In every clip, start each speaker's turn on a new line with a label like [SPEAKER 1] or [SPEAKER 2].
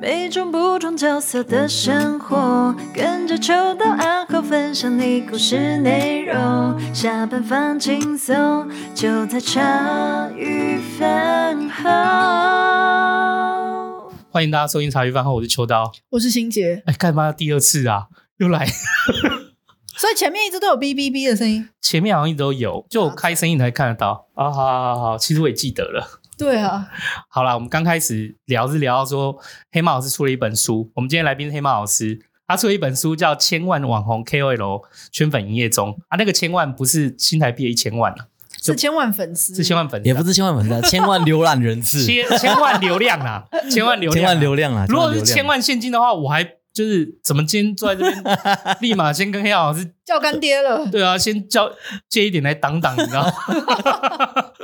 [SPEAKER 1] 每种不同角色的生活，跟着秋到暗号分享你故事内容。下班放轻松，就在茶余饭后。
[SPEAKER 2] 欢迎大家收听茶余饭后，我是秋刀。
[SPEAKER 3] 我是心杰，
[SPEAKER 2] 哎，干嘛第二次啊？又来，
[SPEAKER 3] 所以前面一直都有哔哔哔的声音。
[SPEAKER 2] 前面好像一直都有，就我开声音才看得到啊。好好好好，其实我也记得了。
[SPEAKER 3] 对啊，
[SPEAKER 2] 好啦，我们刚开始聊是聊到说，黑猫老师出了一本书。我们今天来宾是黑猫老师，他出了一本书叫《千万网红 KOL 圈粉营业中》啊，那个千万不是新台币的一千万啊，
[SPEAKER 3] 四千万粉丝，
[SPEAKER 2] 是千万粉丝
[SPEAKER 4] 嗯 也
[SPEAKER 2] 啊，
[SPEAKER 4] 不是千万粉丝 啊，千万浏览人次，千
[SPEAKER 2] 千千万流量 啊， 千万流量啊，
[SPEAKER 4] 万流量啊！
[SPEAKER 2] 如果是
[SPEAKER 4] 流量
[SPEAKER 2] 千万现金的话，我还就是怎么今天坐在这 边，立马先跟黑老师
[SPEAKER 3] 叫干爹了。
[SPEAKER 2] 对啊，先交借一点来挡挡，你知道吗？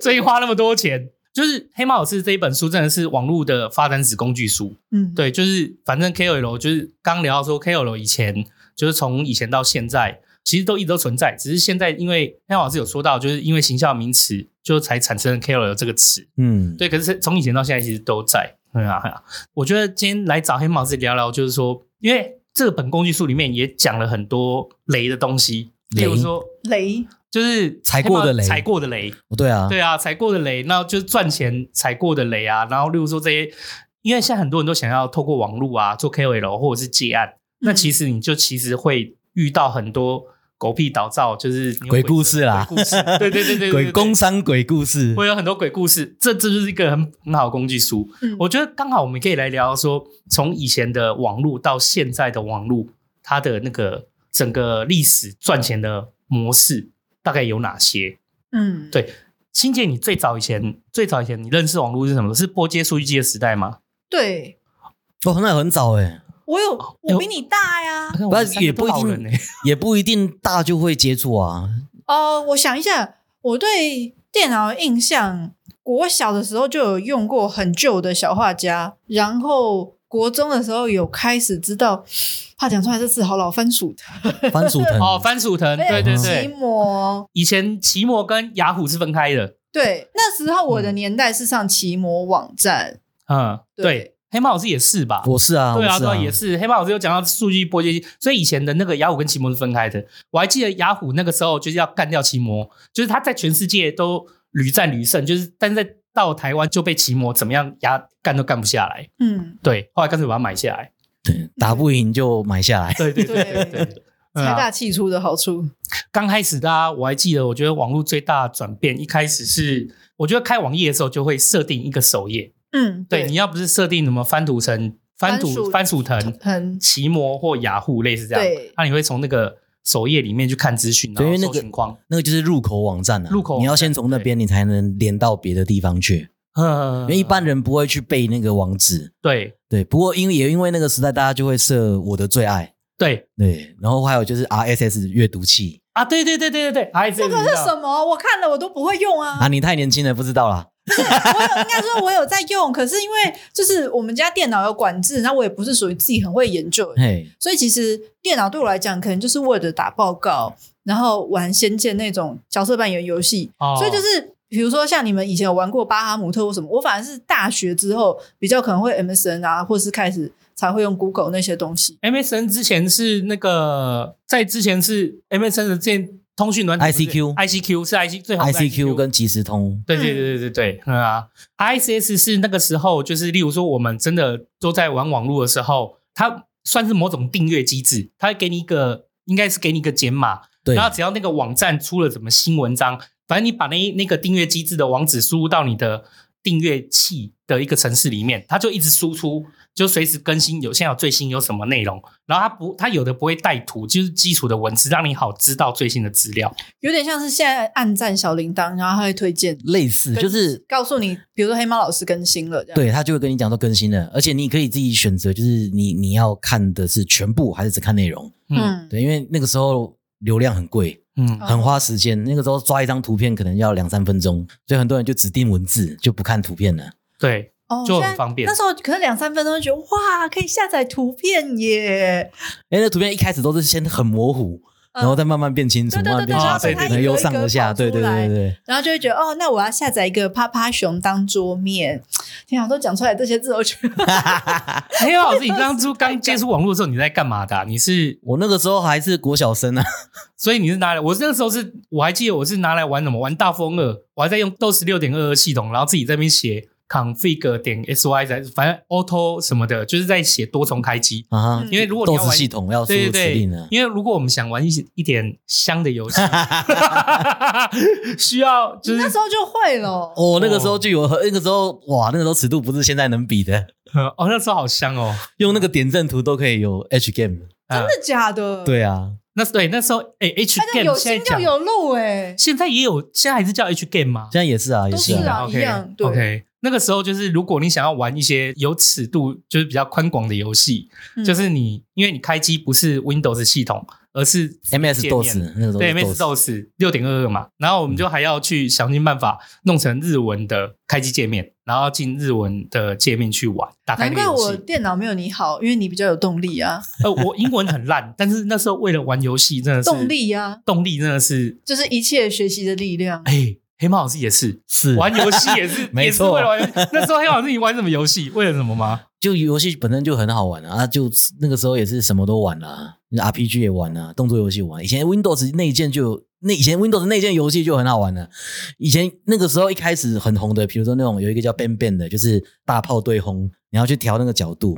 [SPEAKER 2] 所以花那么多钱，就是《黑猫老师》这一本书真的是网络的发展史工具书。
[SPEAKER 3] 嗯，
[SPEAKER 2] 对，就是反正 KOL 就是刚聊到说 KOL 以前就是从以前到现在，其实都一直都存在，只是现在因为黑猫老师有说到，就是因为形象名词就才产生了 KOL 这个词。
[SPEAKER 4] 嗯，
[SPEAKER 2] 对，可是从以前到现在其实都在。对啊，对啊我觉得今天来找黑毛子聊聊，就是说，因为这本工具书里面也讲了很多雷的东西，例如
[SPEAKER 4] 雷
[SPEAKER 2] 说，
[SPEAKER 3] 雷
[SPEAKER 2] 就是
[SPEAKER 4] 踩过的雷
[SPEAKER 2] 踩过的雷，
[SPEAKER 4] 对啊，
[SPEAKER 2] 对啊，踩过的雷，那就是赚钱踩过的雷啊。然后，例如说这些，因为现在很多人都想要透过网络啊做 KOL 或者是接案，那其实你就其实会遇到很多狗屁倒灶，就是你有
[SPEAKER 4] 鬼故事啦
[SPEAKER 2] 鬼故事，对对对对对对，
[SPEAKER 4] 鬼工商鬼故事，
[SPEAKER 2] 会有很多鬼故事，这这就是一个很很好的工具书。
[SPEAKER 3] 嗯
[SPEAKER 2] 我觉得刚好我们可以来聊说，从以前的网络到现在的网络，它的那个整个历史赚钱的模式大概有哪些？
[SPEAKER 3] 嗯，
[SPEAKER 2] 对新姐，你最早以前最早以前你认识网络是什么？是波接数据机的时代吗？
[SPEAKER 3] 对，
[SPEAKER 4] 哦，那很早哎，
[SPEAKER 3] 我
[SPEAKER 2] 哦
[SPEAKER 3] 有，我比你大呀。
[SPEAKER 4] 不是也不一
[SPEAKER 2] 好人
[SPEAKER 4] 定，也不一定大就会接触 啊。
[SPEAKER 3] 哦，我想一下，我对电脑的印象，国小的时候就有用过很旧的小画家，然后国中的时候有开始知道，怕讲出来这字好老番薯藤、
[SPEAKER 4] 番薯藤
[SPEAKER 2] 哦，番薯藤，对
[SPEAKER 4] 嗯
[SPEAKER 2] 对
[SPEAKER 3] 奇
[SPEAKER 2] 对，
[SPEAKER 3] 摩，
[SPEAKER 2] 以前奇摩跟雅虎是分开的，
[SPEAKER 3] 对，那时候我的年代是上奇摩网站，
[SPEAKER 2] 嗯，
[SPEAKER 3] 对
[SPEAKER 2] 对，黑猫老师也是吧？
[SPEAKER 4] 我是啊，
[SPEAKER 2] 对啊，
[SPEAKER 4] 我是
[SPEAKER 2] 对啊，也是。黑豹老师有讲到数据波接机，所以以前的那个雅虎跟奇摩是分开的。我还记得雅虎那个时候就是要干掉奇摩，就是他在全世界都屡战屡胜，就是但是在到台湾就被奇摩怎么样压干都干不下来。
[SPEAKER 3] 嗯，
[SPEAKER 2] 对，后来干脆把它买下来。
[SPEAKER 4] 打不赢就买下来，
[SPEAKER 2] 对对对对
[SPEAKER 3] 对
[SPEAKER 2] 对。嗯
[SPEAKER 3] 财
[SPEAKER 2] 啊
[SPEAKER 3] 大气粗的好处。
[SPEAKER 2] 刚开始大家我还记得，我觉得网络最大的转变，一开始是我觉得开网页的时候就会设定一个首页，
[SPEAKER 3] 嗯，
[SPEAKER 2] 对，你要不是设定什么翻土层、翻
[SPEAKER 3] 番
[SPEAKER 2] 土
[SPEAKER 3] 薯
[SPEAKER 2] 番薯藤，
[SPEAKER 3] 很
[SPEAKER 2] 奇摩或雅虎类似这样
[SPEAKER 3] 对，
[SPEAKER 2] 那、你会从那个首页里面去看资讯，然
[SPEAKER 4] 对因
[SPEAKER 2] 后
[SPEAKER 4] 为那
[SPEAKER 2] 搜
[SPEAKER 4] 个
[SPEAKER 2] 寻框，
[SPEAKER 4] 那个就是入口网站啊。
[SPEAKER 2] 入口网站
[SPEAKER 4] 你要先从那边，你才能连到别的地方去，
[SPEAKER 2] 嗯，
[SPEAKER 4] 因为一般人不会去背那个网址。
[SPEAKER 2] 对
[SPEAKER 4] 对，不过因为也因为那个时代，大家就会设我的最爱，
[SPEAKER 2] 对
[SPEAKER 4] 对，然后还有就是 RSS 阅读器
[SPEAKER 2] 啊，对对对对对对，还这
[SPEAKER 3] 这个是什么？我看了我都不会用啊。
[SPEAKER 4] 啊，你太年轻了，不知道啦。
[SPEAKER 3] 我有应该说我有在用，可是因为就是我们家电脑有管制，那我也不是属于自己很会研究的，
[SPEAKER 4] 嘿，
[SPEAKER 3] 所以其实电脑对我来讲，可能就是 Word 打报告，然后玩《仙剑》那种角色扮演游戏。
[SPEAKER 2] 哦
[SPEAKER 3] 所以就是比如说像你们以前有玩过巴哈姆特或什么，我反而是大学之后比较可能会 MSN 啊，或是开始才会用 Google 那些东西。
[SPEAKER 2] MSN 之前是那个，在之前是 MSN 的这通讯软体
[SPEAKER 4] ICQ
[SPEAKER 2] ICQ 是 IC 最好的
[SPEAKER 4] ICQ 跟即时通，
[SPEAKER 2] 对对对对对对，嗯啊，ISS 是那个时候就是，例如说我们真的都在玩网络的时候，它算是某种订阅机制，它会给你一个，应该是给你一个解码，
[SPEAKER 4] 对，
[SPEAKER 2] 然后只要那个网站出了什么新文章，反正你把那一那个订阅机制的网址输入到你的订阅器的一个城市里面，它就一直输出，就随时更新有现在有最新有什么内容。然后它不，它有的不会带图，就是基础的文字，让你好知道最新的资料。
[SPEAKER 3] 有点像是现在按赞小铃铛，然后它会推荐，
[SPEAKER 4] 类似就是
[SPEAKER 3] 告诉你，比如说黑猫老师更新了，这样。
[SPEAKER 4] 对他就会跟你讲说更新了，而且你可以自己选择，就是你你要看的是全部还是只看内容，
[SPEAKER 2] 嗯
[SPEAKER 3] 嗯，
[SPEAKER 4] 对，因为那个时候流量很贵，
[SPEAKER 2] 嗯
[SPEAKER 3] 哦
[SPEAKER 4] 很花时间，那个时候抓一张图片可能要两三分钟，所以很多人就只订文字就不看图片了。
[SPEAKER 2] 对，
[SPEAKER 3] 哦
[SPEAKER 2] 就很
[SPEAKER 3] 现在
[SPEAKER 2] 方便
[SPEAKER 3] 那时候可能两三分钟就觉得哇，可以下载图片耶，
[SPEAKER 4] 哎，那图片一开始都是先很模糊，然后再慢慢变清楚，
[SPEAKER 5] 对对
[SPEAKER 4] 慢慢变
[SPEAKER 2] 对
[SPEAKER 4] 清
[SPEAKER 2] 对
[SPEAKER 4] 楚，
[SPEAKER 2] 对
[SPEAKER 4] 可能由上而下，
[SPEAKER 5] 对
[SPEAKER 4] 对
[SPEAKER 5] 对
[SPEAKER 4] 对对对
[SPEAKER 5] 然后就会觉得哦，那我要下载一个趴趴熊当桌面。天啊，都讲出来这些字，我觉得
[SPEAKER 2] 没有哎老师，你当初刚接触网络的时候，你在干嘛的啊、你是
[SPEAKER 4] 我那个时候还是国小生啊，
[SPEAKER 2] 所以你是拿来，我那个时候是我还记得我是拿来玩什么，玩大风二，我还在用 DOS 六点二二系统，然后自己在那边写 config 点 sy，反正 auto 什么的，就是在写多重开机。
[SPEAKER 4] 啊哈
[SPEAKER 5] 嗯，
[SPEAKER 2] 因为如果你
[SPEAKER 4] 豆
[SPEAKER 2] 要
[SPEAKER 4] 子
[SPEAKER 2] 玩
[SPEAKER 4] 系统要输
[SPEAKER 2] 对
[SPEAKER 4] 入
[SPEAKER 2] 对
[SPEAKER 4] 指令
[SPEAKER 2] 对
[SPEAKER 4] 啊，，
[SPEAKER 2] 因为如果我们想玩一些一点香的 游戏，需要就
[SPEAKER 5] 那
[SPEAKER 2] 是
[SPEAKER 5] 时候就会了。
[SPEAKER 4] 我哦那个时候就有，那个时候哇，那个时候尺度不是现在能比的，
[SPEAKER 2] 哦，那时候好香哦。
[SPEAKER 4] 用那个点阵图都可以有 H game，
[SPEAKER 2] 真
[SPEAKER 5] 真的假的？，
[SPEAKER 4] 对啊，
[SPEAKER 2] 那对那时候哎，H
[SPEAKER 5] 他叫
[SPEAKER 2] game
[SPEAKER 5] 有
[SPEAKER 2] 现
[SPEAKER 5] 心
[SPEAKER 2] 在
[SPEAKER 5] 就
[SPEAKER 2] 讲，
[SPEAKER 5] 有路哎，
[SPEAKER 2] 现在也有，现在还是叫 H game 吗？
[SPEAKER 4] 现在也是啊，也
[SPEAKER 5] 都是
[SPEAKER 4] 啊，
[SPEAKER 5] 啊
[SPEAKER 2] o
[SPEAKER 5] 一
[SPEAKER 2] k
[SPEAKER 5] 样对
[SPEAKER 2] o k 那个时候就是，如果你想要玩一些有尺度，就是比较宽广的游戏，
[SPEAKER 5] 嗯
[SPEAKER 2] 就是你因为你开机不是 Windows 系统，而是啊
[SPEAKER 4] MS
[SPEAKER 2] 界面
[SPEAKER 4] DOS 那个时候
[SPEAKER 2] 对 MS
[SPEAKER 4] DOS
[SPEAKER 2] DOS 六点二二嘛，然后我们就还要去想尽办法弄成日文的开机界面，然后进日文的界面去玩，打开
[SPEAKER 5] 难
[SPEAKER 2] 那个
[SPEAKER 5] 怪
[SPEAKER 2] 游
[SPEAKER 5] 我
[SPEAKER 2] 戏。
[SPEAKER 5] 电脑没有你好，因为你比较有动力啊，
[SPEAKER 2] 呃，我英文很烂，但是那时候为了玩游戏，真的是
[SPEAKER 5] 动，力啊，
[SPEAKER 2] 动力真的是，就是
[SPEAKER 5] 就是一切学习的力量。
[SPEAKER 2] 哎，黑猫老师也是
[SPEAKER 4] 是
[SPEAKER 2] 玩游戏也是，
[SPEAKER 4] 没
[SPEAKER 2] 也是
[SPEAKER 4] 错
[SPEAKER 2] 为了玩。那时候黑猫老师你玩什么游戏？为了什么吗？
[SPEAKER 4] 就游戏本身就很好玩啊，啊就那个时候也是什么都玩啊啦、RPG 也玩啊，动作游戏玩。以前 Windows 内建就有那以前 Windows 内建游戏就很好玩了、以前那个时候一开始很红的，比如说那种有一个叫 Ben Ben 的，就是大炮对轰，你要去调那个角度。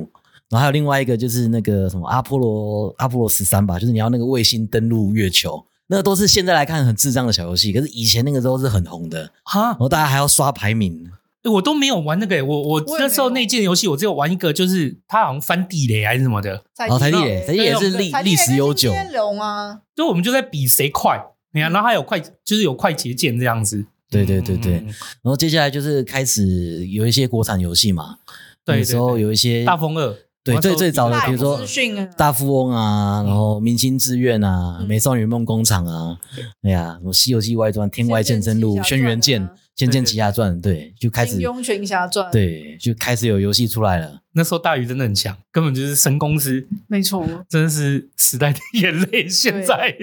[SPEAKER 4] 然后还有另外一个就是那个什么阿波罗阿波罗十三吧，就是你要那个卫星登陆月球，那都是现在来看很智障的小游戏，可是以前那个时候是很红的，然
[SPEAKER 2] 哈，
[SPEAKER 4] 后大家还要刷排名。
[SPEAKER 2] 欸我都没有玩那个欸、我我
[SPEAKER 5] 我也没有
[SPEAKER 2] 那时候那件游戏，我只有玩一个，就是它好像翻地雷还是什么的，
[SPEAKER 5] 才
[SPEAKER 4] 哦台地也台地也是历历史悠久
[SPEAKER 5] 龙啊，
[SPEAKER 2] 所以我们就在比谁快。你看，然后还有快，就是有快捷键这样子。
[SPEAKER 4] 对对对对，
[SPEAKER 2] 嗯
[SPEAKER 4] 然后接下来就是开始有一些国产游戏嘛，
[SPEAKER 2] 对
[SPEAKER 4] 那时候有一些
[SPEAKER 2] 大风二，
[SPEAKER 4] 对
[SPEAKER 2] 我那时候
[SPEAKER 4] 最最早的
[SPEAKER 5] 大
[SPEAKER 4] 比如说
[SPEAKER 5] 资讯啊，
[SPEAKER 4] 大富翁啊，然
[SPEAKER 2] 嗯
[SPEAKER 4] 后明星志愿啊，
[SPEAKER 5] 嗯
[SPEAKER 4] 美少女梦工厂啊，哎呀，什么西游记外传、天外剑真录、轩
[SPEAKER 5] 轩辕剑
[SPEAKER 4] 辕剑、仙剑奇侠传，对，就开始
[SPEAKER 5] 啊金庸啊群侠传，，
[SPEAKER 4] 对，就开始有游戏出来了。
[SPEAKER 2] 那时候大鱼真的很强，根本就是神公司，
[SPEAKER 5] 没错，
[SPEAKER 2] 真的是时代的眼泪。现在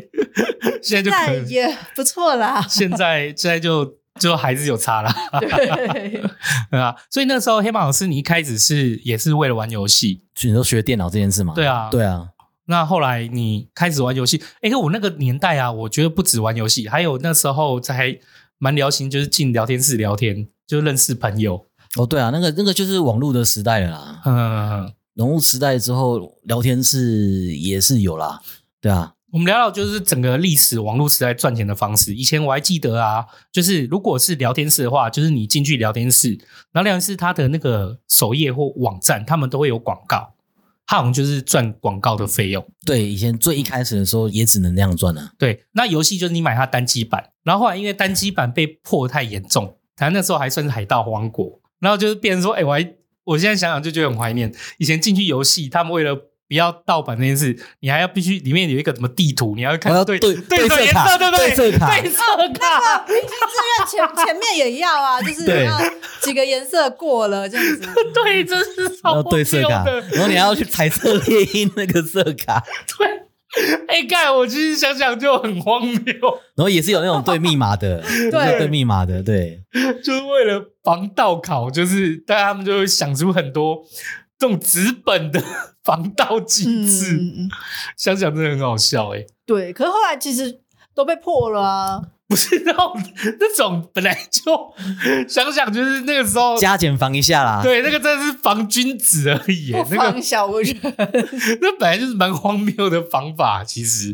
[SPEAKER 2] 现在就可
[SPEAKER 5] 那
[SPEAKER 2] 以，。
[SPEAKER 5] 也不错啦
[SPEAKER 2] 现在现在就就还是有差啦。
[SPEAKER 5] 对，
[SPEAKER 2] 对啊。所以那时候黑马老师，你一开始是也是为了玩游戏，
[SPEAKER 4] 你说学电脑这件事嘛？
[SPEAKER 2] 对啊
[SPEAKER 4] 对啊，
[SPEAKER 2] 那后来你开始玩游戏，哎，可我那个年代啊，我觉得不止玩游戏，还有那时候才蛮流行，就是进聊天室聊天，就认识朋友。
[SPEAKER 4] 哦对啊，那个那个就是网络的时代了啦。
[SPEAKER 2] 嗯，
[SPEAKER 4] 网络时代之后，聊天室也是有啦，对啊，
[SPEAKER 2] 我们聊到就是整个历史网络时代赚钱的方式。以前我还记得啊，就是如果是聊天室的话，就是你进去聊天室，然后聊天室它的那个首页或网站，他们都会有广告，它好像就是赚广告的费用。
[SPEAKER 4] 对，以前最一开始的时候也只能那样赚啊。
[SPEAKER 2] 对，那游戏就是你买它单机版，然后后来因为单机版被破太严重，台湾那时候还算是海盗王国，然后就是变成说，哎、我还我现在想想就觉得很怀念，以前进去游戏，他们为了不要盗版这件事，你还要必须里面有一个什么地图，你还要看
[SPEAKER 4] 我要
[SPEAKER 2] 对
[SPEAKER 4] 对
[SPEAKER 2] 对对
[SPEAKER 4] 对色
[SPEAKER 2] 颜
[SPEAKER 4] 卡
[SPEAKER 2] 色，对不对？
[SPEAKER 4] 对色卡
[SPEAKER 2] 对色卡，
[SPEAKER 5] 明星志愿前前面也要 啊，就是
[SPEAKER 4] 对
[SPEAKER 5] 要几个颜色过了这 样子。
[SPEAKER 2] 对，这是
[SPEAKER 4] 然
[SPEAKER 2] 超
[SPEAKER 4] 后对色卡，
[SPEAKER 2] 荒谬的
[SPEAKER 4] 然后你还要去彩色猎鹰那个色卡，
[SPEAKER 2] 哎，干，我其实想想就很荒谬，
[SPEAKER 4] 然后也是有那种对密码的，就是对密码的，对
[SPEAKER 2] 就是为了防盗考，就是大家他们就会想出很多这种纸本的 防盗机制。
[SPEAKER 5] 嗯，
[SPEAKER 2] 想想真的很好笑哎、欸，
[SPEAKER 5] 对。可是后来其实都被破了啊，
[SPEAKER 2] 不是 那种那种本来就想想就是那个时候，
[SPEAKER 4] 加减防一下啦。
[SPEAKER 2] 哦对那个真的是防君子而已、
[SPEAKER 5] 不
[SPEAKER 2] 欸，那
[SPEAKER 5] 放
[SPEAKER 2] 个
[SPEAKER 5] 小我觉 得。
[SPEAKER 2] 那本来就是蛮荒谬的方法。其实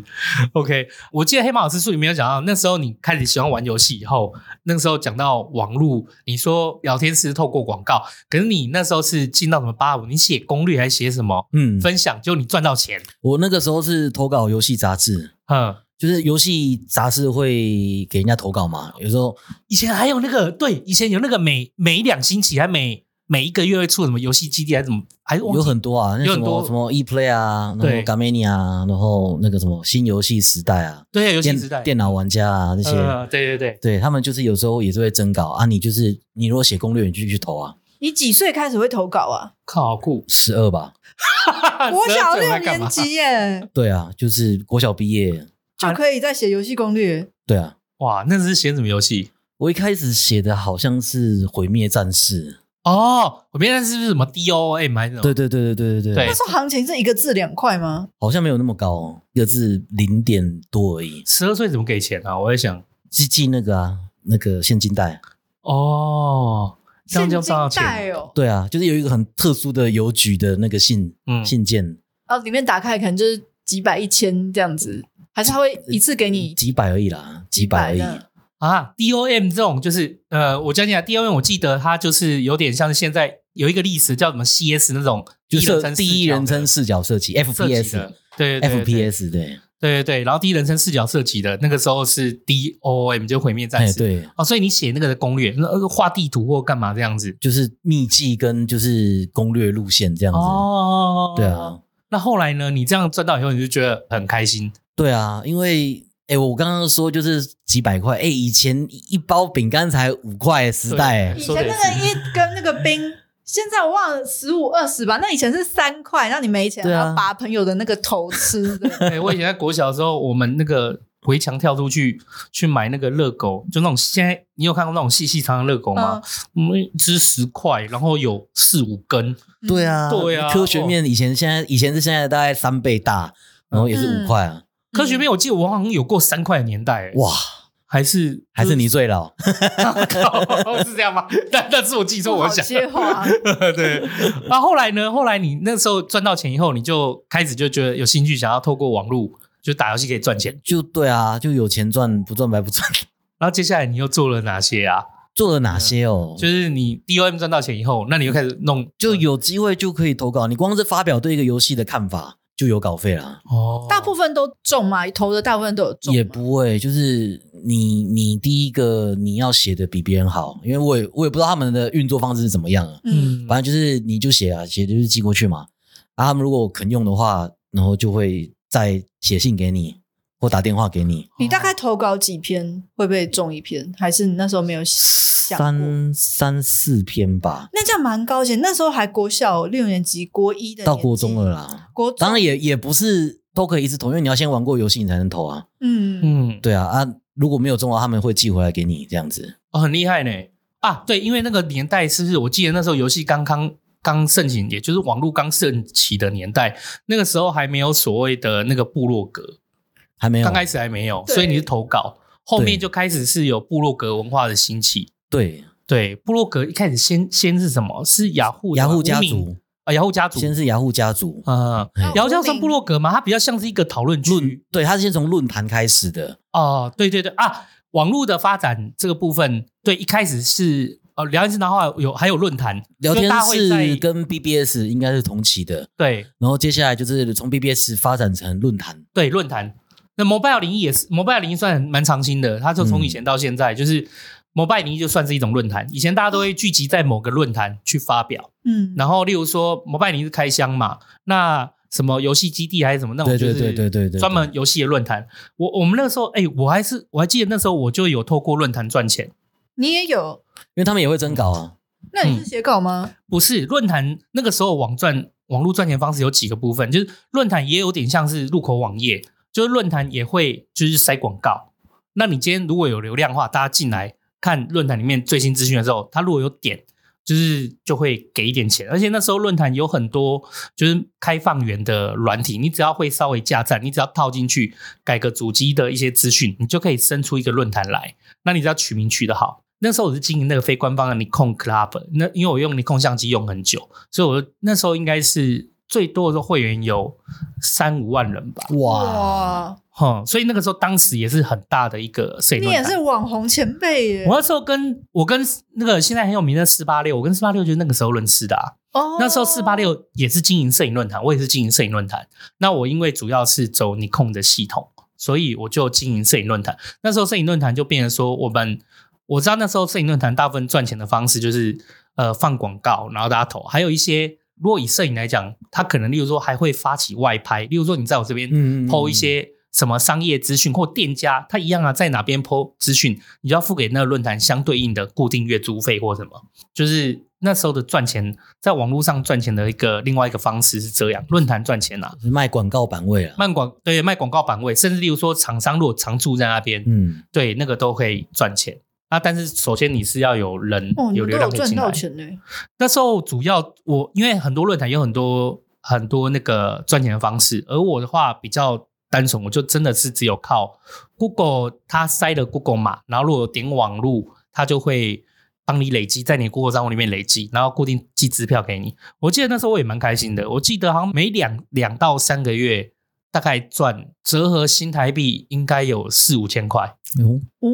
[SPEAKER 2] ，OK，我记得黑马老师书里面有讲到，那时候你开始喜欢玩游戏以后，那个时候讲到网络，你说聊天室透过广告，可是你那时候是进到什么八五，你写攻略还是写什么
[SPEAKER 4] 嗯，
[SPEAKER 2] 分享，就你赚到钱，
[SPEAKER 4] 我那个时候是投稿游戏杂志，
[SPEAKER 2] 嗯。
[SPEAKER 4] 就是游戏杂志会给人家投稿嘛，有时候
[SPEAKER 2] 以前还有那个对，以前有那个每每一两星期还每每一个月会出什么游戏基地还是怎么，还是忘记
[SPEAKER 4] 有很多啊，那
[SPEAKER 2] 有
[SPEAKER 4] 什
[SPEAKER 2] 很
[SPEAKER 4] 么
[SPEAKER 2] 多
[SPEAKER 4] 什么 ePlay 啊，然后
[SPEAKER 2] 对
[SPEAKER 4] Gamania 啊，然后那个什么新游戏时代啊，
[SPEAKER 2] 对啊游戏
[SPEAKER 4] 电
[SPEAKER 2] 时代
[SPEAKER 4] 电脑玩家啊那些，
[SPEAKER 2] 呃，对对对，
[SPEAKER 4] 对他们就是有时候也是会征稿啊，你就是你如果写攻略，你就去投啊，！
[SPEAKER 5] 你几岁开始会投稿啊？
[SPEAKER 2] 靠好酷
[SPEAKER 4] 十二吧，
[SPEAKER 2] 我
[SPEAKER 5] 我小六年级耶，
[SPEAKER 4] 对啊，就是国小毕业，
[SPEAKER 5] 就可以在写游戏攻
[SPEAKER 2] 哎
[SPEAKER 5] 略。
[SPEAKER 4] 对啊，
[SPEAKER 2] 哇， 那是写什么游戏？
[SPEAKER 4] 我一开始写的好像是毁灭战士，
[SPEAKER 2] 哦，我面那是不是什么 DOM 还是什么？
[SPEAKER 4] 对对对对对对
[SPEAKER 2] 对
[SPEAKER 5] 那时候行情是一个字两块吗？
[SPEAKER 4] 好像没有那么高、哦，一个字零点多而已，
[SPEAKER 2] 十二岁怎么给钱啊？我在想，
[SPEAKER 4] 寄寄那个啊，那个现金贷。
[SPEAKER 2] 哦，这样就
[SPEAKER 5] 现
[SPEAKER 2] 赚到
[SPEAKER 5] 金
[SPEAKER 2] 钱，
[SPEAKER 5] 贷哦，
[SPEAKER 4] 对啊，就是有一个很特殊的邮局的那个信、
[SPEAKER 2] 嗯
[SPEAKER 4] 信件，
[SPEAKER 3] 然
[SPEAKER 5] 哦
[SPEAKER 3] 后里面打开可能就是几百、一千这样子，还是他会一次给你
[SPEAKER 4] 几百而已啦，嗯几百而已。
[SPEAKER 3] 的
[SPEAKER 2] 啊，DOM 这种就是呃，我讲讲 DOM，我记得它就是有点像是现在有一个历史叫什么 CS 那种，
[SPEAKER 4] 就
[SPEAKER 2] 第一人
[SPEAKER 4] 是
[SPEAKER 2] 称
[SPEAKER 4] 第一人称
[SPEAKER 2] 视
[SPEAKER 4] 视角设计
[SPEAKER 2] 角的设计
[SPEAKER 4] FPS
[SPEAKER 2] 的。对对对对
[SPEAKER 4] FPS 对，
[SPEAKER 2] 对对对，然后第一人称视角设计的那个时候是 DOM，就毁灭战
[SPEAKER 4] 哎
[SPEAKER 2] 士。
[SPEAKER 4] 对，
[SPEAKER 2] 哦，所以你写那个的攻略，那呃画地图或干嘛这样子。
[SPEAKER 4] 就是秘技跟就是攻略路线这样子。
[SPEAKER 2] 哦
[SPEAKER 4] 对啊，，
[SPEAKER 2] 那后来呢？你这样赚到以后，你就觉得很开心。
[SPEAKER 4] 对啊，因为哎，我刚刚说就是几百块，哎，以前一包饼干才五块，时代欸
[SPEAKER 2] 对
[SPEAKER 5] 以
[SPEAKER 2] 说
[SPEAKER 5] 前
[SPEAKER 2] 得
[SPEAKER 5] 那
[SPEAKER 2] 也
[SPEAKER 5] 个
[SPEAKER 2] 是
[SPEAKER 5] 一根那个 冰，现在我忘了十五二十吧。那以前是三块，那你没钱还
[SPEAKER 4] 对啊
[SPEAKER 5] 要拔朋友的那个头 吃的。
[SPEAKER 2] 对，我以前在国小的时候，我们那个围墙跳出去去买那个热狗，就那种现在你有看过那种细细长长的热狗吗？
[SPEAKER 3] 嗯
[SPEAKER 2] 我们一只十块，然后有四五根，
[SPEAKER 4] 对
[SPEAKER 5] 嗯
[SPEAKER 4] 啊，
[SPEAKER 2] 对啊
[SPEAKER 4] 科学面以前现在以前是现在大概三倍大，然后也是
[SPEAKER 5] 嗯
[SPEAKER 4] 五块啊，
[SPEAKER 2] 科学面我记得我好像有过三块的年代，欸
[SPEAKER 4] 哇，
[SPEAKER 2] 还是
[SPEAKER 4] 还是你最老，
[SPEAKER 2] 靠 是这样吗？ 但但是我记错，
[SPEAKER 3] 不
[SPEAKER 2] 我
[SPEAKER 3] 好
[SPEAKER 2] 想
[SPEAKER 3] 接
[SPEAKER 5] 啊
[SPEAKER 3] 话，
[SPEAKER 2] 对，然后后来呢？后来你那时候赚到钱以后，你就开始就觉得有兴趣，想要透过网络就打游戏可以赚钱。
[SPEAKER 4] 就对啊，就有钱赚不赚白不赚。
[SPEAKER 2] 然后接下来你又做了哪些啊？
[SPEAKER 4] 做了哪些哦？就
[SPEAKER 2] 就是你 DOM 赚到钱以后，那你又开始弄
[SPEAKER 4] 就有机会就可以投稿，你光是发表对一个游戏的看法就有稿费啦。
[SPEAKER 2] 哦，
[SPEAKER 5] 大部分都中嘛，投的大部分都有中嘛，
[SPEAKER 4] 也不会，就是你你第一个你要写的比别人好，因为我也我也不知道他们的运作方式是怎么样啊。
[SPEAKER 5] 嗯，
[SPEAKER 4] 反正就是你就写啊，写就是寄过去嘛。啊，他们如果肯用的话，然后就会再写信给你或打电话给你。
[SPEAKER 2] 哦
[SPEAKER 5] 你大概投稿几篇会被中一篇，还是你那时候没有想过？
[SPEAKER 4] 三三四篇吧，
[SPEAKER 5] 那这样蛮高险，那时候还国小六年级、国一的，
[SPEAKER 4] 到国中了，啦。
[SPEAKER 5] 国中
[SPEAKER 4] 当然也也不是都可以一直投，因为你要先玩过游戏你才能投啊。
[SPEAKER 5] 嗯，
[SPEAKER 2] 嗯，
[SPEAKER 4] 对啊啊，如果没有中的话，他们会寄回来给你这样子。
[SPEAKER 2] 哦，很厉害呢啊！对，因为那个年代是不是？我记得那时候游戏刚刚刚盛行，也就是网络刚盛起的年代，那个时候还没有所谓的那个部落格，
[SPEAKER 4] 还没有，
[SPEAKER 2] 刚开始还没有，
[SPEAKER 5] 对
[SPEAKER 2] 所以你是投稿，后
[SPEAKER 4] 对
[SPEAKER 2] 面就开始是有部落格文化的兴起。
[SPEAKER 4] 对
[SPEAKER 2] 对，部落格一开始先先是什么？是雅虎的
[SPEAKER 4] 雅
[SPEAKER 2] 吧
[SPEAKER 4] 虎
[SPEAKER 2] 无
[SPEAKER 4] 家
[SPEAKER 2] 名
[SPEAKER 4] 族，
[SPEAKER 2] 啊，雅虎家族
[SPEAKER 4] 先是雅虎家族，
[SPEAKER 2] 啊，
[SPEAKER 4] 哎
[SPEAKER 2] 雅虎家族算部落格吗？它比较像是一个讨论区
[SPEAKER 4] 对，他是先从论坛开始的，
[SPEAKER 2] 哦。对对对啊，网络的发展这个部分，对，一开始是哦聊天室，然后还有有还有论坛
[SPEAKER 4] 聊
[SPEAKER 2] 就
[SPEAKER 4] 天
[SPEAKER 2] 大家会在
[SPEAKER 4] 室跟 BBS 应该是同期的，
[SPEAKER 2] 对
[SPEAKER 4] 然后接下来就是从 BBS 发展成论坛，
[SPEAKER 2] 对论坛。那 Mobile 零一也是 Mobile 零一算蛮长青的，它就从
[SPEAKER 4] 嗯
[SPEAKER 2] 以前到现在，就是 Mobile 零一就算是一种论坛。以前大家都会聚集在某个论坛去发表。
[SPEAKER 5] 嗯，
[SPEAKER 2] 然后例如说摩拜零是开箱嘛，那什么游戏基地还是什么那种，
[SPEAKER 4] 对对
[SPEAKER 2] 就是
[SPEAKER 4] 对对对对对
[SPEAKER 2] 专门游戏的论坛。我我们那个时候，哎，我还是我还记得那时候我就有透过论坛赚钱，
[SPEAKER 5] 你也有，
[SPEAKER 4] 因为他们也会征稿啊，
[SPEAKER 5] 那你是写稿吗？
[SPEAKER 2] 不是论坛那个时候网赚网络赚钱方式有几个部分，就是论坛也有点像是入口网页，就是论坛也会就是塞广告。那你今天如果有流量的话，大家进来看论坛里面最新资讯的时候，他如果有点，就是就会给一点钱。而且那时候论坛有很多就是开放源的软体，你只要会稍微加赞，你只要套进去改个主机的一些资讯，你就可以生出一个论坛来。那你只要取名取得好。那时候我是经营那个非官方的 Nikon Club，那因为我用 Nikon 相机用很久，所以我那时候应该是最多的会员有三五万人吧。
[SPEAKER 4] 哇，
[SPEAKER 2] 哼，所以那个时候当时也是很大的一个摄影
[SPEAKER 5] 你
[SPEAKER 2] 论
[SPEAKER 5] 也
[SPEAKER 2] 坛。
[SPEAKER 5] 是网红前辈耶
[SPEAKER 2] 我！那时候跟我跟那个现在很有名的四八六，我跟四八六就是那个时候认识的啊。
[SPEAKER 5] 哦
[SPEAKER 2] 那时候四八六也是经营摄影论坛，我也是经营摄影论坛。那我因为主要是走尼控的系统，所以我就经营摄影论坛。那时候摄影论坛就变成说，我们我知道那时候摄影论坛大部分赚钱的方式就是呃放广告，然后大家投，还有一些如果以摄影来讲，他可能例如说还会发起外拍，例如说你在我这边
[SPEAKER 4] 嗯嗯嗯
[SPEAKER 2] 抛一些什么商业资讯或店家，他一样啊，在哪边 PO 资讯，你就要付给那个论坛相对应的固定月租费或什么。就是那时候的赚钱，在网络上赚钱的一个另外一个方式是这样，论坛赚钱啊，
[SPEAKER 4] 卖广告版位啊。
[SPEAKER 2] 卖广对卖广告版位，甚至例如说厂商如果常驻在那边，
[SPEAKER 4] 嗯，
[SPEAKER 2] 对那个都可以赚钱。啊，但是首先你是要有人、
[SPEAKER 5] 哦，你
[SPEAKER 2] 有
[SPEAKER 5] 们
[SPEAKER 2] 流
[SPEAKER 5] 都
[SPEAKER 2] 量
[SPEAKER 5] 有
[SPEAKER 2] 可以
[SPEAKER 5] 赚
[SPEAKER 2] 进来
[SPEAKER 5] 到。钱呢、
[SPEAKER 2] 那时候主要我因为很多论坛有很多很多那个赚钱的方式，而我的话比较单纯，我就真的是只有靠 Google，它塞了 Google 码，然后如果有点网路，它就会帮你累积在你 Google 账户里面累积，然后固定寄支票给你。我记得那时候我也蛮开心的，我记得好像每两两到三个月。大概赚折合新台币应该有四五千块，
[SPEAKER 4] 哦
[SPEAKER 5] 哦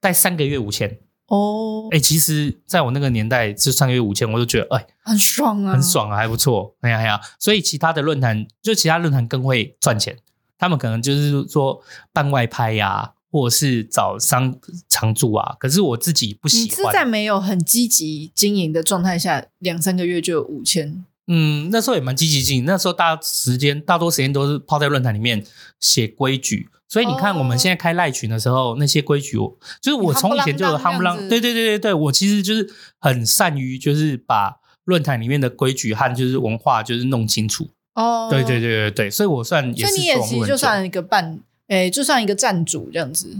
[SPEAKER 2] 在三个月五千。
[SPEAKER 5] 哦，
[SPEAKER 2] 哎、其实在我那个年代，是三个月五千，我就觉得哎、
[SPEAKER 5] 很爽啊，
[SPEAKER 3] 嗯
[SPEAKER 2] 很。爽啊，还不错。哎呀哎呀，所以其他的论坛，就其他论坛更会赚钱，他们可能就是说办外拍呀、或者是找商常驻啊。可是我自己不
[SPEAKER 3] 你
[SPEAKER 2] 喜
[SPEAKER 3] 是在
[SPEAKER 2] 欢。
[SPEAKER 3] 没有很积极经营的状态下，两三个月就有五千，
[SPEAKER 2] 嗯，那时候也蛮积极性，那时候大时间大多时间都是泡在论坛里面写规矩。所以你看，
[SPEAKER 3] 哦
[SPEAKER 2] 我们现在开赖群的时候，那些规矩我，就是我从以前就有夯
[SPEAKER 3] 夯
[SPEAKER 2] 不
[SPEAKER 3] 不啷
[SPEAKER 2] 啷
[SPEAKER 3] 当这样，子
[SPEAKER 2] 对对对对对，我其实就是很善于就是把论坛里面的规矩和就是文化就是弄清楚。
[SPEAKER 3] 哦
[SPEAKER 2] 对对，对对对，所以我算也
[SPEAKER 3] 所
[SPEAKER 2] 是
[SPEAKER 3] 以你也
[SPEAKER 2] 做网
[SPEAKER 3] 其
[SPEAKER 2] 络很
[SPEAKER 3] 实就
[SPEAKER 2] 久
[SPEAKER 3] 算一个半，诶，就算一个站主这样子。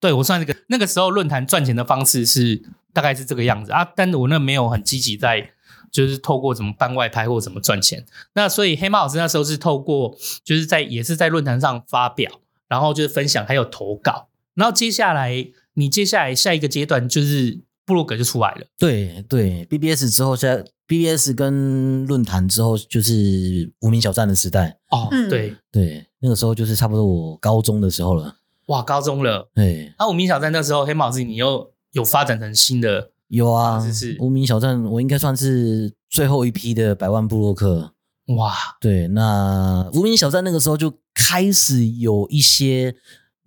[SPEAKER 2] 对我算这个那个时候论坛赚钱的方式是大概是这个样子啊，但是我那没有很积极在就是透过怎么办外拍或怎么赚钱。那所以黑猫老师那时候是透过就是在也是在论坛上发表，然后就是分享还有投稿，然后接下来你接下来下一个阶段就是部落格就出来了，
[SPEAKER 4] 对对，BBS 之后，现在 BBS 跟论坛之后就是无名小站的时代。
[SPEAKER 2] 哦
[SPEAKER 5] 嗯
[SPEAKER 2] 对，
[SPEAKER 4] 对，那个时候就是差不多我高中的时候了。
[SPEAKER 2] 哇，高中了。
[SPEAKER 4] 对，
[SPEAKER 2] 那、啊、我明小站那时候黑猫老师你又有发展成新的
[SPEAKER 4] 有啊
[SPEAKER 2] 是是，
[SPEAKER 4] 无名小站我应该算是最后一批的百万部落客。
[SPEAKER 2] 哇，
[SPEAKER 4] 对，那无名小站那个时候就开始有一些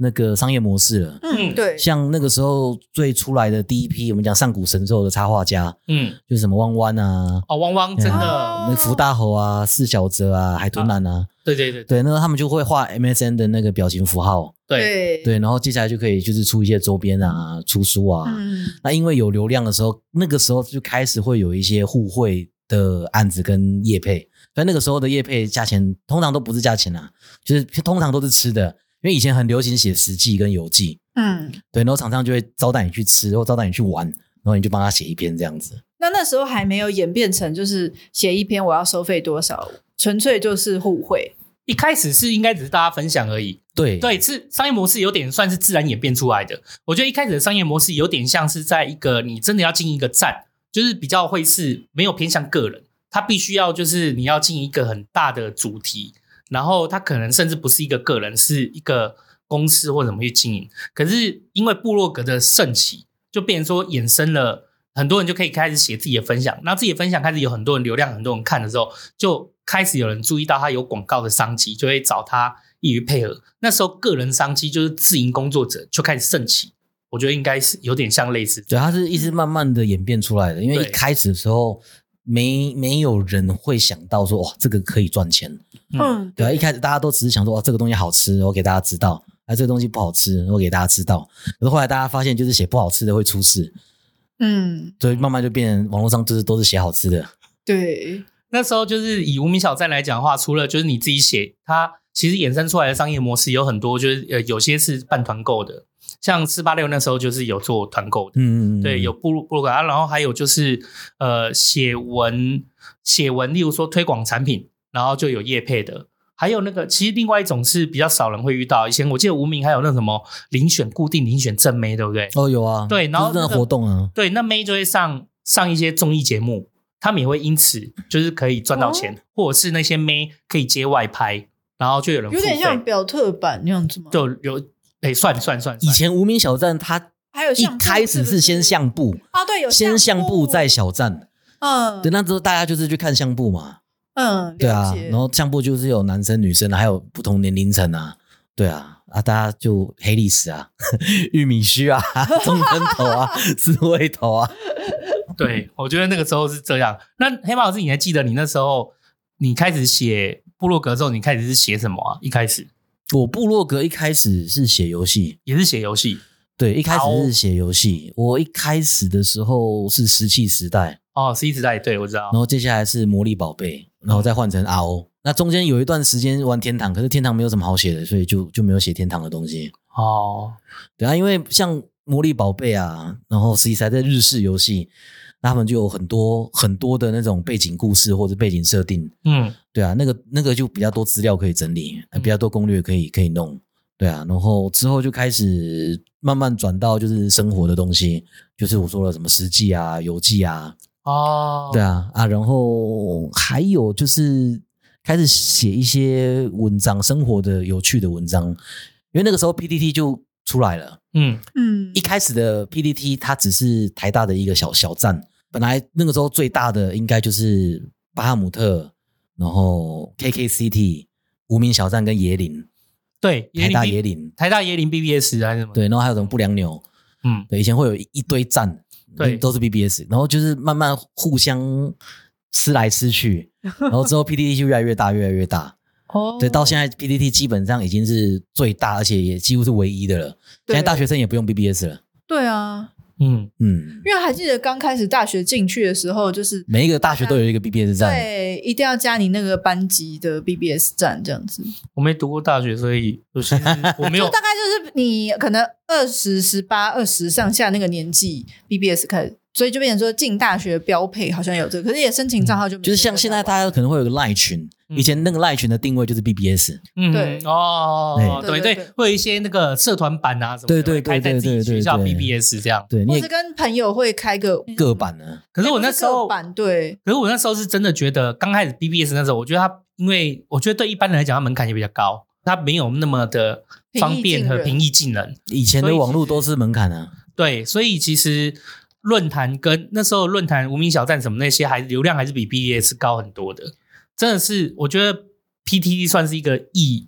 [SPEAKER 4] 那个商业模式了。
[SPEAKER 5] 嗯，
[SPEAKER 2] 嗯
[SPEAKER 5] 对，
[SPEAKER 4] 像那个时候最出来的第一批，我们讲上古神兽的插画家，
[SPEAKER 2] 嗯，
[SPEAKER 4] 就是什么弯弯啊，
[SPEAKER 2] 哦，汪汪真的，
[SPEAKER 5] 哦
[SPEAKER 4] 那福大猴啊、四小泽啊、海豚男啊，
[SPEAKER 2] 对对对对
[SPEAKER 4] 对，那他们就会画 MSN 的那个表情符号，
[SPEAKER 2] 对，
[SPEAKER 5] 对，
[SPEAKER 4] 对，然后接下来就可以就是出一些周边啊、出书啊。
[SPEAKER 5] 嗯，
[SPEAKER 4] 那因为有流量的时候，那个时候就开始会有一些互惠的案子跟业配，所以那个时候的业配价钱通常都不是价钱啊，就是通常都是吃的，因为以前很流行写实记跟游记，
[SPEAKER 5] 嗯，
[SPEAKER 4] 对，然后厂商就会招待你去吃，或招待你去玩，然后你就帮他写一篇这样子。
[SPEAKER 5] 那那时候还没有演变成就是写一篇我要收费多少，纯粹就是互惠。
[SPEAKER 2] 一开始是应该只是大家分享而已，
[SPEAKER 4] 对
[SPEAKER 2] 对，是商业模式有点算是自然演变出来的。我觉得一开始的商业模式有点像是在一个你真的要进一个站，就是比较会是没有偏向个人，它必须要就是你要进一个很大的主题，然后它可能甚至不是一个个人，是一个公司或怎么去经营。可是因为部落格的盛起，就变成说衍生了。很多人就可以开始写自己的分享，那自己的分享开始有很多人流量，很多人看的时候，就开始有人注意到他有广告的商机，就会找他易于配合。那时候个人商机就是自营工作者就开始盛起，我觉得应该是有点像类似这样。
[SPEAKER 4] 对，它是一直慢慢的演变出来的，因为一
[SPEAKER 2] 对
[SPEAKER 4] 开始的时候没没有人会想到说哇这个可以赚钱，
[SPEAKER 2] 嗯
[SPEAKER 5] 嗯，
[SPEAKER 4] 对啊，一开始大家都只是想说哇这个东西好吃，我给大家知道；啊这个东西不好吃，我给大家知道。可是后来大家发现，就是写不好吃的会出事，
[SPEAKER 5] 嗯，
[SPEAKER 4] 所以慢慢就变成网络上就是都是写好吃的。
[SPEAKER 5] 对，
[SPEAKER 2] 那时候就是以无名小站来讲的话，除了就是你自己写，它其实衍生出来的商业模式有很多，就是呃有些是办团购的，像四八六那时候就是有做团购的。
[SPEAKER 4] 嗯嗯，嗯
[SPEAKER 2] 对，有部落部落格啊，然后还有就是呃写文写文，例如说推广产品，然后就有业配的，还有那个其实另外一种是比较少人会遇到，以前我记得无名还有那什么遴选固定遴选正妹，对不对？
[SPEAKER 4] 哦有啊，
[SPEAKER 2] 对然后
[SPEAKER 4] 就是那
[SPEAKER 2] 那
[SPEAKER 4] 个
[SPEAKER 2] 个
[SPEAKER 4] 活动啊，
[SPEAKER 2] 对，那妹就会上上一些综艺节目，他们也会因此就是可以
[SPEAKER 5] 哦
[SPEAKER 2] 赚到钱，或者是那些妹可以接外拍，然后就有人
[SPEAKER 5] 有点
[SPEAKER 2] 付费
[SPEAKER 5] 像表特版那样子吗？
[SPEAKER 2] 就有哎算算算，
[SPEAKER 4] 以
[SPEAKER 2] 算
[SPEAKER 4] 前无名小站它
[SPEAKER 5] 还有
[SPEAKER 4] 一
[SPEAKER 5] 相簿
[SPEAKER 4] 开始
[SPEAKER 5] 是不
[SPEAKER 4] 是先相簿，
[SPEAKER 5] 啊，对，有
[SPEAKER 4] 先相簿
[SPEAKER 5] 簿
[SPEAKER 4] 再小站。
[SPEAKER 5] 嗯，
[SPEAKER 4] 对，那之后大家就是去看相簿嘛，
[SPEAKER 5] 嗯，
[SPEAKER 4] 对啊
[SPEAKER 5] 了，解
[SPEAKER 4] 然后相簿就是有男生、女生，啊还有不同年龄层啊，对啊，啊，大家就黑历史啊， 玉米须 啊，中针头啊，刺猬头啊，
[SPEAKER 2] 对，我觉得那个时候是这样。那黑马老师，你还记得你那时候你开始写部落格之后，你开始是写什么啊？一开始
[SPEAKER 4] 我部落格一开始是写游戏，
[SPEAKER 2] 也是写游戏
[SPEAKER 4] 对，一开
[SPEAKER 2] 好
[SPEAKER 4] 始是写游戏。我一开始的时候是石器时代，
[SPEAKER 2] 哦，是一直在对我知道
[SPEAKER 4] 然，后接下来是魔力宝贝，然后再换成 RO。那中间有一段时间玩天堂，可是天堂没有什么好写的，所以就就没有写天堂的东西。
[SPEAKER 2] 哦，
[SPEAKER 4] 对啊，因为像魔力宝贝啊，然后实际在日式游戏，那他们就有很多很多的那种背景故事或者背景设定，
[SPEAKER 2] 嗯，
[SPEAKER 4] 对啊，那个那个就比较多资料可以整理，呃
[SPEAKER 2] 嗯
[SPEAKER 4] 比较多攻略可以可以弄，对啊，然后之后就开始慢慢转到就是生活的东西，就是我说了什么实际啊、游记啊，
[SPEAKER 2] 哦，
[SPEAKER 4] 对啊啊，然后还有就是开始写一些文章，生活的有趣的文章，因为那个时候 PPT 就出来了。
[SPEAKER 2] 嗯，
[SPEAKER 5] 嗯
[SPEAKER 4] 一，开始的 PDT 它只是台大的一个小小站，本来那个时候最大的应该就是巴哈姆特，然后 KKCT 无名小站跟野岭，
[SPEAKER 2] 对，
[SPEAKER 4] 台大野
[SPEAKER 2] 林，
[SPEAKER 4] 岭，
[SPEAKER 2] 台大椰林 BBS 还是什么？，
[SPEAKER 4] 对，然后还有什么不良牛，
[SPEAKER 2] 嗯，
[SPEAKER 4] 对，以前会有一堆站，
[SPEAKER 2] 对
[SPEAKER 4] 都是 BBS，然后就是慢慢互相吃来吃去，然后之后 PDT 就越来越大，越来越大，
[SPEAKER 3] 哦
[SPEAKER 4] 对，到现在 PDT 基本上已经是最大，而且也几乎是唯一的了，现在
[SPEAKER 3] 对
[SPEAKER 4] 大学生也不用 BBS 了，
[SPEAKER 5] 对啊，
[SPEAKER 2] 嗯，
[SPEAKER 4] 嗯。
[SPEAKER 5] 因为还记得刚开始大学进去的时候，就是
[SPEAKER 4] 每一个大学都有一个 BBS
[SPEAKER 5] 嗯
[SPEAKER 4] 站，
[SPEAKER 5] 对，一定要加你那个班级的 BBS 站这样子，
[SPEAKER 2] 我没读过大学，所以我其实我没 有
[SPEAKER 5] 就大概就是你可能二十、十八、二十上下那个年纪 BBS 开始，所以就变成说进大学标配好像有这个，可是也申请账号就没
[SPEAKER 4] 就是像
[SPEAKER 5] 这个
[SPEAKER 4] 现在
[SPEAKER 5] 账号
[SPEAKER 4] 大家可能会有个赖群，
[SPEAKER 2] 嗯
[SPEAKER 4] 以前那个赖群的定位就是 BBS，
[SPEAKER 2] 嗯，
[SPEAKER 5] 对
[SPEAKER 2] 哦，
[SPEAKER 5] 对
[SPEAKER 2] 对
[SPEAKER 5] 对
[SPEAKER 2] 对
[SPEAKER 5] 对，
[SPEAKER 2] 会有一些那个社团版啊什么的，
[SPEAKER 4] 对对对
[SPEAKER 2] 开在自己
[SPEAKER 4] 对对对
[SPEAKER 2] 学校
[SPEAKER 4] 对
[SPEAKER 2] BBS 这样。
[SPEAKER 4] 对，你
[SPEAKER 5] 或
[SPEAKER 4] 也
[SPEAKER 5] 是跟朋友会开个
[SPEAKER 4] 各版呢，
[SPEAKER 2] 可是我那
[SPEAKER 5] 不
[SPEAKER 2] 时候
[SPEAKER 5] 各，版对，
[SPEAKER 2] 可是我那时候是真的觉得，刚开始 BBS 那时候，我觉得它，因为我觉得对一般人来讲，它门槛也比较高，它没有那么的方便和平
[SPEAKER 5] 平
[SPEAKER 2] 易近人。
[SPEAKER 4] 以前
[SPEAKER 2] 所以其
[SPEAKER 4] 的
[SPEAKER 2] 实
[SPEAKER 4] 网络都是门槛啊，
[SPEAKER 2] 对，所以其实论坛跟那时候论坛无名小站什么那些，还流量还是比 BBS 高很多的。真的是，我觉得 PTT 算是一个异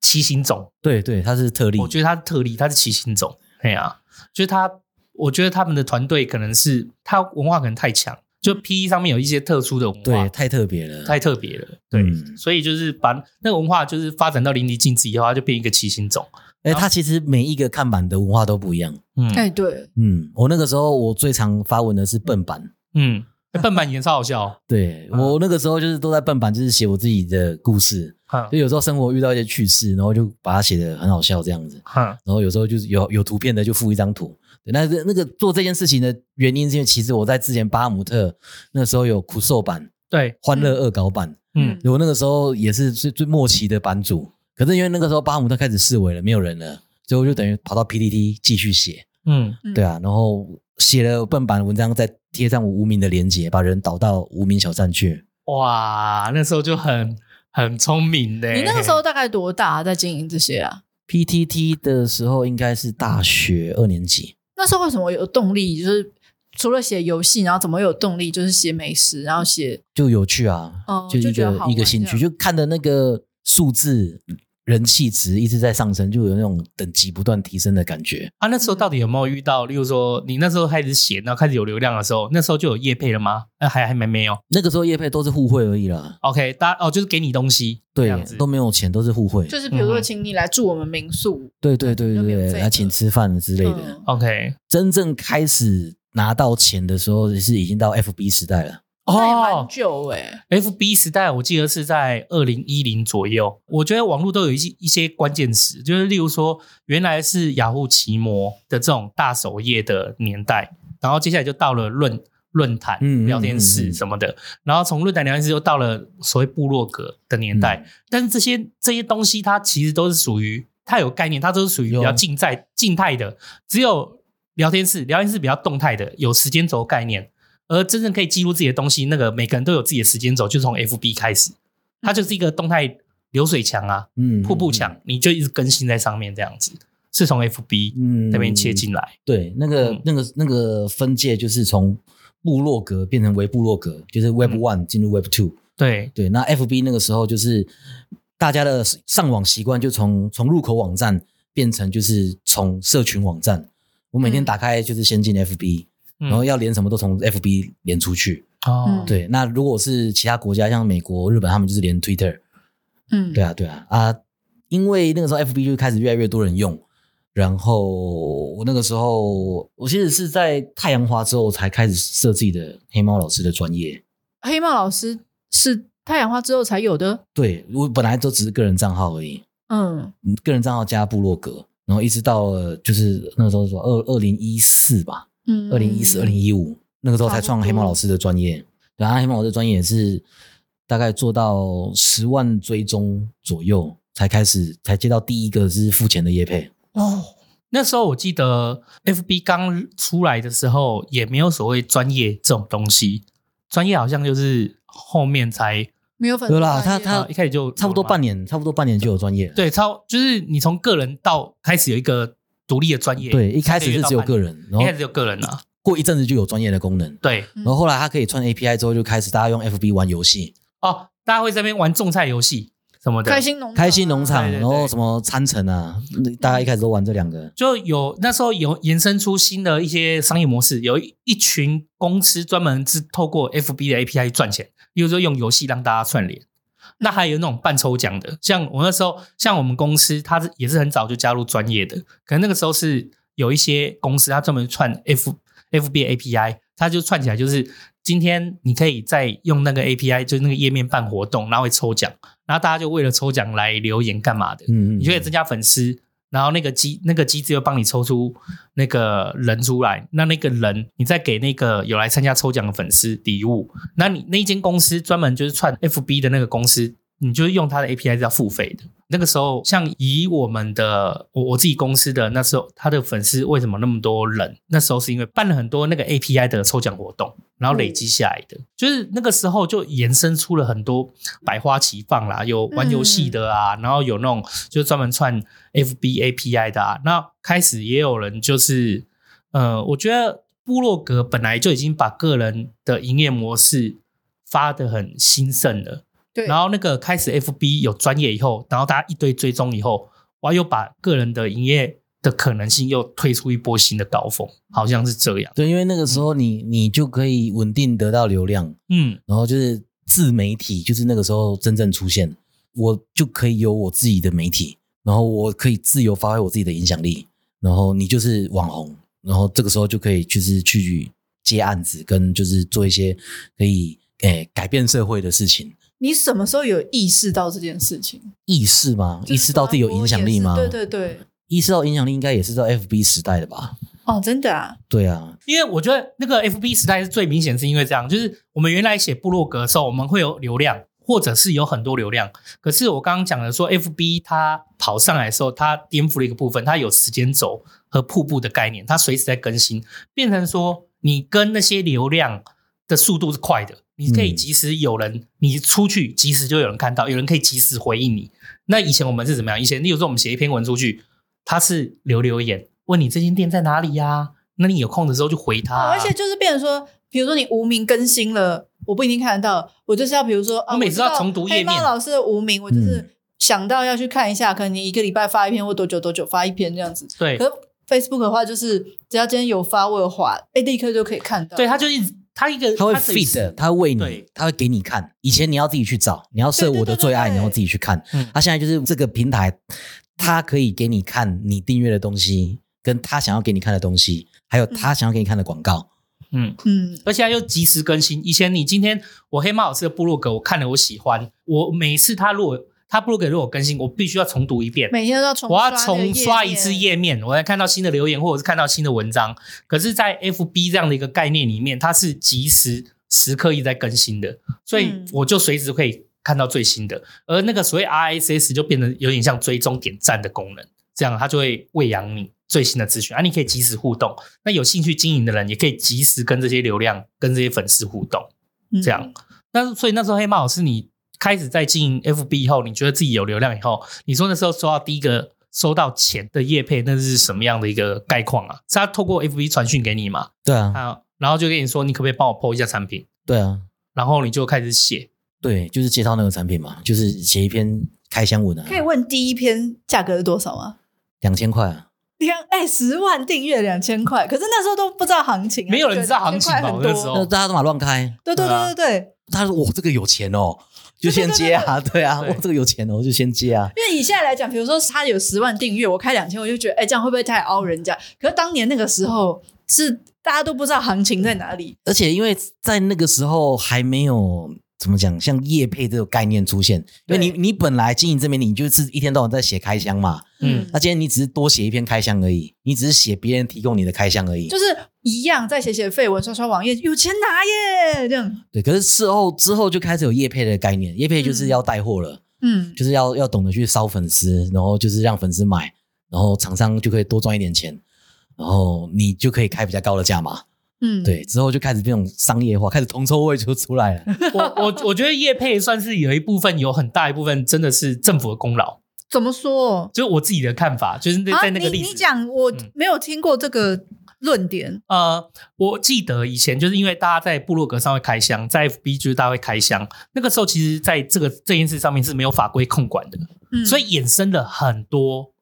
[SPEAKER 2] 奇形种，
[SPEAKER 4] 对对，它是特例
[SPEAKER 2] 我，觉得它是特例，它是奇形种。哎呀、就是它，我觉得他们的团队可能是它文化可能太强，就 P E 上面有一些特殊的文化
[SPEAKER 4] 嗯对，，太特别了，
[SPEAKER 2] 太特别了。对，
[SPEAKER 4] 嗯
[SPEAKER 2] 所以就是把那个文化就是发展到淋漓尽致以后，它就变一个奇形种。
[SPEAKER 4] 哎，它其实每一个看板的文化都不一样，
[SPEAKER 2] 嗯
[SPEAKER 3] 哎对，
[SPEAKER 4] 嗯，我那个时候我最常发文的是笨版，
[SPEAKER 2] 嗯，哎笨板也超好笑 哦。
[SPEAKER 4] 对
[SPEAKER 2] 啊
[SPEAKER 4] 我那个时候就是都在笨版，就是写我自己的故事，
[SPEAKER 2] 嗯
[SPEAKER 4] 就有时候生活遇到一些趣事，然后就把它写的很好笑这样子，
[SPEAKER 2] 哼
[SPEAKER 4] 然后有时候就是有有图片的就附一张图。对，那个那个做这件事情的原因是因为其实我在之前巴哈姆特那时候有酷兽版、
[SPEAKER 2] 对，
[SPEAKER 4] 欢乐恶搞版，
[SPEAKER 2] 嗯
[SPEAKER 4] 我那个时候也是最最末期的版主。可是因为那个时候巴哈姆特开始示威了，没有人了，所以我就等于跑到 PPT 继续写，
[SPEAKER 2] 嗯
[SPEAKER 5] 嗯
[SPEAKER 4] 对啊，然后写了笨版文章，再贴上我无名的连接，把人导到无名小站去。
[SPEAKER 2] 哇，那时候就很很聪明的。
[SPEAKER 3] 你那个时候大概多大在经营这些啊？
[SPEAKER 4] PTT 的时候应该是大学二年级，
[SPEAKER 3] 那时候为什么有动力？就是除了写游戏，然后怎么有动力？就是写美食，然后写
[SPEAKER 4] 就有趣啊，
[SPEAKER 3] 哦
[SPEAKER 4] 就一
[SPEAKER 3] 就觉
[SPEAKER 4] 个
[SPEAKER 3] 得好玩
[SPEAKER 4] 一个兴
[SPEAKER 3] 这
[SPEAKER 4] 趣，
[SPEAKER 3] 样
[SPEAKER 4] 就看的那个数字人气值一直在上升，就有那种等级不断提升的感觉。
[SPEAKER 2] 啊，那时候到底有没有遇到？例如说，你那时候开始写，然后开始有流量的时候，那时候就有业配了吗？那还还没没有。
[SPEAKER 4] 那个时候业配都是互惠而已啦，
[SPEAKER 2] OK，大家哦，就是给你东西，这
[SPEAKER 4] 对
[SPEAKER 2] 样子，
[SPEAKER 4] 都没有钱，都是互惠，
[SPEAKER 3] 就是比如
[SPEAKER 2] 嗯
[SPEAKER 3] 说
[SPEAKER 2] 哼
[SPEAKER 3] 请你来住我们民宿，
[SPEAKER 4] 对对对
[SPEAKER 3] 就
[SPEAKER 4] 对
[SPEAKER 3] 没有
[SPEAKER 4] 对，
[SPEAKER 3] 这个
[SPEAKER 4] 来请吃饭之类的。
[SPEAKER 3] 嗯
[SPEAKER 2] OK。
[SPEAKER 4] 真正开始拿到钱的时候，是已经到 FB 时代了。
[SPEAKER 3] 那也蛮
[SPEAKER 2] 哦
[SPEAKER 3] 久哎，
[SPEAKER 2] ，F B 时代，我记得是在二零一零左右。我觉得网络都有一些一些关键词，就是例如说，原来是雅虎奇摩的这种大首页的年代，然后接下来就到了论论坛、
[SPEAKER 4] 嗯嗯
[SPEAKER 2] 聊天
[SPEAKER 4] 嗯
[SPEAKER 2] 室
[SPEAKER 4] 嗯
[SPEAKER 2] 什么的，然后从论坛聊天室又到了所谓部落格的年代。但是这些这些东西，它其实都是属于它有概念，它都是属于比较
[SPEAKER 4] 有
[SPEAKER 2] 静在静态的。只有聊天室，聊天室比较动态的，有时间轴概念。而真正可以记录自己的东西，那个每个人都有自己的时间轴，就从 FB 开始，
[SPEAKER 4] 嗯
[SPEAKER 2] 它就是一个动态流水墙啊，
[SPEAKER 4] 嗯，嗯
[SPEAKER 2] 瀑布墙，你就一直更新在上面这样子，是从 FB
[SPEAKER 4] 嗯
[SPEAKER 2] 那边切进来。
[SPEAKER 4] 对，那个、
[SPEAKER 2] 嗯
[SPEAKER 4] 那个那个分界就是从部落格变成微部落格，就是 Web
[SPEAKER 2] 嗯
[SPEAKER 4] One 进入 Web Two。
[SPEAKER 2] 对，
[SPEAKER 4] 对，那 FB 那个时候就是大家的上网习惯就从从入口网站变成就是从社群网站。我每天
[SPEAKER 3] 嗯
[SPEAKER 4] 打开就是先进 FB，、
[SPEAKER 2] 嗯
[SPEAKER 4] 然后要连什么都从 FB 连出去。
[SPEAKER 2] 哦，
[SPEAKER 4] 对，那如果是其他国家像美国、日本，他们就是连 Twitter。
[SPEAKER 3] 嗯
[SPEAKER 4] 对，啊，对啊，啊，因为那个时候 FB 就开始越来越多人用，然后我那个时候我其实是在太阳花之后才开始设自己的黑猫老师的专业。
[SPEAKER 3] 黑帽老师是太阳花之后才有的，
[SPEAKER 4] 对我本来都只是个人账号而已，
[SPEAKER 3] 嗯
[SPEAKER 4] 嗯个人账号加部落格，然后一直到了就是那个时候是说二二零一四吧，
[SPEAKER 3] 嗯，
[SPEAKER 4] 二零一四、二零一五那个时候才
[SPEAKER 3] 差不
[SPEAKER 4] 创
[SPEAKER 3] 多
[SPEAKER 4] 黑猫老师的专业，然后黑猫老师的专业也是大概做到十万追踪左右，才开始才接到第一个是付钱的业配。
[SPEAKER 2] 哦，那时候我记得 FB 刚出来的时候，也没有所谓专业这种东西，专业好像就是后面才啊
[SPEAKER 3] 没有粉丝
[SPEAKER 4] 有啦，他
[SPEAKER 3] 专业啊
[SPEAKER 4] 他
[SPEAKER 2] 一开始就
[SPEAKER 4] 呃差不多
[SPEAKER 2] 有了吗
[SPEAKER 4] 半年，差不多半年就有专业了。
[SPEAKER 2] 对超，就是你从个人到开始有一个独立的专业，
[SPEAKER 4] 对，一开始是只有个
[SPEAKER 2] 人，
[SPEAKER 4] 人，然
[SPEAKER 2] 一
[SPEAKER 4] 后
[SPEAKER 2] 开始只有个人啊，
[SPEAKER 4] 过一阵子就有专业的功能，
[SPEAKER 2] 对
[SPEAKER 4] 然后后来它可以串 API 之后，就开始大家用 FB 玩游戏，
[SPEAKER 2] 哦，大家会在那边玩种菜游戏什么的，
[SPEAKER 3] 开心农啊
[SPEAKER 4] 开心农场，
[SPEAKER 2] 对对对
[SPEAKER 4] 然后什么餐城啊，大家一开始都玩这两个。
[SPEAKER 2] 就有那时候有延伸出新的一些商业模式，有一一群公司专门是透过 FB 的 API 赚钱，例如说用游戏让大家串联。那还有那种半抽奖的，像我那时候，像我们公司，它是也是很早就加入专业的，可能那个时候是有一些公司，它专门串 F FB API，它就串起来，就是今天你可以再用那个 API，就是那个页面办活动，然后会抽奖，然后大家就为了抽奖来留言干嘛的，
[SPEAKER 4] 嗯嗯，
[SPEAKER 2] 你就可以增加粉丝，然后那个机那个机制又帮你抽出那个人出来，那那个人你再给那个有来参加抽奖的粉丝礼物，那你那一间公司专门就是串 FB 的那个公司，你就是用它的 API 是要付费的。那个时候，像以我们的我我自己公司的那时候，他的粉丝为什么那么多人？那时候是因为办了很多那个 API 的抽奖活动，然后累积下来的，就是那个时候就延伸出了很多百花齐放啦，有玩游戏的啊，然后有那种就专门串 FB API 的啊，那开始也有人就是呃，我觉得部落格本来就已经把个人的营业模式发得很兴盛了，
[SPEAKER 3] 对
[SPEAKER 2] 然后那个开始 FB 有专业以后，然后大家一堆追踪以后，哇，又把个人的营业的可能性又推出一波新的高峰，好像是这样。
[SPEAKER 4] 对，因为那个时候你你就可以稳定得到流量，
[SPEAKER 2] 嗯，
[SPEAKER 4] 然后就是自媒体，就是那个时候真正出现，我就可以有我自己的媒体，然后我可以自由发挥我自己的影响力，然后你就是网红，然后这个时候就可以就是去接案子，跟就是做一些可以诶、改变社会的事情。
[SPEAKER 3] 你什么时候有意识到这件事情？
[SPEAKER 4] 意识吗？意识到自己有影响力吗？
[SPEAKER 3] 对对对，
[SPEAKER 4] 意识到影响力应该也是到 FB 时代的吧？
[SPEAKER 3] 哦，真的啊，
[SPEAKER 4] 对啊，
[SPEAKER 2] 因为我觉得那个 FB 时代是最明显，是因为这样，就是我们原来写部落格的时候，我们会有流量，或者是有很多流量。可是我刚刚讲的说，FB 它跑上来的时候，它颠覆了一个部分，它有时间轴和瀑布的概念，它随时在更新，变成说你跟那些流量的速度是快的，你可以
[SPEAKER 4] 嗯
[SPEAKER 2] 及时有人，你出去及时就有人看到，有人可以及时回应你。那以前我们是怎么样？以前，例如说我们写一篇文出去，他是留留言问你这间店在哪里呀、那你有空的时候就回他、啊
[SPEAKER 3] 哦而且就是变成说，比如说你无名更新了，我不一定看得到，我就是要比如说，啊、
[SPEAKER 2] 我每次
[SPEAKER 3] 知
[SPEAKER 2] 要
[SPEAKER 3] 道
[SPEAKER 2] 重读页
[SPEAKER 3] 黑猫
[SPEAKER 2] 面
[SPEAKER 3] 老师的无名，我就是
[SPEAKER 4] 嗯
[SPEAKER 3] 想到要去看一下，可能你一个礼拜发一篇，或多久多久发一篇这样子。
[SPEAKER 2] 对
[SPEAKER 3] 可是 Facebook 的话，就是只要今天有发，我有划，哎，立刻就可以看到。
[SPEAKER 2] 对，他就一直他一个
[SPEAKER 4] 他会
[SPEAKER 2] 自己
[SPEAKER 4] feed，他会喂你
[SPEAKER 2] 对，
[SPEAKER 4] 他会给你看。以前你要自己去找，你要设
[SPEAKER 3] 对对
[SPEAKER 4] 我的
[SPEAKER 3] 对对
[SPEAKER 4] 最爱，
[SPEAKER 3] 对
[SPEAKER 4] 你要自己去看
[SPEAKER 2] 嗯。
[SPEAKER 4] 他现在就是这个平台，他可以给你看你订阅的东西，跟他想要给你看的东西，还有他想要给你看的广告。
[SPEAKER 2] 嗯，
[SPEAKER 3] 嗯，
[SPEAKER 2] 而且它又及时更新。以前你今天我黑猫老师的部落格，我看了我喜欢，我每次他如果他部落格如果有更新，我必须要重读一遍，
[SPEAKER 3] 每天都要重
[SPEAKER 2] 我
[SPEAKER 3] 刷
[SPEAKER 2] 要
[SPEAKER 3] 那个
[SPEAKER 2] 重刷一次
[SPEAKER 3] 面
[SPEAKER 2] 页面，我才看到新的留言或者是看到新的文章。可是，在 FB 这样的一个概念里面，它是及时时刻一直在更新的，所以
[SPEAKER 3] 嗯
[SPEAKER 2] 我就随时可以看到最新的。而那个所谓 RSS 就变成有点像追踪点赞的功能，这样它就会喂养你最新的资讯，啊，你可以及时互动。那有兴趣经营的人也可以及时跟这些流量、跟这些粉丝互动。
[SPEAKER 3] 嗯
[SPEAKER 2] 这样。那所以那时候黑猫老师，你开始在经营 FB 以后，你觉得自己有流量以后，你说那时候收到第一个收到钱的业配，那是什么样的一个概况啊？是他透过 FB 传讯给你嘛？
[SPEAKER 4] 对啊，
[SPEAKER 2] 啊，然后就跟你说，你可不可以帮我 PO 一下产品？
[SPEAKER 4] 对啊，
[SPEAKER 2] 然后你就开始写，
[SPEAKER 4] 对，就是介绍那个产品嘛，就是写一篇开箱文啊，
[SPEAKER 3] 可以问第一篇价格是多少吗？
[SPEAKER 4] 两千块啊。
[SPEAKER 3] 两哎十万订阅两千块，可是那时候都不知道行情啊，
[SPEAKER 2] 没有人
[SPEAKER 3] 就觉
[SPEAKER 2] 知道
[SPEAKER 3] 得
[SPEAKER 2] 行情吧
[SPEAKER 3] 2000块很
[SPEAKER 2] 我那
[SPEAKER 3] 多
[SPEAKER 2] 时候
[SPEAKER 4] 那大家都嘛乱开，
[SPEAKER 3] 对对
[SPEAKER 2] 对啊
[SPEAKER 3] 对对对，
[SPEAKER 4] 他说我这个有钱哦，就先接啊，对啊，
[SPEAKER 2] 对
[SPEAKER 4] 我这个有钱哦，就先接啊。
[SPEAKER 3] 因为以现在来讲，比如说他有十万订阅，我开两千，我就觉得，哎，这样会不会太凹人家？可是当年那个时候是大家都不知道行情在哪里，
[SPEAKER 4] 而且因为在那个时候还没有怎么讲，像业配这个概念出现，因
[SPEAKER 3] 对
[SPEAKER 4] 为你你本来经营这边，你就是一天到晚在写开箱嘛，
[SPEAKER 2] 嗯
[SPEAKER 4] 那今天你只是多写一篇开箱而已，你只是写别人提供你的开箱而已。
[SPEAKER 3] 就是一样在写写废文、刷刷网页，有钱拿耶，这样，
[SPEAKER 4] 对，可是事后之后就开始有业配的概念，业配就是要带货了，
[SPEAKER 3] 嗯，
[SPEAKER 4] 就是要要懂得去烧粉丝，然后就是让粉丝买，然后厂商就可以多赚一点钱，然后你就可以开比较高的价嘛。
[SPEAKER 3] 嗯，
[SPEAKER 4] 对，之后就开始这种商业化，开始铜臭味就出来了。
[SPEAKER 2] 我我我觉得叶配算是有一部分，有很大一部分真的是政府的功劳，
[SPEAKER 3] 怎么说？
[SPEAKER 2] 就是我自己的看法，就是在
[SPEAKER 3] 啊，
[SPEAKER 2] 在那个
[SPEAKER 3] 你
[SPEAKER 2] 例子。
[SPEAKER 3] 你讲，我
[SPEAKER 2] 嗯
[SPEAKER 3] 没有听过这个论点，
[SPEAKER 2] 呃，我记得以前就是因为大家在部落格上会开箱，在 FB 就是大家会开箱，那个时候其实在这个这件事上面是没有法规控管的，
[SPEAKER 3] 嗯，
[SPEAKER 2] 所以衍生了很多，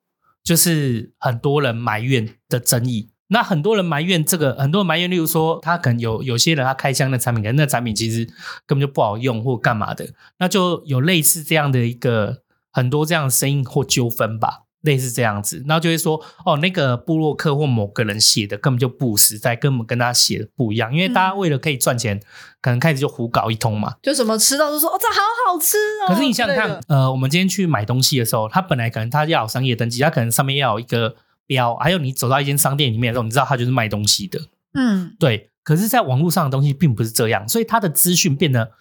[SPEAKER 2] 就是很多人埋怨的争议。那很多人埋怨这个，很多人埋怨，例如说，他可能有有些人他开箱的产品，可能那产品其实根本就不好用或干嘛的，那就有类似这样的一个很多这样的声音或纠纷吧，类似这样子，那就会说，哦，那个布洛克或某个人写的根本就不实在，根本跟他写的不一样，因为大家为了可以赚钱，可能开始就胡搞一通嘛，
[SPEAKER 3] 就什么吃到就说哦，这好好吃哦。
[SPEAKER 2] 可是你想想
[SPEAKER 3] 之
[SPEAKER 2] 看
[SPEAKER 3] 类的，，
[SPEAKER 2] 呃，我们今天去买东西的时候，它本来可能它要有商业登记，它可能上面要有一个标，还有你走到一间商店里面的时候，你知道它就是卖东西的，
[SPEAKER 3] 嗯，
[SPEAKER 2] 对。可是，在网络上的东西并不是这样，所以它的资讯变得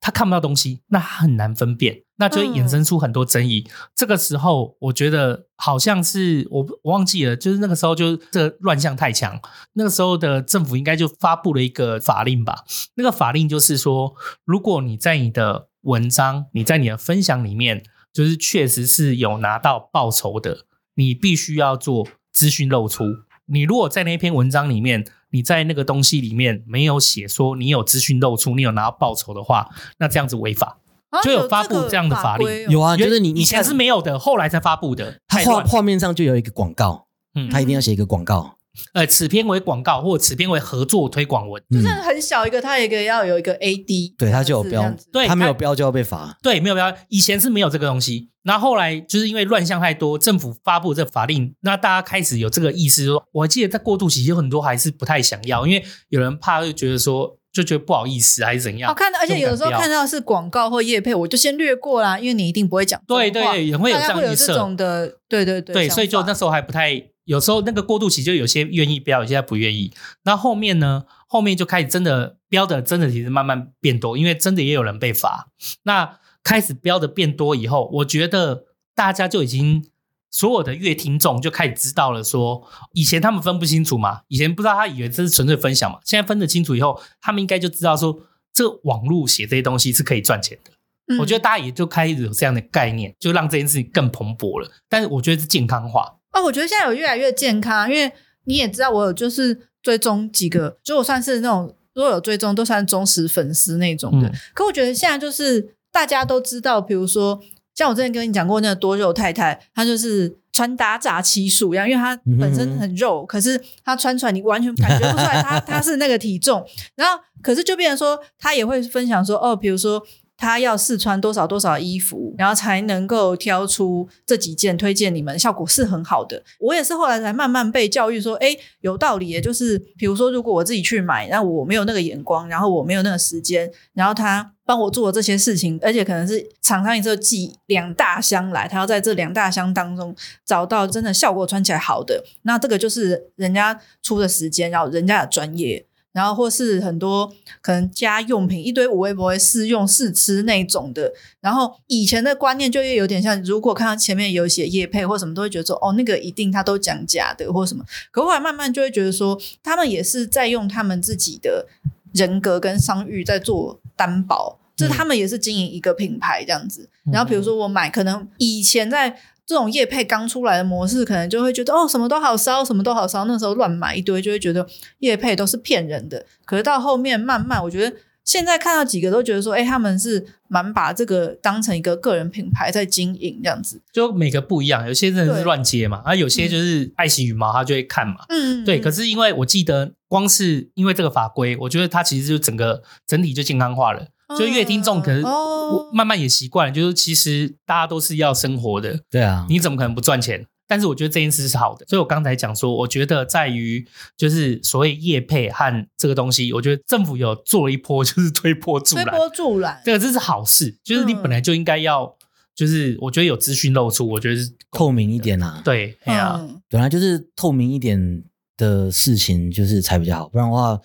[SPEAKER 2] 他看不到东西，那他很难分辨，那就会衍生出很多争议。这个时候，我觉得好像是我我忘记了，就是那个时候就是这个乱象太强，那个时候的政府应该就发布了一个法令吧。那个法令就是说，如果你在你的文章、你在你的分享里面，就是确实是有拿到报酬的，你必须要做资讯露出。你如果在那篇文章里面，你在那个东西里面没有写说你有资讯露出，你有拿到报酬的话，那这样子违法。
[SPEAKER 3] 啊
[SPEAKER 2] 就有发布
[SPEAKER 3] 个
[SPEAKER 2] 这样的法令
[SPEAKER 3] 规哦
[SPEAKER 4] 有啊，就是你
[SPEAKER 2] 以
[SPEAKER 4] 你
[SPEAKER 2] 前
[SPEAKER 4] 看
[SPEAKER 2] 是没有的，后来才发布的。
[SPEAKER 4] 它
[SPEAKER 2] 太
[SPEAKER 4] 画
[SPEAKER 2] 乱，
[SPEAKER 4] 画面上就有一个广告，
[SPEAKER 2] 嗯
[SPEAKER 4] 他一定要写一个广告。
[SPEAKER 2] 呃，此篇为广告或此篇为合作推广文，
[SPEAKER 3] 就
[SPEAKER 4] 嗯
[SPEAKER 3] 是，很小一个，它一个要有一个 AD，
[SPEAKER 4] 对它就有
[SPEAKER 3] 这
[SPEAKER 4] 标
[SPEAKER 3] 样子
[SPEAKER 2] 对，
[SPEAKER 4] 他没有
[SPEAKER 2] 它
[SPEAKER 4] 标就要被罚。
[SPEAKER 2] 对，没有标，以前是没有这个东西。那后来就是因为乱象太多，政府发布这法令，那大家开始有这个意识说，我还记得在过渡期有很多还是不太想要，因为有人怕就觉得说，就觉得不好意思还是怎
[SPEAKER 3] 好
[SPEAKER 2] 样。
[SPEAKER 3] 看的，而且有的时候
[SPEAKER 2] 就不要
[SPEAKER 3] 看到是广告或业配，我就先略过啦，因为你一定不会讲这种话。
[SPEAKER 2] 对对对，也会有
[SPEAKER 3] 大
[SPEAKER 2] 这
[SPEAKER 3] 家
[SPEAKER 2] 样
[SPEAKER 3] 会有
[SPEAKER 2] 预
[SPEAKER 3] 这
[SPEAKER 2] 设
[SPEAKER 3] 种。的，对对对
[SPEAKER 2] 对，所以就
[SPEAKER 3] 想
[SPEAKER 2] 那
[SPEAKER 3] 法
[SPEAKER 2] 时候还不太，有时候那个过渡期就有些愿意标，有些不愿意。那后面呢？后面就开始真的标的，真的其实慢慢变多，因为真的也有人被罚。那开始标的变多以后，我觉得大家就已经所有的乐听众就开始知道了说以前他们分不清楚嘛，以前不知道他以为这是纯粹分享嘛，现在分得清楚以后，他们应该就知道说这网络写这些东西是可以赚钱的。
[SPEAKER 3] 嗯
[SPEAKER 2] 我觉得大家也就开始有这样的概念，就让这件事情更蓬勃了。但是我觉得是健康化，
[SPEAKER 3] 哦，我觉得现在有越来越健康，啊因为你也知道，我有就是追踪几个，就我算是那种如果有追踪都算是忠实粉丝那种的。
[SPEAKER 2] 嗯
[SPEAKER 3] 可我觉得现在就是大家都知道，比如说像我之前跟你讲过那个多肉太太，她就是穿搭炸欺术一样，因为她本身很肉，可是她穿出来你完全感觉不出来她她是那个体重。然后可是就变成说，她也会分享说，哦，比如说。她要试穿多少多少衣服，然后才能够挑出这几件推荐你们，效果是很好的。我也是后来才慢慢被教育说，哎，有道理耶。就是比如说，如果我自己去买，那我没有那个眼光，然后我没有那个时间，然后他帮我做这些事情，而且可能是厂商一次寄两大箱来，他要在这两大箱当中找到真的效果穿起来好的，那这个就是人家出的时间，然后人家的专业。然后或是很多可能家用品一堆五味不会试用试吃那种的，然后以前的观念就会有点像，如果看到前面有写叶配或什么，都会觉得说哦那个一定他都讲假的或什么，可后来慢慢就会觉得说，他们也是在用他们自己的人格跟商誉在做担
[SPEAKER 2] 嗯
[SPEAKER 3] 保，就是他们也是经营一个品牌这样子。然后比如说我买，可能以前在这种业配刚出来的模式，可能就会觉得哦什么都好烧，什么都好烧，那时候乱买一堆，就会觉得业配都是骗人的。可是到后面慢慢，我觉得。现在看到几个都觉得说，哎、他们是蛮把这个当成一个个人品牌在经营这样子。
[SPEAKER 2] 就每个不一样，有些真的
[SPEAKER 3] 对
[SPEAKER 2] 是乱接嘛，啊，有些就是爱惜羽毛，他就会看嘛。
[SPEAKER 3] 嗯，
[SPEAKER 2] 对，可
[SPEAKER 3] 是
[SPEAKER 2] 是因为我记得，光是因为这个法规，我觉得它其实就整个整体就健康化了。
[SPEAKER 3] 嗯
[SPEAKER 2] 就越听众可能
[SPEAKER 5] 哦
[SPEAKER 2] 我慢慢也习惯了，就是其实大家都是要生活的，
[SPEAKER 4] 对啊，
[SPEAKER 2] 你怎么可能不赚钱？但是我觉得这件事是好的，所以我刚才讲说，我觉得在于就是所谓业配和这个东西，我觉得政府有做了一波就是推波助
[SPEAKER 5] 推
[SPEAKER 2] 澜，
[SPEAKER 5] 波助嗯澜，
[SPEAKER 2] 这个这是好事，就是你本来就应该要，就是我觉得有资讯露出，我觉得是
[SPEAKER 4] 透明一点啊，
[SPEAKER 2] 对，哎呀、
[SPEAKER 5] 嗯
[SPEAKER 4] 本来就是透明一点的事情，就是才比较好。不然的话，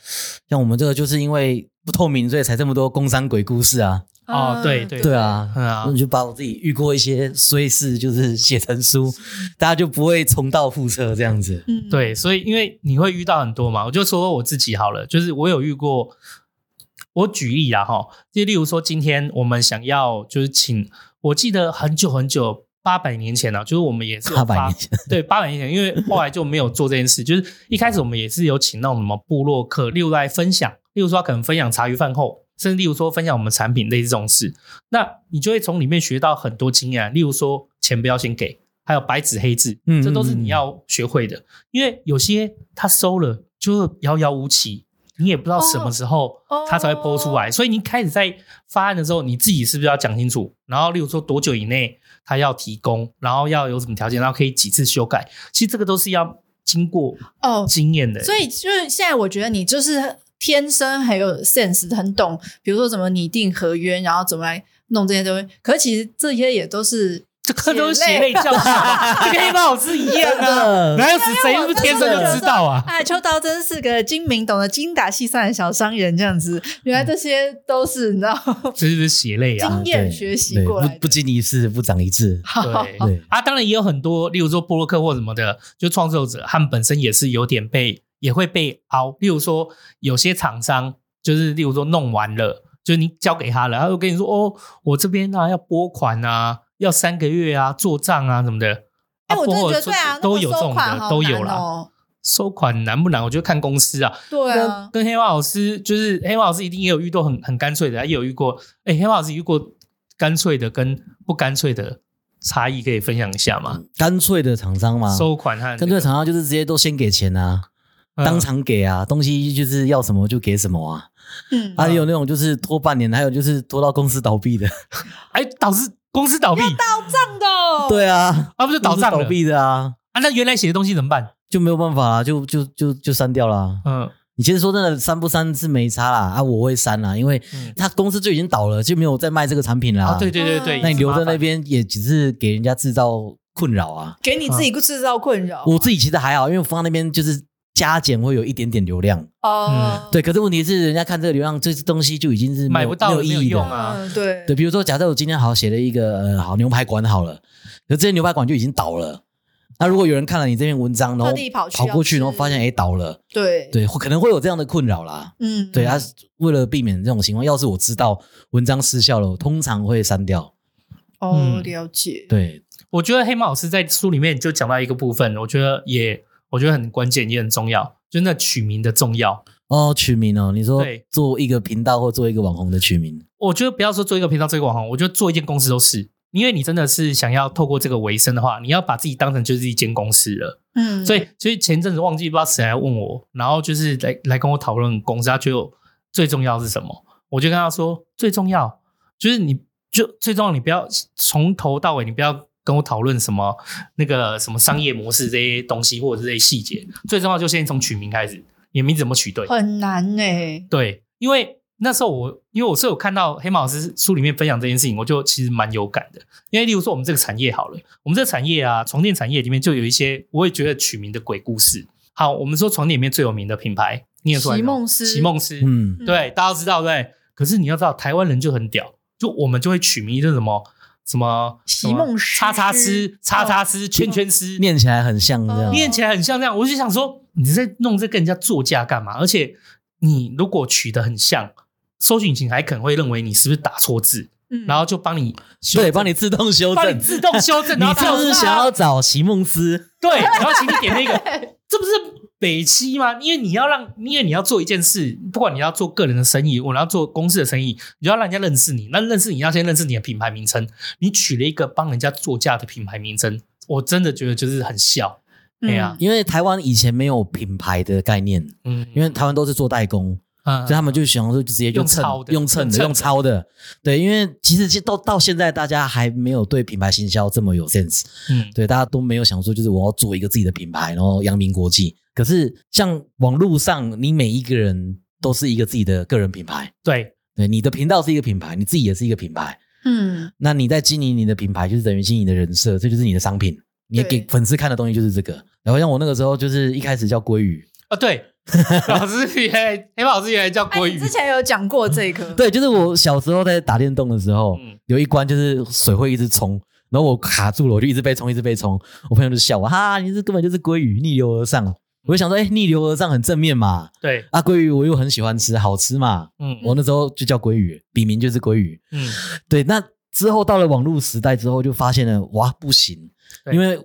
[SPEAKER 4] 像我们这个就是因为不透明，所以才这么多工商鬼故事啊。
[SPEAKER 2] 哦，对对
[SPEAKER 4] 对，啊，
[SPEAKER 2] 嗯啊
[SPEAKER 4] 那你就把我自己遇过一些衰事，就是写成书，大家就不会重蹈覆辙这样子。
[SPEAKER 5] 嗯，
[SPEAKER 2] 对，所以因为你会遇到很多嘛，我就说我自己好了，就是我有遇过，我举例啦哈，就例如说今天我们想要就是请，我记得很久很久。八百年前呢、啊，就是我们也是有
[SPEAKER 4] 八百
[SPEAKER 2] 发
[SPEAKER 4] 年前，
[SPEAKER 2] 对八百年前，因为后来就没有做这件事。就是一开始我们也是有请那种什么部落客，例如来分享，例如说他可能分享茶余饭后，甚至例如说分享我们产品类似这种事，那你就会从里面学到很多经验啊。例如说钱不要先给，还有白纸黑字，
[SPEAKER 4] 嗯
[SPEAKER 2] 这都是你要学会的。因为有些他收了就遥遥无期，你也不知道什么时候
[SPEAKER 5] 哦
[SPEAKER 2] 他才会播出来，所以你开始在发案的时候，你自己是不是要讲清楚？然后，例如说多久以内他要提供，然后要有什么条件，然后可以几次修改。其实这个都是要经过
[SPEAKER 5] 哦，
[SPEAKER 2] 经验的、
[SPEAKER 5] 所以就是现在，我觉得你就是天生很有 sense，很懂，比如说怎么拟定合约，然后怎么来弄这些东西。可是其实这些也都是
[SPEAKER 2] 这个都是血泪教训嘛， 这跟黑老师一样啊，
[SPEAKER 4] 真的
[SPEAKER 2] 哪有死谁是不是天生就知道啊？
[SPEAKER 5] 哎，秋刀真是个精明、懂得精打细算的小商人，这样子。原来这些都是你知 道
[SPEAKER 2] 这就是血泪啊！
[SPEAKER 5] 经验
[SPEAKER 4] 对
[SPEAKER 5] 学习
[SPEAKER 4] 对
[SPEAKER 5] 过来
[SPEAKER 4] 不
[SPEAKER 5] 的。
[SPEAKER 4] 不经一事不长一智。
[SPEAKER 2] 对
[SPEAKER 4] 对
[SPEAKER 2] 啊，当然也有很多，例如说布洛克或什么的，就创作者他们本身也是有点被也会被凹。例如说有些厂商就是例如说弄完了，就是你交给他了，他就跟你说哦，我这边啊要拨款啊，要三个月啊做账啊什么的。
[SPEAKER 5] 哎，
[SPEAKER 2] 啊
[SPEAKER 5] 我真的
[SPEAKER 2] 拨
[SPEAKER 5] 觉
[SPEAKER 2] 了
[SPEAKER 5] 得
[SPEAKER 2] 就
[SPEAKER 5] 对啊，
[SPEAKER 2] 都有这
[SPEAKER 5] 那种
[SPEAKER 2] 种
[SPEAKER 5] 款
[SPEAKER 2] 的，
[SPEAKER 5] 好
[SPEAKER 2] 都有
[SPEAKER 5] 难
[SPEAKER 2] 啦。
[SPEAKER 5] 哦。
[SPEAKER 2] 收款难不难？我觉得看公司啊。
[SPEAKER 5] 对
[SPEAKER 2] 跟
[SPEAKER 5] 啊，
[SPEAKER 2] 跟黑猫老师，就是黑猫老师一定也有遇到很很干脆的，也有遇过。哎、黑猫老师遇过干脆的跟不干脆的差异，可以分享一下吗？
[SPEAKER 4] 干脆的厂商嘛，
[SPEAKER 2] 收款和、
[SPEAKER 4] 干脆的厂商就是直接都先给钱啊，
[SPEAKER 2] 嗯
[SPEAKER 4] 当场给啊，东西就是要什么就给什么啊。
[SPEAKER 5] 嗯，
[SPEAKER 4] 还有那种就是拖半年，还有就是拖到公司倒闭的。
[SPEAKER 2] 哎、导致公司倒闭，
[SPEAKER 5] 真的哦
[SPEAKER 4] 对啊，
[SPEAKER 2] 啊，不是倒账
[SPEAKER 4] 公
[SPEAKER 2] 了
[SPEAKER 4] 司倒闭的啊，
[SPEAKER 2] 啊？那原来写的东西怎么办？
[SPEAKER 4] 就没有办法啦，就就就就删掉啦。
[SPEAKER 2] 嗯，
[SPEAKER 4] 你其实说真的，删不删是没差啦，啊，我会删啦，因为
[SPEAKER 2] 嗯
[SPEAKER 4] 他公司就已经倒了，就没有再卖这个产品啦。
[SPEAKER 2] 啊，对，对对
[SPEAKER 5] 嗯
[SPEAKER 2] 对，
[SPEAKER 4] 那你留在
[SPEAKER 2] 麻烦
[SPEAKER 4] 那，边也只是给人家制造困扰啊。
[SPEAKER 5] 给你自己制造困扰。
[SPEAKER 4] 我自己其实还好，因为我放在那边就是加减会有一点点流量，
[SPEAKER 3] 嗯
[SPEAKER 5] 哦，
[SPEAKER 4] 嗯对。可是问题是，人家看这个流量，这东西就已经是没
[SPEAKER 2] 买
[SPEAKER 4] 有
[SPEAKER 2] 不到
[SPEAKER 4] 没
[SPEAKER 2] 了
[SPEAKER 4] 有意
[SPEAKER 2] 没有
[SPEAKER 4] 义的
[SPEAKER 2] 用啊
[SPEAKER 5] 嗯，对
[SPEAKER 4] 对，比如说，假设我今天好写了一个呃好牛排馆好了，可是这些牛排馆就已经倒了。那如果有人看了你这篇文章，然后
[SPEAKER 5] 特地跑去
[SPEAKER 4] 过去，
[SPEAKER 5] 要吃
[SPEAKER 4] 然后发现哎倒了，
[SPEAKER 5] 对，
[SPEAKER 4] 对，会可能会有这样的困扰啦。
[SPEAKER 5] 嗯，
[SPEAKER 4] 对，啊，为了避免这种情况，要是我知道文章失效了，我通常会删掉。
[SPEAKER 5] 哦，
[SPEAKER 2] 嗯
[SPEAKER 5] 了解。
[SPEAKER 4] 对，
[SPEAKER 2] 我觉得黑猫老师在书里面就讲到一个部分，我觉得也我觉得很关键，也很重要，就那取名的重要。
[SPEAKER 4] 哦，取名哦，你说
[SPEAKER 2] 对
[SPEAKER 4] 做一个频道或做一个网红的取名，
[SPEAKER 2] 我觉得不要说做一个频道、做一个网红，我觉得做一间公司都是，因为你真的是想要透过这个为生的话，你要把自己当成就是一间公司了。
[SPEAKER 5] 嗯，
[SPEAKER 2] 所以，所以前阵子忘记不知道谁来问我，然后就是来来跟我讨论公司，他觉得最重要是什么？我就跟他说，最重要就是你就最重要，你不要从头到尾，你不要跟我讨论什么那个什么商业模式这些东西或者是这些细节，最重要就先从取名开始，你的名字怎么取对？
[SPEAKER 5] 很难呢、
[SPEAKER 2] 对，因为那时候我因为我是有看到黑马老师书里面分享这件事情，我就其实蛮有感的。因为例如说我们这个产业好了，我们这个产业啊，床垫产业里面就有一些我也觉得取名的鬼故事。好，我们说床垫里面最有名的品牌，你也说
[SPEAKER 5] 席梦思
[SPEAKER 2] 席梦思，
[SPEAKER 4] 嗯，
[SPEAKER 2] 对，大家都知道对。可是你要知道，台湾人就很屌，就我们就会取名就是什么什么
[SPEAKER 5] 席梦思
[SPEAKER 2] 叉叉师、叉叉师、圈圈师，
[SPEAKER 4] 念起来很像这样
[SPEAKER 5] 哦。
[SPEAKER 2] 念起来很像这样，我就想说你在弄这跟人家作价干嘛？而且你如果取得很像，搜寻引擎还可能会认为你是不是打错字，
[SPEAKER 5] 嗯
[SPEAKER 2] 然后就帮你修
[SPEAKER 4] 对，帮你自动修
[SPEAKER 2] 帮你
[SPEAKER 4] 正。
[SPEAKER 2] 自动修正，
[SPEAKER 4] 你
[SPEAKER 2] 然后跳
[SPEAKER 4] 是不是
[SPEAKER 2] 出来
[SPEAKER 4] 想要找席梦 思？
[SPEAKER 2] 对，然后请你点那个，这不是北七吗？因为你要让，因为你要做一件事，不管你要做个人的生意，我要做公司的生意，你就要让人家认识你。那认识你要先认识你的品牌名称，你取了一个帮人家作价的品牌名称，我真的觉得就是很笑。
[SPEAKER 3] 嗯
[SPEAKER 2] 哎呀、
[SPEAKER 4] 因为台湾以前没有品牌的概念，
[SPEAKER 2] 嗯，
[SPEAKER 4] 因为台湾都是做代工，
[SPEAKER 2] 嗯
[SPEAKER 4] 所以他们就想说就直接就蹭
[SPEAKER 2] 用抄的
[SPEAKER 4] 用蹭的
[SPEAKER 2] 用
[SPEAKER 4] 用抄的，对，因为其实到到现在大家还没有对品牌行销这么有 sense，
[SPEAKER 2] 嗯，
[SPEAKER 4] 对，大家都没有想说，就是我要做一个自己的品牌，然后扬名国际。可是像网络上，你每一个人都是一个自己的个人品牌，
[SPEAKER 2] 对，
[SPEAKER 4] 对，你的频道是一个品牌，你自己也是一个品牌。
[SPEAKER 3] 嗯，
[SPEAKER 4] 那你在经营你的品牌，就是等于经营你的人设，这就是你的商品。你
[SPEAKER 3] 对
[SPEAKER 4] 给粉丝看的东西就是这个。然后像我那个时候，就是一开始叫鲑鱼，
[SPEAKER 2] 啊对，老师原来黑豹老师原来叫
[SPEAKER 3] 哎，
[SPEAKER 2] 国
[SPEAKER 3] 你
[SPEAKER 2] 语
[SPEAKER 3] 之，前有讲过这个，
[SPEAKER 4] 对，就是我小时候在打电动的时候，
[SPEAKER 2] 嗯
[SPEAKER 4] 有一关就是水会一直冲，然后我卡住了，我就一直被冲，一直被冲。我朋友就笑我，哈，你这根本就是鲑鱼逆流而上。我就想说，哎、逆流而上很正面嘛。
[SPEAKER 2] 对，
[SPEAKER 4] 啊，鲑鱼我又很喜欢吃，好吃嘛。
[SPEAKER 2] 嗯
[SPEAKER 4] 我那时候就叫鲑鱼，笔名就是鲑鱼。
[SPEAKER 2] 嗯，
[SPEAKER 4] 对，那之后到了网络时代之后，就发现了哇，不行，
[SPEAKER 2] 对
[SPEAKER 4] 因为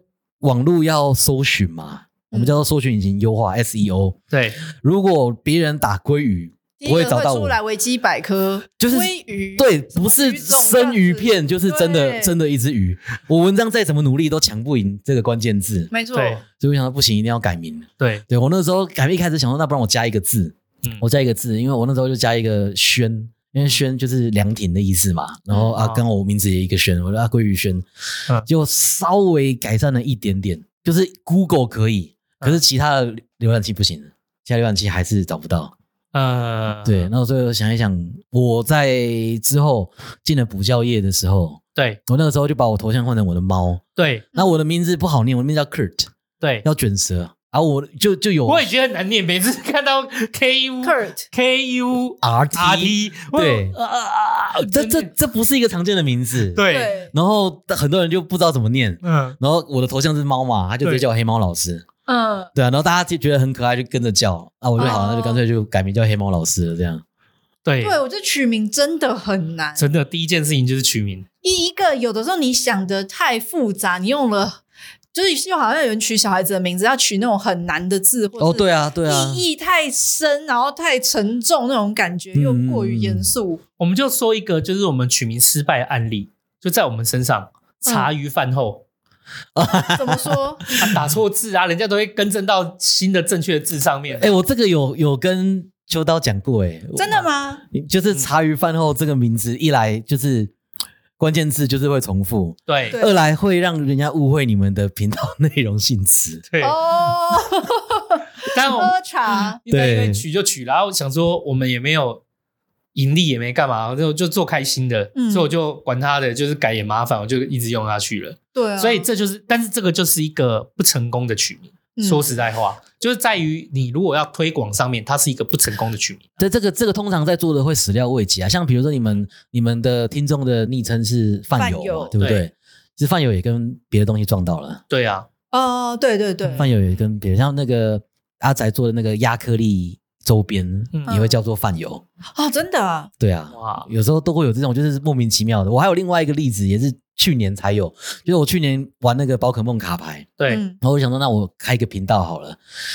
[SPEAKER 4] 网络要搜寻嘛，
[SPEAKER 3] 嗯
[SPEAKER 4] 我们叫做搜寻引擎优化 SEO。
[SPEAKER 2] 对，
[SPEAKER 4] 如果别人打鲑鱼，
[SPEAKER 3] 第
[SPEAKER 4] 不
[SPEAKER 3] 一
[SPEAKER 4] 会
[SPEAKER 3] 个
[SPEAKER 4] 找到
[SPEAKER 3] 出
[SPEAKER 4] 我。
[SPEAKER 3] 来维基百科，
[SPEAKER 4] 就是
[SPEAKER 3] 鲑鱼，
[SPEAKER 4] 对，
[SPEAKER 3] 什么
[SPEAKER 4] 不是
[SPEAKER 3] 鱼种
[SPEAKER 4] 生鱼
[SPEAKER 3] 这样
[SPEAKER 4] 片，就是真
[SPEAKER 3] 对
[SPEAKER 4] 的真的一只鱼。我文章再怎么努力都抢不赢这个关键字
[SPEAKER 3] 子，，没错，
[SPEAKER 2] 对
[SPEAKER 4] 所以我想说不行，一定要改名。
[SPEAKER 2] 对，
[SPEAKER 4] 对我那时候改名一开始想说，那不然我加一个字，
[SPEAKER 2] 嗯
[SPEAKER 4] 我加一个字，因为我那时候就加一个轩，因为轩就是凉亭的意思嘛。然后啊，
[SPEAKER 2] 哦
[SPEAKER 4] 刚好我名字也一个轩，我说啊，鲑鱼轩
[SPEAKER 2] 嗯，
[SPEAKER 4] 就稍微改善了一点点，就是 Google 可以，可
[SPEAKER 2] 嗯
[SPEAKER 4] 是其他的浏览器不行，其他浏览器还是找不到。
[SPEAKER 2] 嗯呃，
[SPEAKER 4] 对，那我最后想一想，我在之后进了补教业的时候，
[SPEAKER 2] 对
[SPEAKER 4] 我那个时候就把我头像换成我的猫。
[SPEAKER 2] 对
[SPEAKER 4] 那我的名字不好念，我的名字叫 Kurt，
[SPEAKER 2] 对，
[SPEAKER 4] 要卷舌，啊，我就就有
[SPEAKER 2] 我也觉得很难念，每次看到 K U
[SPEAKER 3] Kurt
[SPEAKER 2] K U
[SPEAKER 4] R
[SPEAKER 2] R T，
[SPEAKER 4] 对
[SPEAKER 3] 呃
[SPEAKER 2] 啊啊啊，
[SPEAKER 4] 这这这不是一个常见的名字。，
[SPEAKER 2] 对，
[SPEAKER 3] 对，
[SPEAKER 4] 然后很多人就不知道怎么念，
[SPEAKER 2] 嗯，
[SPEAKER 4] 然后我的头像是猫嘛，他就直接
[SPEAKER 2] 对
[SPEAKER 4] 叫我黑猫老师。
[SPEAKER 3] 嗯，
[SPEAKER 4] 对啊，然后大家就觉得很可爱，就跟着叫啊，我就好，
[SPEAKER 3] 哦
[SPEAKER 4] 那就干脆就改名叫黑猫老师了，这样。
[SPEAKER 2] 对，
[SPEAKER 3] 对我觉得取名真的很难，
[SPEAKER 2] 真的第一件事情就是取名，
[SPEAKER 3] 一一个有的时候你想的太复杂，你用了就是就好像有人取小孩子的名字要取那种很难的字，或
[SPEAKER 4] 哦，
[SPEAKER 3] 是
[SPEAKER 4] 对啊，对啊，
[SPEAKER 3] 意义太深，然后太沉重那种感觉，
[SPEAKER 4] 嗯
[SPEAKER 3] 又过于严肃。
[SPEAKER 2] 我们就说一个，就是我们取名失败的案例，就在我们身上，
[SPEAKER 3] 嗯
[SPEAKER 2] 茶余饭后。
[SPEAKER 3] 怎 么说？
[SPEAKER 2] 啊打错字啊，人家都会更正到新的正确的字上面。
[SPEAKER 4] 哎，我这个有有跟秋刀讲过，哎，
[SPEAKER 3] 真的吗？
[SPEAKER 4] 就是茶余饭后这个名字，一来就是关键字就是会重复，
[SPEAKER 2] 对
[SPEAKER 3] 对
[SPEAKER 4] 二来会让人家误会你们的频道内容性质。
[SPEAKER 2] 对，
[SPEAKER 3] 哦，
[SPEAKER 2] 但我
[SPEAKER 3] 喝茶，
[SPEAKER 2] 一般因为
[SPEAKER 4] 对
[SPEAKER 2] 取就取，然后想说我们也没有盈利，也没干嘛，就就做开心的，
[SPEAKER 3] 嗯
[SPEAKER 2] 所以我就管他的，就是改也麻烦，我就一直用下去了。
[SPEAKER 3] 对啊，
[SPEAKER 2] 所以这就是，但是这个就是一个不成功的取名。
[SPEAKER 3] 嗯
[SPEAKER 2] 说实在话，就是在于你如果要推广上面，它是一个不成功的取名。
[SPEAKER 4] 对，这个这个通常在做的会始料未及啊，像比如说你们你们的听众的昵称是饭友
[SPEAKER 3] 饭
[SPEAKER 4] 嘛，
[SPEAKER 3] 友
[SPEAKER 4] 对不对？
[SPEAKER 2] 对
[SPEAKER 4] 其实饭友也跟别的东西撞到了，
[SPEAKER 2] 对啊，
[SPEAKER 3] 哦，对对对，
[SPEAKER 4] 饭友也跟别的像那个阿仔做的那个亚克力周边、
[SPEAKER 2] 嗯
[SPEAKER 4] 也会叫做饭友，
[SPEAKER 3] 哦，真的啊，
[SPEAKER 4] 对啊，
[SPEAKER 2] 哇，
[SPEAKER 4] 有时候都会有这种就是莫名其妙的。我还有另外一个例子，也是去年才有，就是我去年玩那个宝可梦卡牌，
[SPEAKER 2] 对，
[SPEAKER 3] 嗯
[SPEAKER 4] 然后我就想说，那我开一个频道好了。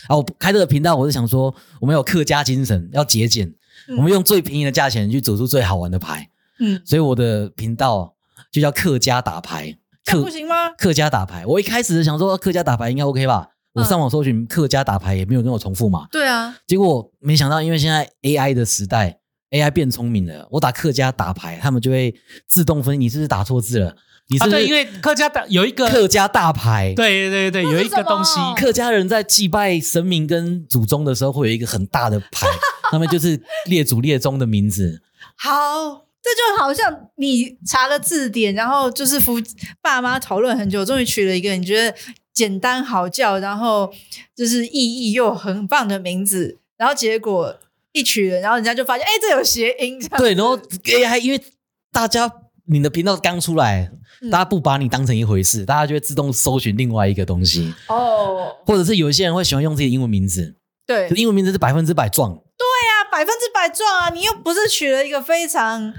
[SPEAKER 4] 啊，我开这个频道，我是想说，我们有客家精神，要节俭，
[SPEAKER 3] 嗯
[SPEAKER 4] 我们用最便宜的价钱去组出最好玩的牌。
[SPEAKER 3] 嗯，
[SPEAKER 4] 所以我的频道就叫客家打牌，
[SPEAKER 3] 这样不
[SPEAKER 4] 客
[SPEAKER 3] 行吗？
[SPEAKER 4] 客家打牌。我一开始想说客家打牌应该 OK 吧，我
[SPEAKER 3] 嗯
[SPEAKER 4] 上网搜寻客家打牌也没有跟我重复嘛。
[SPEAKER 3] 对啊，
[SPEAKER 4] 结果没想到，因为现在 AI 的时代，AI 变聪明了，我打客家打牌，他们就会自动分析你是不是打错字了，你是
[SPEAKER 2] 啊
[SPEAKER 4] 不
[SPEAKER 2] 对，因
[SPEAKER 4] 是
[SPEAKER 2] 为客家的有一个，
[SPEAKER 4] 客家大牌。
[SPEAKER 2] 对对对对，有一个东西，
[SPEAKER 4] 客家人在祭拜神明跟祖宗的时候，会有一个很大的牌，上面就是列祖列宗的名字。
[SPEAKER 3] 好。这就好像你查了字典，然后就是夫爸妈讨论很久，终于取了一个你觉得简单好叫，然后就是意义又很棒的名字，然后结果一取了，然后人家就发现，哎，这有谐音，这样
[SPEAKER 4] 对，然后 AI 因为大家你的频道刚出来，
[SPEAKER 3] 嗯
[SPEAKER 4] 大家不把你当成一回事，大家就会自动搜寻另外一个东西，
[SPEAKER 3] 哦，
[SPEAKER 4] 或者是有一些人会喜欢用自己的英文名字，
[SPEAKER 3] 对，
[SPEAKER 4] 可是英文名字是百分之百撞，
[SPEAKER 3] 啊，百分之百撞啊！你又不是取了一个非常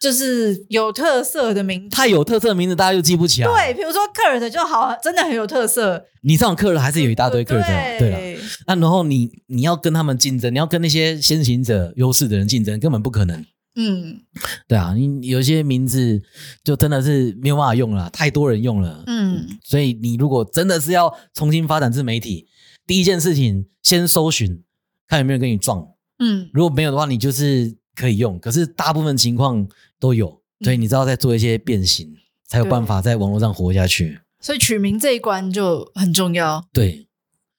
[SPEAKER 3] 就是有特色的名字，
[SPEAKER 4] 太有特色的名字大家就记不起来。
[SPEAKER 3] 对，，比如说 Kurt 就好，真的很有特色，
[SPEAKER 4] 你上课了还是有一大堆课的，对了。
[SPEAKER 3] 对
[SPEAKER 4] 那然后你你要跟他们竞争，你要跟那些先行者、优势的人竞争，根本不可能。
[SPEAKER 3] 嗯
[SPEAKER 4] 对啊，你有一些名字就真的是没有办法用了，太多人用了。
[SPEAKER 3] 嗯，
[SPEAKER 4] 所以你如果真的是要重新发展自媒体，第一件事情先搜寻，看有没有人跟你撞，
[SPEAKER 3] 嗯，
[SPEAKER 4] 如果没有的话，你就是可以用，可是大部分情况都有，所以你知道在做一些变形，才有办法在网络上活下去。
[SPEAKER 3] 所以取名这一关就很重要。
[SPEAKER 4] 对，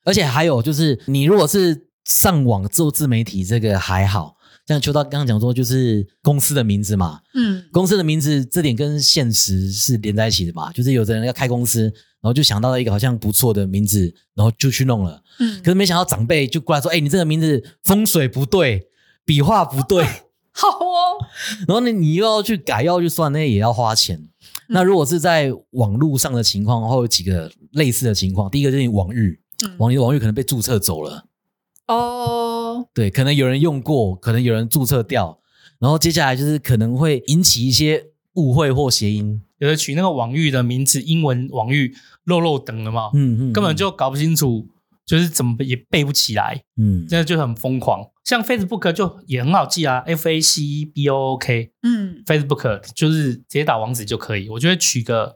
[SPEAKER 4] 而且还有就是，你如果是上网做自媒体，这个还好。像秋刀刚刚讲说，就是公司的名字嘛，
[SPEAKER 3] 嗯，
[SPEAKER 4] 公司的名字这点跟现实是连在一起的嘛。就是有的人要开公司，然后就想到了一个好像不错的名字，然后就去弄了。
[SPEAKER 3] 嗯
[SPEAKER 4] 可是没想到长辈就过来说：“哎、你这个名字风水不对，笔画不对。”
[SPEAKER 3] 好哦，
[SPEAKER 4] 然后呢，你又要去改，又要去算，那也要花钱。那如果是在网络上的情况，然后有几个类似的情况，第一个就是你网域，
[SPEAKER 3] 嗯
[SPEAKER 4] 网域网域可能被注册走了，
[SPEAKER 3] 哦，
[SPEAKER 4] 对，可能有人用过，可能有人注册掉，然后接下来就是可能会引起一些误会或谐音，
[SPEAKER 2] 有的取那个网域的名字，英文网域肉肉等了嘛，
[SPEAKER 4] 嗯嗯，
[SPEAKER 2] 根本就搞不清楚，就是怎么也背不起来，
[SPEAKER 4] 嗯
[SPEAKER 2] 真的就很疯狂。像 Facebook 就也很好记啊，F A C B O O K，
[SPEAKER 3] 嗯，
[SPEAKER 2] Facebook 就是直接打网址就可以。我觉得取个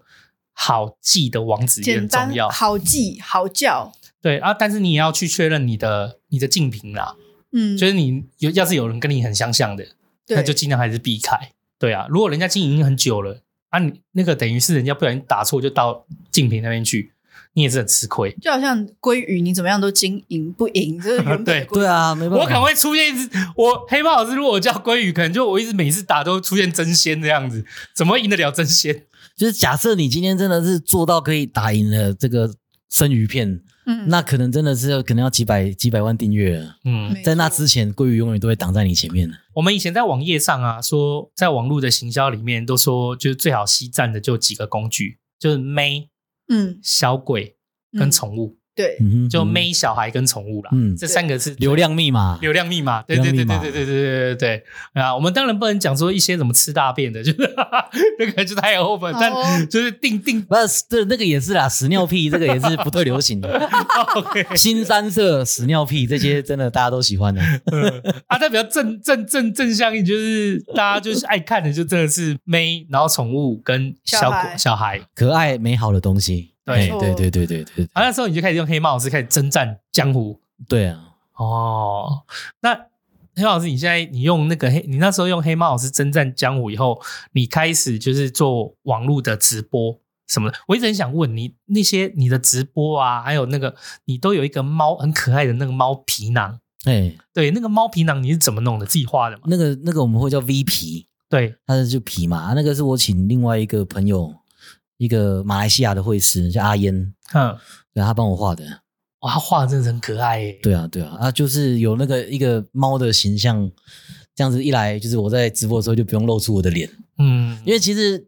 [SPEAKER 2] 好记的网址也
[SPEAKER 3] 简
[SPEAKER 2] 很
[SPEAKER 3] 单
[SPEAKER 2] 重要，
[SPEAKER 3] 好记好叫，
[SPEAKER 2] 对啊，但是你也要去确认你的你的竞品啦，
[SPEAKER 3] 嗯，
[SPEAKER 2] 就是你有要是有人跟你很相像的，
[SPEAKER 3] 对
[SPEAKER 2] 那就尽量还是避开。对啊，如果人家经营很久了啊你，那个等于是人家不小心打错就到竞品那边去，你也是很吃亏。啊
[SPEAKER 3] 就好像鲑鱼，你怎么样都经营不赢，就是原
[SPEAKER 2] 对
[SPEAKER 3] 本
[SPEAKER 4] 对啊，没办法，
[SPEAKER 2] 我可能会出现一只，我黑豹老师如果我叫鲑鱼，可能就我一直每次打都出现真仙这样子，怎么会赢得了真仙？
[SPEAKER 4] 就是假设你今天真的是做到可以打赢了这个生鱼片，
[SPEAKER 3] 嗯
[SPEAKER 4] 那可能真的是可能要几百几百万订阅了，
[SPEAKER 2] 嗯，
[SPEAKER 3] 没
[SPEAKER 4] 在那
[SPEAKER 3] 错
[SPEAKER 4] 之前，鲑鱼永远都会挡在你前面的。
[SPEAKER 2] 我们以前在网页上啊，说在网络的行销里面都说，就是最好西站的就几个工具，就是妹、
[SPEAKER 3] 嗯
[SPEAKER 2] 小鬼跟
[SPEAKER 3] 嗯
[SPEAKER 2] 宠物，
[SPEAKER 3] 对，
[SPEAKER 4] 嗯哼，
[SPEAKER 2] 就
[SPEAKER 4] 嗯哼
[SPEAKER 2] 妹、小孩跟宠物啦。
[SPEAKER 4] 嗯
[SPEAKER 2] 这三个是
[SPEAKER 4] 流量密码，
[SPEAKER 2] 流量密码，对对对对对对对对对对啊！我们当然不能讲说一些什么吃大便的，就是 那个就太 open，但
[SPEAKER 3] 哦
[SPEAKER 2] 就是定定
[SPEAKER 4] 不是，对，那个也是啦，屎尿屁这个也是不退流 行的。
[SPEAKER 2] OK
[SPEAKER 4] 新三色、屎尿屁这些真的大家都喜 欢的。
[SPEAKER 2] 啊，代表正正正正向应就是大家就是爱看的，就真的是妹，然后宠物跟小
[SPEAKER 3] 小
[SPEAKER 2] 狗
[SPEAKER 3] 孩
[SPEAKER 2] 小孩。
[SPEAKER 4] 可爱美好的东西。
[SPEAKER 2] 对
[SPEAKER 4] 哎对对对对对
[SPEAKER 2] 啊，那时候你就开始用黑帽子开始征战江湖
[SPEAKER 4] 对啊！
[SPEAKER 2] 哦。那黑帽老师，你现在你用那个黑，你那时候用黑帽老师征战江湖以后，你开始就是做网络的直播什么的。我一直很想问你，那些你的直播啊，还有那个你都有一个猫很可爱的那个猫皮囊，
[SPEAKER 4] 哎，
[SPEAKER 2] 对，那个猫皮囊你是怎么弄的？自己画的吗？
[SPEAKER 4] 那个那个我们会叫 V 皮，
[SPEAKER 2] 对，
[SPEAKER 4] 它是就皮嘛。啊那个是我请另外一个朋友，一个马来西亚的绘师叫阿烟，
[SPEAKER 2] 嗯，
[SPEAKER 4] 对他帮我画的。
[SPEAKER 2] 哇，他画的真的很可爱耶。
[SPEAKER 4] 对啊对啊，啊就是有那个一个猫的形象，这样子一来，就是我在直播的时候就不用露出我的脸，
[SPEAKER 2] 嗯，
[SPEAKER 4] 因为其实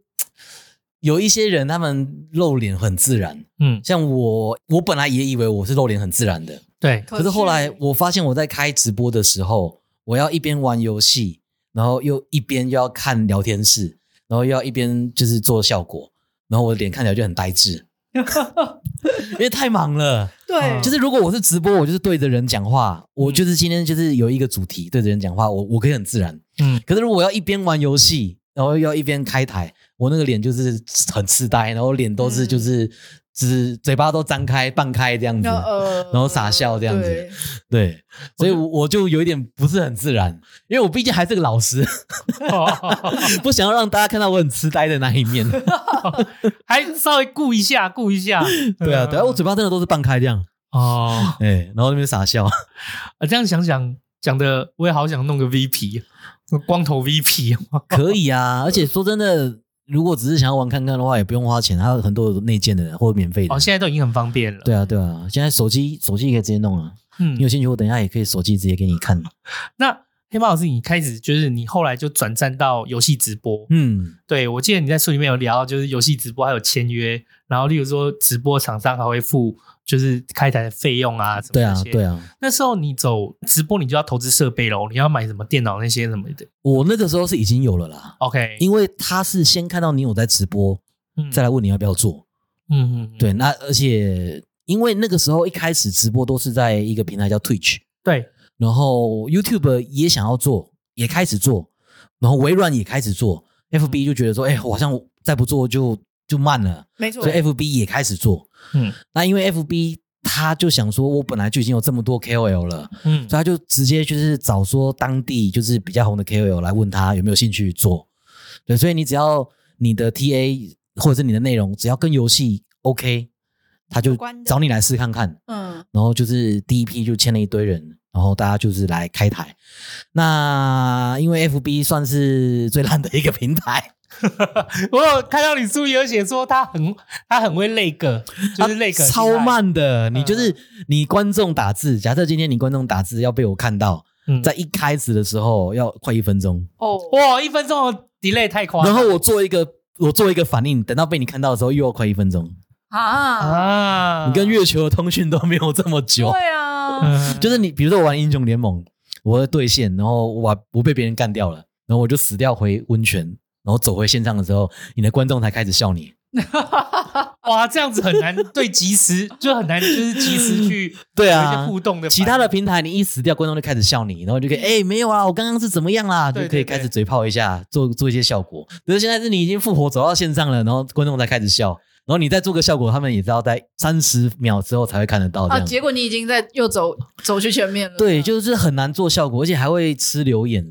[SPEAKER 4] 有一些人他们露脸很自然。
[SPEAKER 2] 嗯，
[SPEAKER 4] 像我，我本来也以为我是露脸很自然的，
[SPEAKER 2] 对，
[SPEAKER 4] 可是后来我发现我在开直播的时候，我要一边玩游戏，然后又一边又要看聊天室，然后又要一边就是做效果，然后我的脸看起来就很呆滞，因为太忙了。 嗯
[SPEAKER 3] 对，
[SPEAKER 4] 就是如果我是直播，我就是对着人讲话，我就是今天就是有一个主题对着人讲话，我我可以很自然。
[SPEAKER 2] 嗯
[SPEAKER 4] 可是如果我要一边玩游戏，然后又要一边开台，我那个脸就是很痴呆，然后脸都是
[SPEAKER 3] 嗯
[SPEAKER 4] 就是、只嘴巴都张开半开这样子。
[SPEAKER 3] 然后呃，
[SPEAKER 4] 然后傻笑这样子
[SPEAKER 3] 对，
[SPEAKER 4] 对，所以我我就有一点不是很自然，因为我毕竟还是个老师， 不想要让大家看到我很痴呆的那一面。
[SPEAKER 2] 还稍微顾一下，顾一下。
[SPEAKER 4] 对啊，对啊，我嘴巴真的都是半开这样，
[SPEAKER 2] 哦，
[SPEAKER 4] 哎、然后那边傻笑。
[SPEAKER 2] 啊，这样想想讲的，我也好想弄个 VP，光头 VP
[SPEAKER 4] 可以啊，而且说真的，如果只是想要玩看看的话，也不用花钱，还有很多内建的或者免费的
[SPEAKER 2] 哦，。现在都已经很方便了。，
[SPEAKER 4] 对啊，对啊，现在手机手机也可以直接弄啊，你有
[SPEAKER 2] 嗯，
[SPEAKER 4] 兴趣我等一下也可以手机直接给你看。
[SPEAKER 2] 那黑猫老师，你开始就是你后来就转战到游戏直播。
[SPEAKER 4] 嗯，
[SPEAKER 2] 对，我记得你在书里面有聊，就是游戏直播还有签约，然后例如说直播厂商还会付就是开台的费用啊什么
[SPEAKER 4] 对啊
[SPEAKER 2] 那，些
[SPEAKER 4] 对啊，
[SPEAKER 2] 那时候你走直播，你就要投资设备喽，你要买什么电脑那些什么的。
[SPEAKER 4] 我那个时候是已经有了啦，
[SPEAKER 2] OK，
[SPEAKER 4] 因为他是先看到你有在直播，
[SPEAKER 2] 嗯
[SPEAKER 4] 再来问你要不要做。
[SPEAKER 2] 嗯嗯，嗯
[SPEAKER 4] 对，那而且因为那个时候一开始直播都是在一个平台叫 Twitch，
[SPEAKER 2] 对，
[SPEAKER 4] 然后 YouTube 也想要做，也开始做，然后微软也开始做，FB 就觉得说，哎、我好像再不做就就慢了，
[SPEAKER 3] 没错
[SPEAKER 4] 所，以 FB 也开始做。
[SPEAKER 2] 嗯
[SPEAKER 4] 那因为 FB 他就想说，我本来就已经有这么多 KOL 了，
[SPEAKER 2] 嗯
[SPEAKER 4] 所以他就直接就是找说当地就是比较红的 KOL 来问他有没有兴趣做。对，所以你只要你的 TA 或者是你的内容只要跟游戏 OK，他就
[SPEAKER 3] 有关的
[SPEAKER 4] 找你来试看看。
[SPEAKER 3] 嗯，
[SPEAKER 4] 然后就是第一批就签了一堆人，然后大家就是来开台。那因为 FB 算是最烂的一个平台，
[SPEAKER 2] 我有看到你书里有写说他很他很会累个， 就是累个、
[SPEAKER 4] 啊超，慢的。
[SPEAKER 2] 嗯
[SPEAKER 4] 你就是你观众打字，假设今天你观众打字要被我看到，
[SPEAKER 2] 嗯
[SPEAKER 4] 在一开始的时候要快一分钟，
[SPEAKER 3] 哦，
[SPEAKER 2] 哇，一分钟的 delay 太夸
[SPEAKER 4] 然
[SPEAKER 2] 张
[SPEAKER 4] 后我做一个我做一个反应，等到被你看到的时候又要快一分钟。
[SPEAKER 2] 嗯
[SPEAKER 3] 啊，
[SPEAKER 2] 啊！
[SPEAKER 4] 你跟月球的通讯都没有这么久，
[SPEAKER 3] 对啊，
[SPEAKER 2] 嗯
[SPEAKER 4] 就是你比如说我玩英雄联盟，我的对线，然后我把我被别人干掉了，然后我就死掉回温泉，然后走回线上的时候，你的观众才开始笑你。
[SPEAKER 2] 哇，这样子很难对及时，就很难就是及时去
[SPEAKER 4] 对
[SPEAKER 2] 有一
[SPEAKER 4] 啊
[SPEAKER 2] 些，互动的反应。
[SPEAKER 4] 其他的平台你一死掉，观众就开始笑你，然后你就可以哎、没有啊，我刚刚是怎么样啦，
[SPEAKER 2] 嗯对
[SPEAKER 4] 就可以
[SPEAKER 2] 对对
[SPEAKER 4] 开始嘴炮一下，做做一些效果。可是现在是你已经复活走到线上了，然后观众才开始笑，然后你再做个效果，他们也知道在三十秒之后才会看得到这
[SPEAKER 3] 啊，
[SPEAKER 4] 样。
[SPEAKER 3] 结果你已经在又走走去前面了，
[SPEAKER 4] 对，就是很难做效果，而且还会吃留言。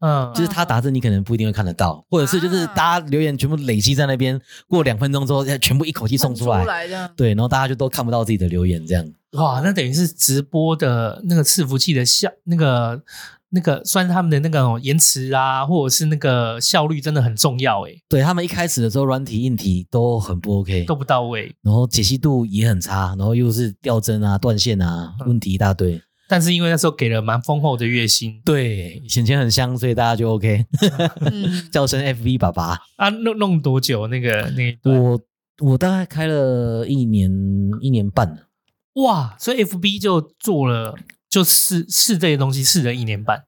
[SPEAKER 2] 嗯
[SPEAKER 4] 就是他打字，你可能不一定会看得到，或者是就是大家留言全部累积在那边，过两分钟之后，哎全部一口气送
[SPEAKER 3] 冲
[SPEAKER 4] 出
[SPEAKER 3] 出
[SPEAKER 4] 来，
[SPEAKER 3] 这 样，
[SPEAKER 4] 对，然后大家就都看不到自己的留言，这样
[SPEAKER 2] 哇，那等于是直播的那个伺服器的效那个。那个算是他们的那个延迟啊，或者是那个效率真的很重要诶，
[SPEAKER 4] 对他们一开始的时候，软体硬体都很不 OK，
[SPEAKER 2] 都不到位。
[SPEAKER 4] 然后解析度也很差，然后又是掉帧啊、断线啊，问题一大堆。
[SPEAKER 2] 但是因为那时候给了蛮丰厚的月薪
[SPEAKER 4] 对，显钱很香，所以大家就 OK，
[SPEAKER 3] 嗯，
[SPEAKER 4] 叫声 FV 爸爸。
[SPEAKER 2] 啊，弄弄多久那个那一段
[SPEAKER 4] 我我大概开了一年一年半了，
[SPEAKER 2] 哇，所以 FB 就做了，就试试这些东西，试了一年半。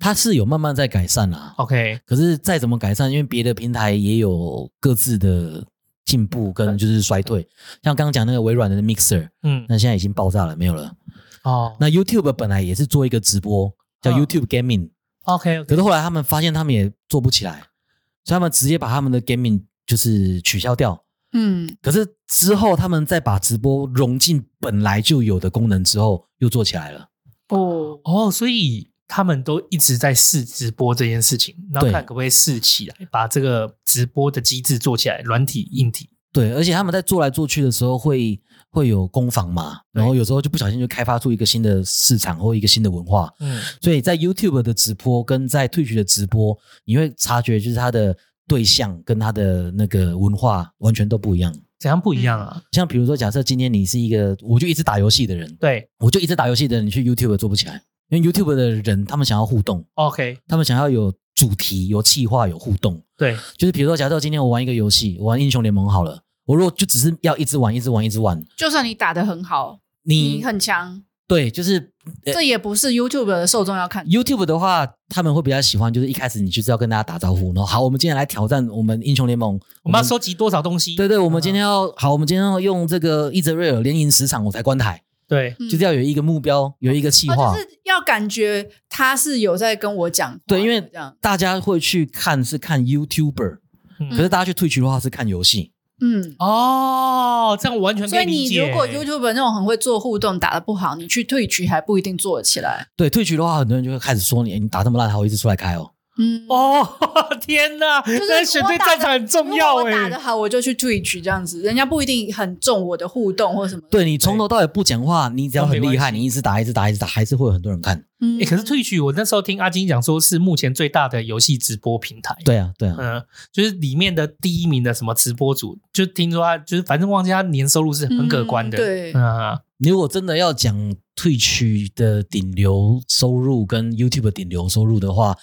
[SPEAKER 4] 它是有慢慢在改善啊啦、
[SPEAKER 2] OK，
[SPEAKER 4] 可是再怎么改善，因为别的平台也有各自的进步跟就是衰退。像刚刚讲那个微软的 Mixer，
[SPEAKER 2] 嗯，
[SPEAKER 4] 那现在已经爆炸了，没有了。
[SPEAKER 2] 哦
[SPEAKER 4] 那 YouTube 本来也是做一个直播叫
[SPEAKER 2] 嗯
[SPEAKER 4] YouTube Gaming，、
[SPEAKER 2] ，OK，
[SPEAKER 4] 可是后来他们发现他们也做不起来，所以他们直接把他们的 Gaming 就是取消掉。
[SPEAKER 3] 嗯，
[SPEAKER 4] 可是之后他们再把直播融进本来就有的功能之后，又做起来了。
[SPEAKER 3] 哦，
[SPEAKER 2] 哦，所以他们都一直在试直播这件事情，然后
[SPEAKER 4] 对
[SPEAKER 2] 看可不可以试起来，把这个直播的机制做起来，软体、硬体。
[SPEAKER 4] 对，而且他们在做来做去的时候会会有攻防嘛，
[SPEAKER 2] 对
[SPEAKER 4] 然后有时候就不小心就开发出一个新的市场或一个新的文化，
[SPEAKER 2] 嗯
[SPEAKER 4] 所以在 YouTube 的直播跟在 Twitch 的直播，你会察觉就是它的对象跟它的那个文化完全都不一样。
[SPEAKER 2] 怎样不一样啊？
[SPEAKER 4] 像比如说，假设今天你是一个我就一直打游戏的人，
[SPEAKER 2] 对
[SPEAKER 4] 我就一直打游戏的人，你去 YouTube 做不起来，因为 YouTube 的人他们想要互动，
[SPEAKER 2] ，OK，
[SPEAKER 4] 他们想要有主题、有企划、有互动，
[SPEAKER 2] 对，
[SPEAKER 4] 就是比如说，假设今天我玩一个游戏，我玩英雄联盟好了，我如果就只是要一直玩、一直玩、一直玩，
[SPEAKER 3] 就算你打得很好，
[SPEAKER 4] 你
[SPEAKER 3] 你很强，
[SPEAKER 4] 对，就是、呃
[SPEAKER 3] 这也不是 YouTube 的受众要看，
[SPEAKER 4] YouTube 的话，他们会比较喜欢，就是一开始你就是要跟大家打招呼，然后好，我们今天来挑战我们英雄联盟，
[SPEAKER 2] 我们要嗯收集多少东西？
[SPEAKER 4] 对对，我们今天要好，我们今天要用这个伊泽瑞尔连赢十场我才关台，
[SPEAKER 2] 对
[SPEAKER 3] 嗯
[SPEAKER 4] 就是要有一个目标，有一个计
[SPEAKER 3] 啊
[SPEAKER 4] 划。
[SPEAKER 3] 就是要感觉他是有在跟我讲话的，
[SPEAKER 4] 对，因为
[SPEAKER 3] 这样，
[SPEAKER 4] 大家会去看是看 YouTuber，、
[SPEAKER 2] 嗯
[SPEAKER 4] 可是大家去 Twitch 的话是看游戏。
[SPEAKER 3] 嗯。
[SPEAKER 2] 哦，这样我完全
[SPEAKER 3] 所
[SPEAKER 2] 可
[SPEAKER 3] 以
[SPEAKER 2] 理
[SPEAKER 3] 你
[SPEAKER 2] 解。
[SPEAKER 3] 如
[SPEAKER 4] 欸
[SPEAKER 3] 果 YouTube 那种很会做互动打得不好，你去退局还不一定做得起来。
[SPEAKER 4] 对 Twitch 的话，很多人就会开始说你，哎你打这么烂，还好意思出来开哦。
[SPEAKER 3] 嗯，
[SPEAKER 2] 哦， 天哪，
[SPEAKER 3] 是
[SPEAKER 2] 那选对
[SPEAKER 3] 我打
[SPEAKER 2] 战
[SPEAKER 3] 得
[SPEAKER 2] 场很重
[SPEAKER 3] 如
[SPEAKER 2] 要
[SPEAKER 3] 果我打
[SPEAKER 2] 哎
[SPEAKER 3] 得。好，我就去 Twitch 这样子，人家不一定很重我的互动或什么。
[SPEAKER 4] 对你从头到尾不讲话，你只要很厉害，
[SPEAKER 2] 都没关系
[SPEAKER 4] 你一直打，一直打，一直打，还是会有很多人看。
[SPEAKER 3] 嗯
[SPEAKER 2] 欸可是退去，我那时候听阿金讲说，是目前最大的游戏直播平台。
[SPEAKER 4] 对啊，对啊，
[SPEAKER 2] 嗯，就是里面的第一名的什么直播主，就听说他就是反正忘记他年收入是很可观的。
[SPEAKER 3] 嗯对
[SPEAKER 2] 嗯啊，
[SPEAKER 4] 你如果真的要讲 Twitch 的顶流收入跟 YouTube 的顶流收入的话，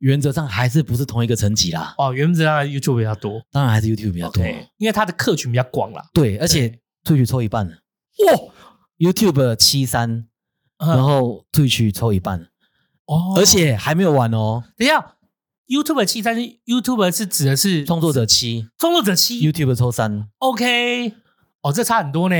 [SPEAKER 4] 原则上还是不是同一个层级啦。
[SPEAKER 2] 哦，原本他的 YouTube 比较多，
[SPEAKER 4] 当然还是 YouTube 比较多。
[SPEAKER 2] 对，因为他的客群比较广啦。
[SPEAKER 4] 对，而且 Twitch 抽一半呢。哇，YouTube 七三，然
[SPEAKER 2] 嗯、
[SPEAKER 4] 后 Twitch 抽一半，
[SPEAKER 2] 哦，
[SPEAKER 4] 而且还没有完哦。
[SPEAKER 2] 等一下，YouTube 七，但是 YouTube 是指的是
[SPEAKER 4] 创作者七
[SPEAKER 2] 创作者七
[SPEAKER 4] ，YouTube 抽三，
[SPEAKER 2] ，OK，哦，这差很多呢。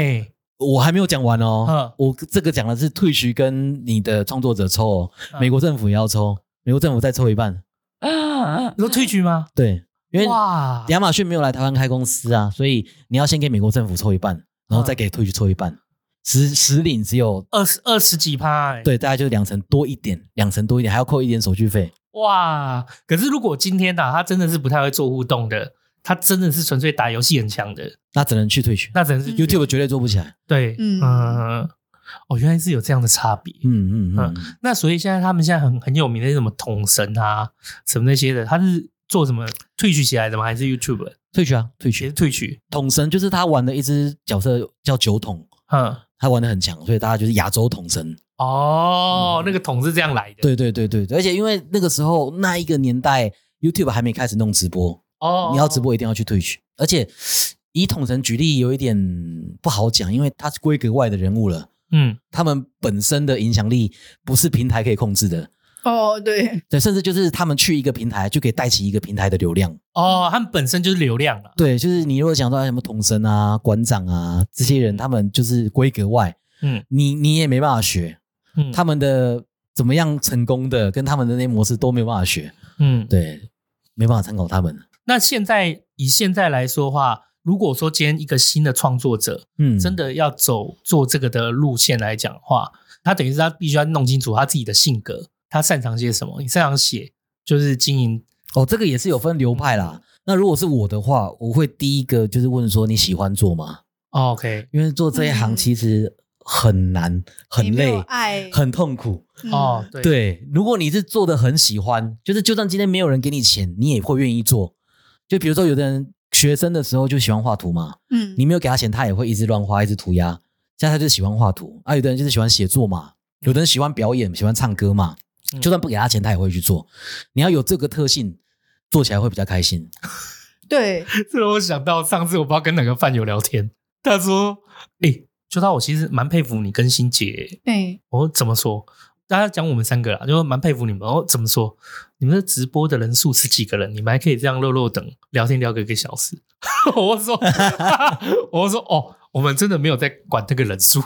[SPEAKER 4] 我还没有讲完哦
[SPEAKER 2] 嗯。
[SPEAKER 4] 我这个讲的是 Twitch 跟你的创作者抽哦，
[SPEAKER 2] 嗯
[SPEAKER 4] 美国政府也要抽，美国政府再抽一半。
[SPEAKER 3] 啊，
[SPEAKER 2] 你说退去吗？
[SPEAKER 4] 对，嗯因为
[SPEAKER 2] 哇，
[SPEAKER 4] 亚
[SPEAKER 2] 嗯
[SPEAKER 4] 马逊没有来台湾开公司啊，所以你要先给美国政府抽一半，然后再给 Twitch 抽一半，实实领只有
[SPEAKER 2] 二十二十几趴、欸，
[SPEAKER 4] 对，大概就两成多一点，两成多一点，还要扣一点手续费。
[SPEAKER 2] 哇！可是如果今天呐、啊，他真的是不太会做互动的，他真的是纯粹打游戏很强的，
[SPEAKER 4] 那只能去退群。
[SPEAKER 2] 那只能是、
[SPEAKER 5] 嗯
[SPEAKER 4] YouTube 绝对做不起来。
[SPEAKER 2] 对，嗯、
[SPEAKER 5] 嗯
[SPEAKER 2] 哦，原来是有这样的差别。
[SPEAKER 4] 嗯嗯嗯，
[SPEAKER 2] 那所以现在他们现在很很有名的什么统神啊，什么那些的，他是做什么退取起来的吗？还是 YouTube
[SPEAKER 4] 退群啊，退
[SPEAKER 2] 也是
[SPEAKER 4] 群。
[SPEAKER 2] 退取？
[SPEAKER 4] 统神就是他玩的一只角色叫酒桶，
[SPEAKER 2] 嗯，
[SPEAKER 4] 他玩的很强，所以大家就是亚洲统神。
[SPEAKER 2] 哦，那个桶是这样来的。，
[SPEAKER 4] 嗯对对对对，对而且因为那个时候那一个年代，YouTube 还没开始弄直播，
[SPEAKER 2] 哦，
[SPEAKER 4] 你要直播一定要去退群。而且以统神举例有一点不好讲，因为他是规格外的人物了。
[SPEAKER 2] 嗯，
[SPEAKER 4] 他们本身的影响力不是平台可以控制的，
[SPEAKER 5] 哦，对，
[SPEAKER 4] 对，甚至就是他们去一个平台就可以带起一个平台的流量。
[SPEAKER 2] 哦，他们本身就是流量了。
[SPEAKER 4] 对，就是你如果想到什么童生啊、馆长啊这些人，他们就是规格外，
[SPEAKER 2] 嗯
[SPEAKER 4] 你你也没办法学
[SPEAKER 2] 嗯，
[SPEAKER 4] 他们的怎么样成功的，跟他们的那些模式都没有办法学，
[SPEAKER 2] 嗯，
[SPEAKER 4] 对，没办法参考他们。
[SPEAKER 2] 那现在以现在来说的话，如果说今天一个新的创作者，
[SPEAKER 4] 嗯，
[SPEAKER 2] 真的要走做这个的路线来讲的话，他等于是他必须要弄清楚他自己的性格，他擅长些什么。你擅长写就是经营，
[SPEAKER 4] 哦，这个也是有分流派啦。那如果是我的话，我会第一个就是问说你喜欢做吗？
[SPEAKER 2] 哦 OK，
[SPEAKER 4] 因为做这一行
[SPEAKER 5] 嗯
[SPEAKER 4] 其实很难、
[SPEAKER 5] 你
[SPEAKER 4] 很
[SPEAKER 5] 没有
[SPEAKER 4] 累、
[SPEAKER 5] 爱嗯
[SPEAKER 4] 很痛苦。
[SPEAKER 2] 哦，对，
[SPEAKER 4] 对，如果你是做的很喜欢，就是就算今天没有人给你钱，你也会愿意做。就比如说，有的人学生的时候就喜欢画图嘛，
[SPEAKER 5] 嗯
[SPEAKER 4] 你没有给他钱，他也会一直乱画，一直涂鸦。现在他就喜欢画图啊，有的人就是喜欢写作嘛，有的人喜欢表演，喜欢唱歌嘛。
[SPEAKER 2] 嗯
[SPEAKER 4] 就算不给他钱，他也会去做。你要有这个特性，做起来会比较开心。
[SPEAKER 5] 对，
[SPEAKER 2] 这让我想到上次我不知道跟哪个饭友聊天，他说：“哎、秋刀，我其实蛮佩服你跟欣姐。
[SPEAKER 5] 哎，”
[SPEAKER 2] 我说哦怎么说？大家讲我们三个啦，就蛮佩服你们。哦，怎么说？你们的直播的人数是几个人？你们还可以这样肉肉等聊天聊个一个小时？ 我说，我说哦，我们真的没有在管这个人数，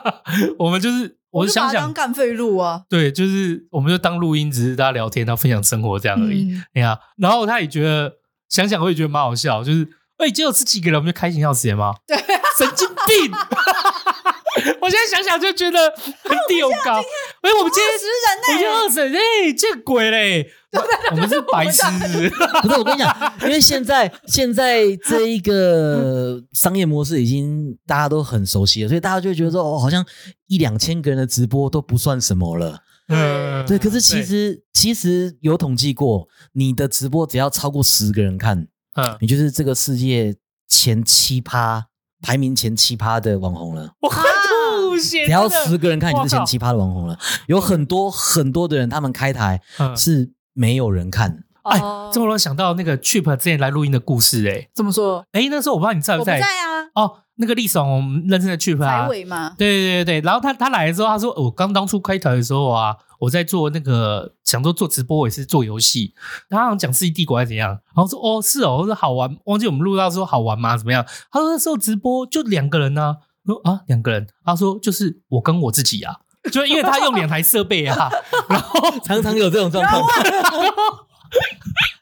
[SPEAKER 2] 我们就是我
[SPEAKER 5] 我
[SPEAKER 2] 就
[SPEAKER 5] 就把
[SPEAKER 2] 想
[SPEAKER 5] 它当
[SPEAKER 2] 想，
[SPEAKER 5] 干废路啊，
[SPEAKER 2] 对，就是我们就当录音，只是大家聊天，然后分享生活这样而已。
[SPEAKER 5] 嗯，
[SPEAKER 2] 哎呀，然后他也觉得想想，我也觉得蛮好笑，就是哎，只有吃几个人，我们就开心要死了吗？对，神经病！ 我现在想想就觉得很丢高。哎，我们今
[SPEAKER 5] 二
[SPEAKER 2] 天
[SPEAKER 5] 十人呢，
[SPEAKER 2] 我们就饿死了，哎，见鬼嘞！我们是白痴，
[SPEAKER 4] 不是我跟你讲，因为现在现在这一个商业模式已经大家都很熟悉了，所以大家就会觉得说，哦，好像一两千个人的直播都不算什么了。
[SPEAKER 2] 嗯
[SPEAKER 4] 对，可是其实其实有统计过，你的直播只要超过十个人看，
[SPEAKER 2] 对嗯，
[SPEAKER 4] 你就是这个世界前七趴排名前七趴的网红了。
[SPEAKER 2] 我快吐血，
[SPEAKER 4] 只要
[SPEAKER 2] 哎真的
[SPEAKER 4] 十个人看，你就是
[SPEAKER 2] 哇
[SPEAKER 4] 前
[SPEAKER 2] 靠
[SPEAKER 4] 七趴的网红了。有很多很多的人，他们开台
[SPEAKER 2] 嗯
[SPEAKER 4] 是没有人看。
[SPEAKER 2] 哎
[SPEAKER 5] 哦，
[SPEAKER 2] 这么让我想到那个 Chip 之前来录音的故事，哎
[SPEAKER 5] 怎么说？
[SPEAKER 2] 哎，那时候我不知道你在
[SPEAKER 5] 我不
[SPEAKER 2] 在
[SPEAKER 5] 在啊，
[SPEAKER 2] 哦，那个历史我们认真的 Chip 啊
[SPEAKER 5] 财，委 嘛，
[SPEAKER 2] 对对对对，然后他他来的时候，他说哦我刚当初开台的时候啊，我在做那个想说做直播，我也是做游戏，他好像讲《世纪帝国》还是怎样，然后说哦是哦，我说好玩，忘记我们录到说好玩吗？怎么样？他说那时候直播就两个人呢、我说啊 两个人，他说就是我跟我自己啊，就因为他用两台设备啊，然后
[SPEAKER 4] 常常有这种状况，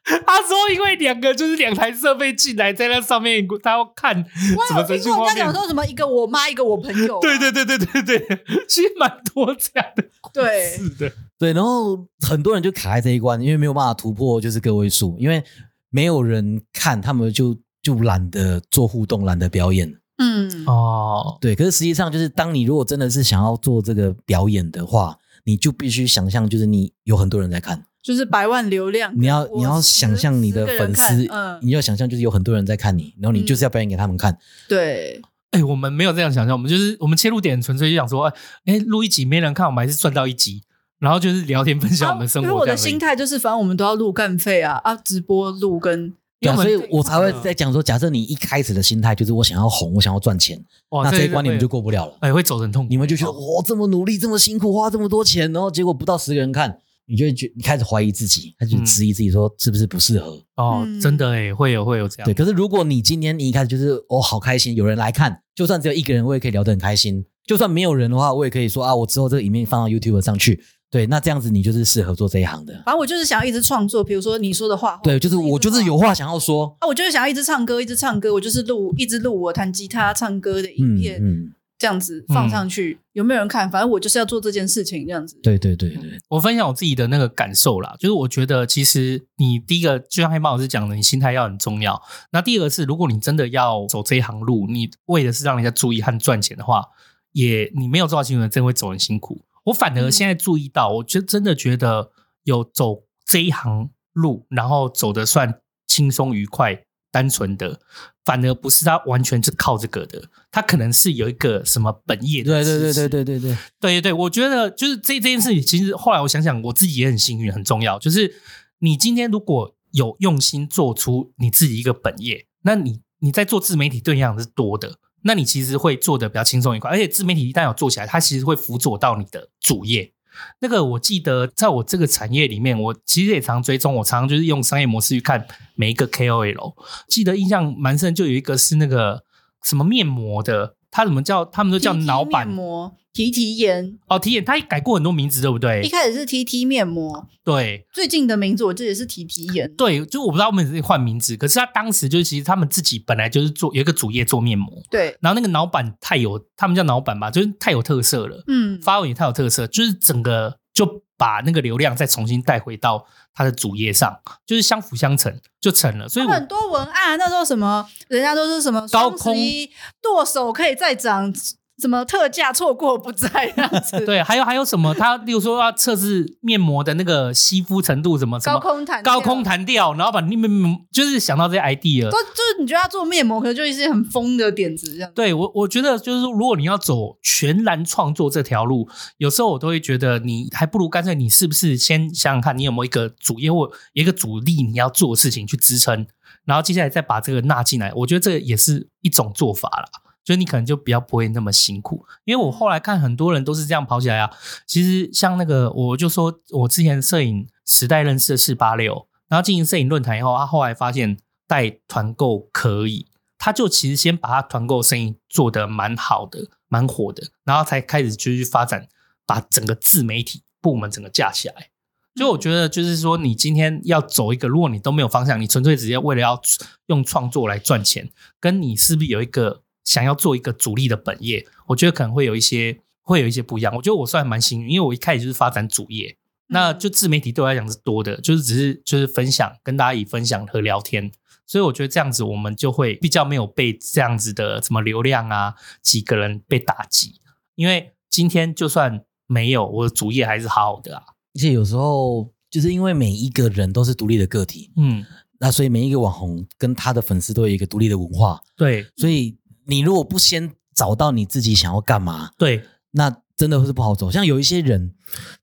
[SPEAKER 2] 他说因为两个就是两台设备进来，在那上面他要看怎
[SPEAKER 5] 我
[SPEAKER 2] 么
[SPEAKER 5] 有
[SPEAKER 2] 程
[SPEAKER 5] 听
[SPEAKER 2] 序
[SPEAKER 5] 过人
[SPEAKER 2] 画
[SPEAKER 5] 家讲
[SPEAKER 2] 面。
[SPEAKER 5] 说什么一个我妈一个我朋友啊，
[SPEAKER 2] 对对对对对对， 其实蛮多这样的
[SPEAKER 5] 对，
[SPEAKER 2] 事的。
[SPEAKER 4] 对，然后很多人就卡在这一关，因为没有办法突破就是个位数，因为没有人看，他们就就懒得做互动，懒得表演。
[SPEAKER 5] 嗯，
[SPEAKER 2] 哦，
[SPEAKER 4] 对，可是实际上就是，当你如果真的是想要做这个表演的话，你就必须想象，就是你有很多人在看，
[SPEAKER 5] 就是百万流量，
[SPEAKER 4] 你要
[SPEAKER 5] 我
[SPEAKER 4] 你
[SPEAKER 5] 十
[SPEAKER 4] 要想象你的
[SPEAKER 5] 十个人
[SPEAKER 4] 粉
[SPEAKER 5] 看
[SPEAKER 4] 丝，
[SPEAKER 5] 嗯，
[SPEAKER 4] 你要想象就是有很多人在看你，然后你就是要表演给他们看。
[SPEAKER 5] 对，
[SPEAKER 2] 哎、我们没有这样想象，我们就是我们切入点纯粹就想说，哎、哎录一集没人看，我们还是赚到一集，然后就是聊天分享我们生活
[SPEAKER 5] 啊因
[SPEAKER 2] 这
[SPEAKER 5] 为
[SPEAKER 2] 样而已。
[SPEAKER 5] 我的心态就是，反正我们都要录干费啊啊，直播录跟
[SPEAKER 4] 对啊、
[SPEAKER 2] 因为
[SPEAKER 4] 所以
[SPEAKER 2] 我们嗯
[SPEAKER 4] 我才会在讲说，假设你一开始的心态就是我想要红，我想要赚钱，
[SPEAKER 2] 哇，
[SPEAKER 4] 那这一关
[SPEAKER 2] 会
[SPEAKER 4] 你们就过不了了。
[SPEAKER 2] 哎、会走得很痛苦，
[SPEAKER 4] 你们就觉得我、这么努力，这么辛苦，花这么多钱，然后结果不到十个人看，你就会觉你开始怀疑自己，开始质疑自己说是不是不适合。
[SPEAKER 2] 哦，
[SPEAKER 5] 嗯
[SPEAKER 2] 真的哎、会有会有这样。
[SPEAKER 4] 对，可是如果你今天你一开始就是哦好开心，有人来看，就算只有一个人，我也可以聊得很开心。就算没有人的话，我也可以说啊，我之后这个影片放到 YouTube 上去。对，那这样子你就是适合做这一行的。
[SPEAKER 5] 反正我就是想要一直创作，比如说你说的画，
[SPEAKER 4] 对，就是
[SPEAKER 5] 哦一直
[SPEAKER 4] 我就是
[SPEAKER 5] 画
[SPEAKER 4] 有话想要说。
[SPEAKER 5] 啊，我就是想要一直唱歌，一直唱歌，我就是录一直录我弹吉他、唱歌的影
[SPEAKER 4] 嗯
[SPEAKER 5] 片，
[SPEAKER 4] 嗯，
[SPEAKER 3] 这样子放上去，有没有人看？反正我就是要做这件事情，这样子。
[SPEAKER 4] 对对
[SPEAKER 5] 哦
[SPEAKER 4] 对对，
[SPEAKER 2] 我分享我自己的那个感受啦，就是我觉得其实你第一个就像黑猫老师讲的，你心态要很重要。那第二个是，如果你真的要走这一行路，你为的是让人家注意和赚钱的话，也你没有做到清楚，真的会走很辛苦。我反
[SPEAKER 4] 嗯
[SPEAKER 2] 而现在注意到，我觉得真的觉得有走这一行路，然后走的算轻松愉快、单纯的，反而不是他完全是靠这个的，他可能是有一个什么本业的
[SPEAKER 4] 对对
[SPEAKER 2] 知
[SPEAKER 4] 对
[SPEAKER 2] 识
[SPEAKER 4] 对对对对，
[SPEAKER 2] 对对，我觉得就是这这件事情，其实后来我想想，我自己也很幸运，很重要。就是你今天如果有用心做出你自己一个本业，那你你在做自媒体对象是多的，那你其实会做的比较轻松愉快。而且自媒体一旦有做起来，它其实会辅佐到你的主业。那个我记得，在我这个产业里面，我其实也常追踪，我常常就是用商业模式去看每一个 KOL。记得印象蛮深，就有一个是那个什么面膜的，他怎么叫他们都叫
[SPEAKER 3] TT
[SPEAKER 2] 老板
[SPEAKER 3] 面膜、提提颜，
[SPEAKER 2] 哦，体检他改过很多名字，对不
[SPEAKER 3] 一
[SPEAKER 2] 对？
[SPEAKER 3] 开始是 TT 面膜，
[SPEAKER 2] 对
[SPEAKER 3] 最近的名字我记得是提提颜。
[SPEAKER 2] 对，就我不知道他们是换名字，可是他当时就是其实他们自己本来就是做有一个主业做面膜，
[SPEAKER 3] 对，
[SPEAKER 2] 然后那个老板太有，他们叫老板吧，就是太有特色了，
[SPEAKER 3] 嗯，
[SPEAKER 2] 发文也太有特色，就是整个就把那个流量再重新带回到他的主业上，就是相辅相成就成了。所以
[SPEAKER 3] 他
[SPEAKER 2] 我
[SPEAKER 3] 们很多文案，那时候什么，人家都是什么
[SPEAKER 2] 高
[SPEAKER 3] 双十
[SPEAKER 2] 空
[SPEAKER 3] 一剁手可以再涨，什么特价错过不再这样子，
[SPEAKER 2] 对，还有还有 什么？他例如说要测试面膜的那个吸肤程度，什么什
[SPEAKER 3] 高
[SPEAKER 2] 么
[SPEAKER 3] 空弹跳
[SPEAKER 2] 高空。弹掉，然后把面膜就是想到这些 idea，
[SPEAKER 3] 都就是你觉得他做面膜，可能就一些很疯的点子这样。
[SPEAKER 2] 对我，我觉得就是说如果你要走全然创作这条路，有时候我都会觉得你还不如干脆你是不是先想想看，你有没有一个主业或一个主力你要做的事情去支撑，然后接下来再把这个纳进来。我觉得这也是一种做法啦，就是你可能就比较不会那么辛苦。因为我后来看很多人都是这样跑起来啊。其实像那个，我就说我之前摄影时代认识的四八六，然后进行摄影论坛以后，他后来发现带团购可以，他就其实先把他团购生意做得蛮好的，蛮火的，然后才开始就去发展，把整个自媒体部门整个架起来。所以我觉得，就是说，你今天要走一个，如果你都没有方向，你纯粹直接为了要用创作来赚钱，跟你是不是有一个想要做一个主力的本业，我觉得可能会有一些会有一些不一样。我觉得我算蛮幸运，因为我一开始就是发展主业，那就自媒体对我来讲是多的，就是只是就是分享，跟大家以分享和聊天。所以我觉得这样子，我们就会比较没有被这样子的什么流量啊，几个人被打击。因为今天就算没有，我的主业还是好好的啊。
[SPEAKER 4] 而且有时候就是因为每一个人都是独立的个体，
[SPEAKER 2] 嗯，
[SPEAKER 4] 那所以每一个网红跟他的粉丝都有一个独立的文化，
[SPEAKER 2] 对
[SPEAKER 4] 所
[SPEAKER 5] 嗯
[SPEAKER 4] 以你如果不先找到你自己想要干嘛，
[SPEAKER 2] 对，
[SPEAKER 4] 那真的是不好走。像有一些人，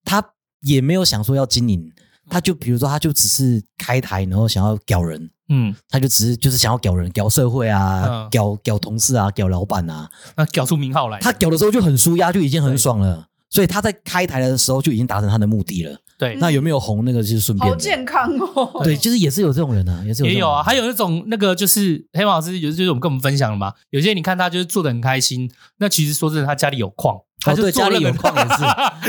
[SPEAKER 4] 他也没有想说要经营，他就比如说他就只是开台，然后想要屌人，
[SPEAKER 2] 嗯，
[SPEAKER 4] 他就只是就是想要屌人、屌社会啊
[SPEAKER 2] 嗯、
[SPEAKER 4] 屌屌同事啊、屌老板啊。
[SPEAKER 2] 那搞出名号来，
[SPEAKER 4] 他屌的时候就很舒压，就已经很爽了。所以他在开台的时候就已经达成他的目的了。
[SPEAKER 2] 对
[SPEAKER 4] 那有没有红那个就是顺便
[SPEAKER 3] 好
[SPEAKER 4] 的
[SPEAKER 3] 健康哦！
[SPEAKER 4] 对，就是也是有这种人啊，也是有这
[SPEAKER 2] 也
[SPEAKER 4] 种
[SPEAKER 2] 有啊，
[SPEAKER 4] 人
[SPEAKER 2] 还有那种那个就是黑马老师，有就是我们跟我们分享了嘛，有些人你看他就是做的很开心，那其实说真的，他家里有矿，他就
[SPEAKER 4] 哦对
[SPEAKER 2] 做
[SPEAKER 4] 家里
[SPEAKER 2] 任何
[SPEAKER 4] 有矿也是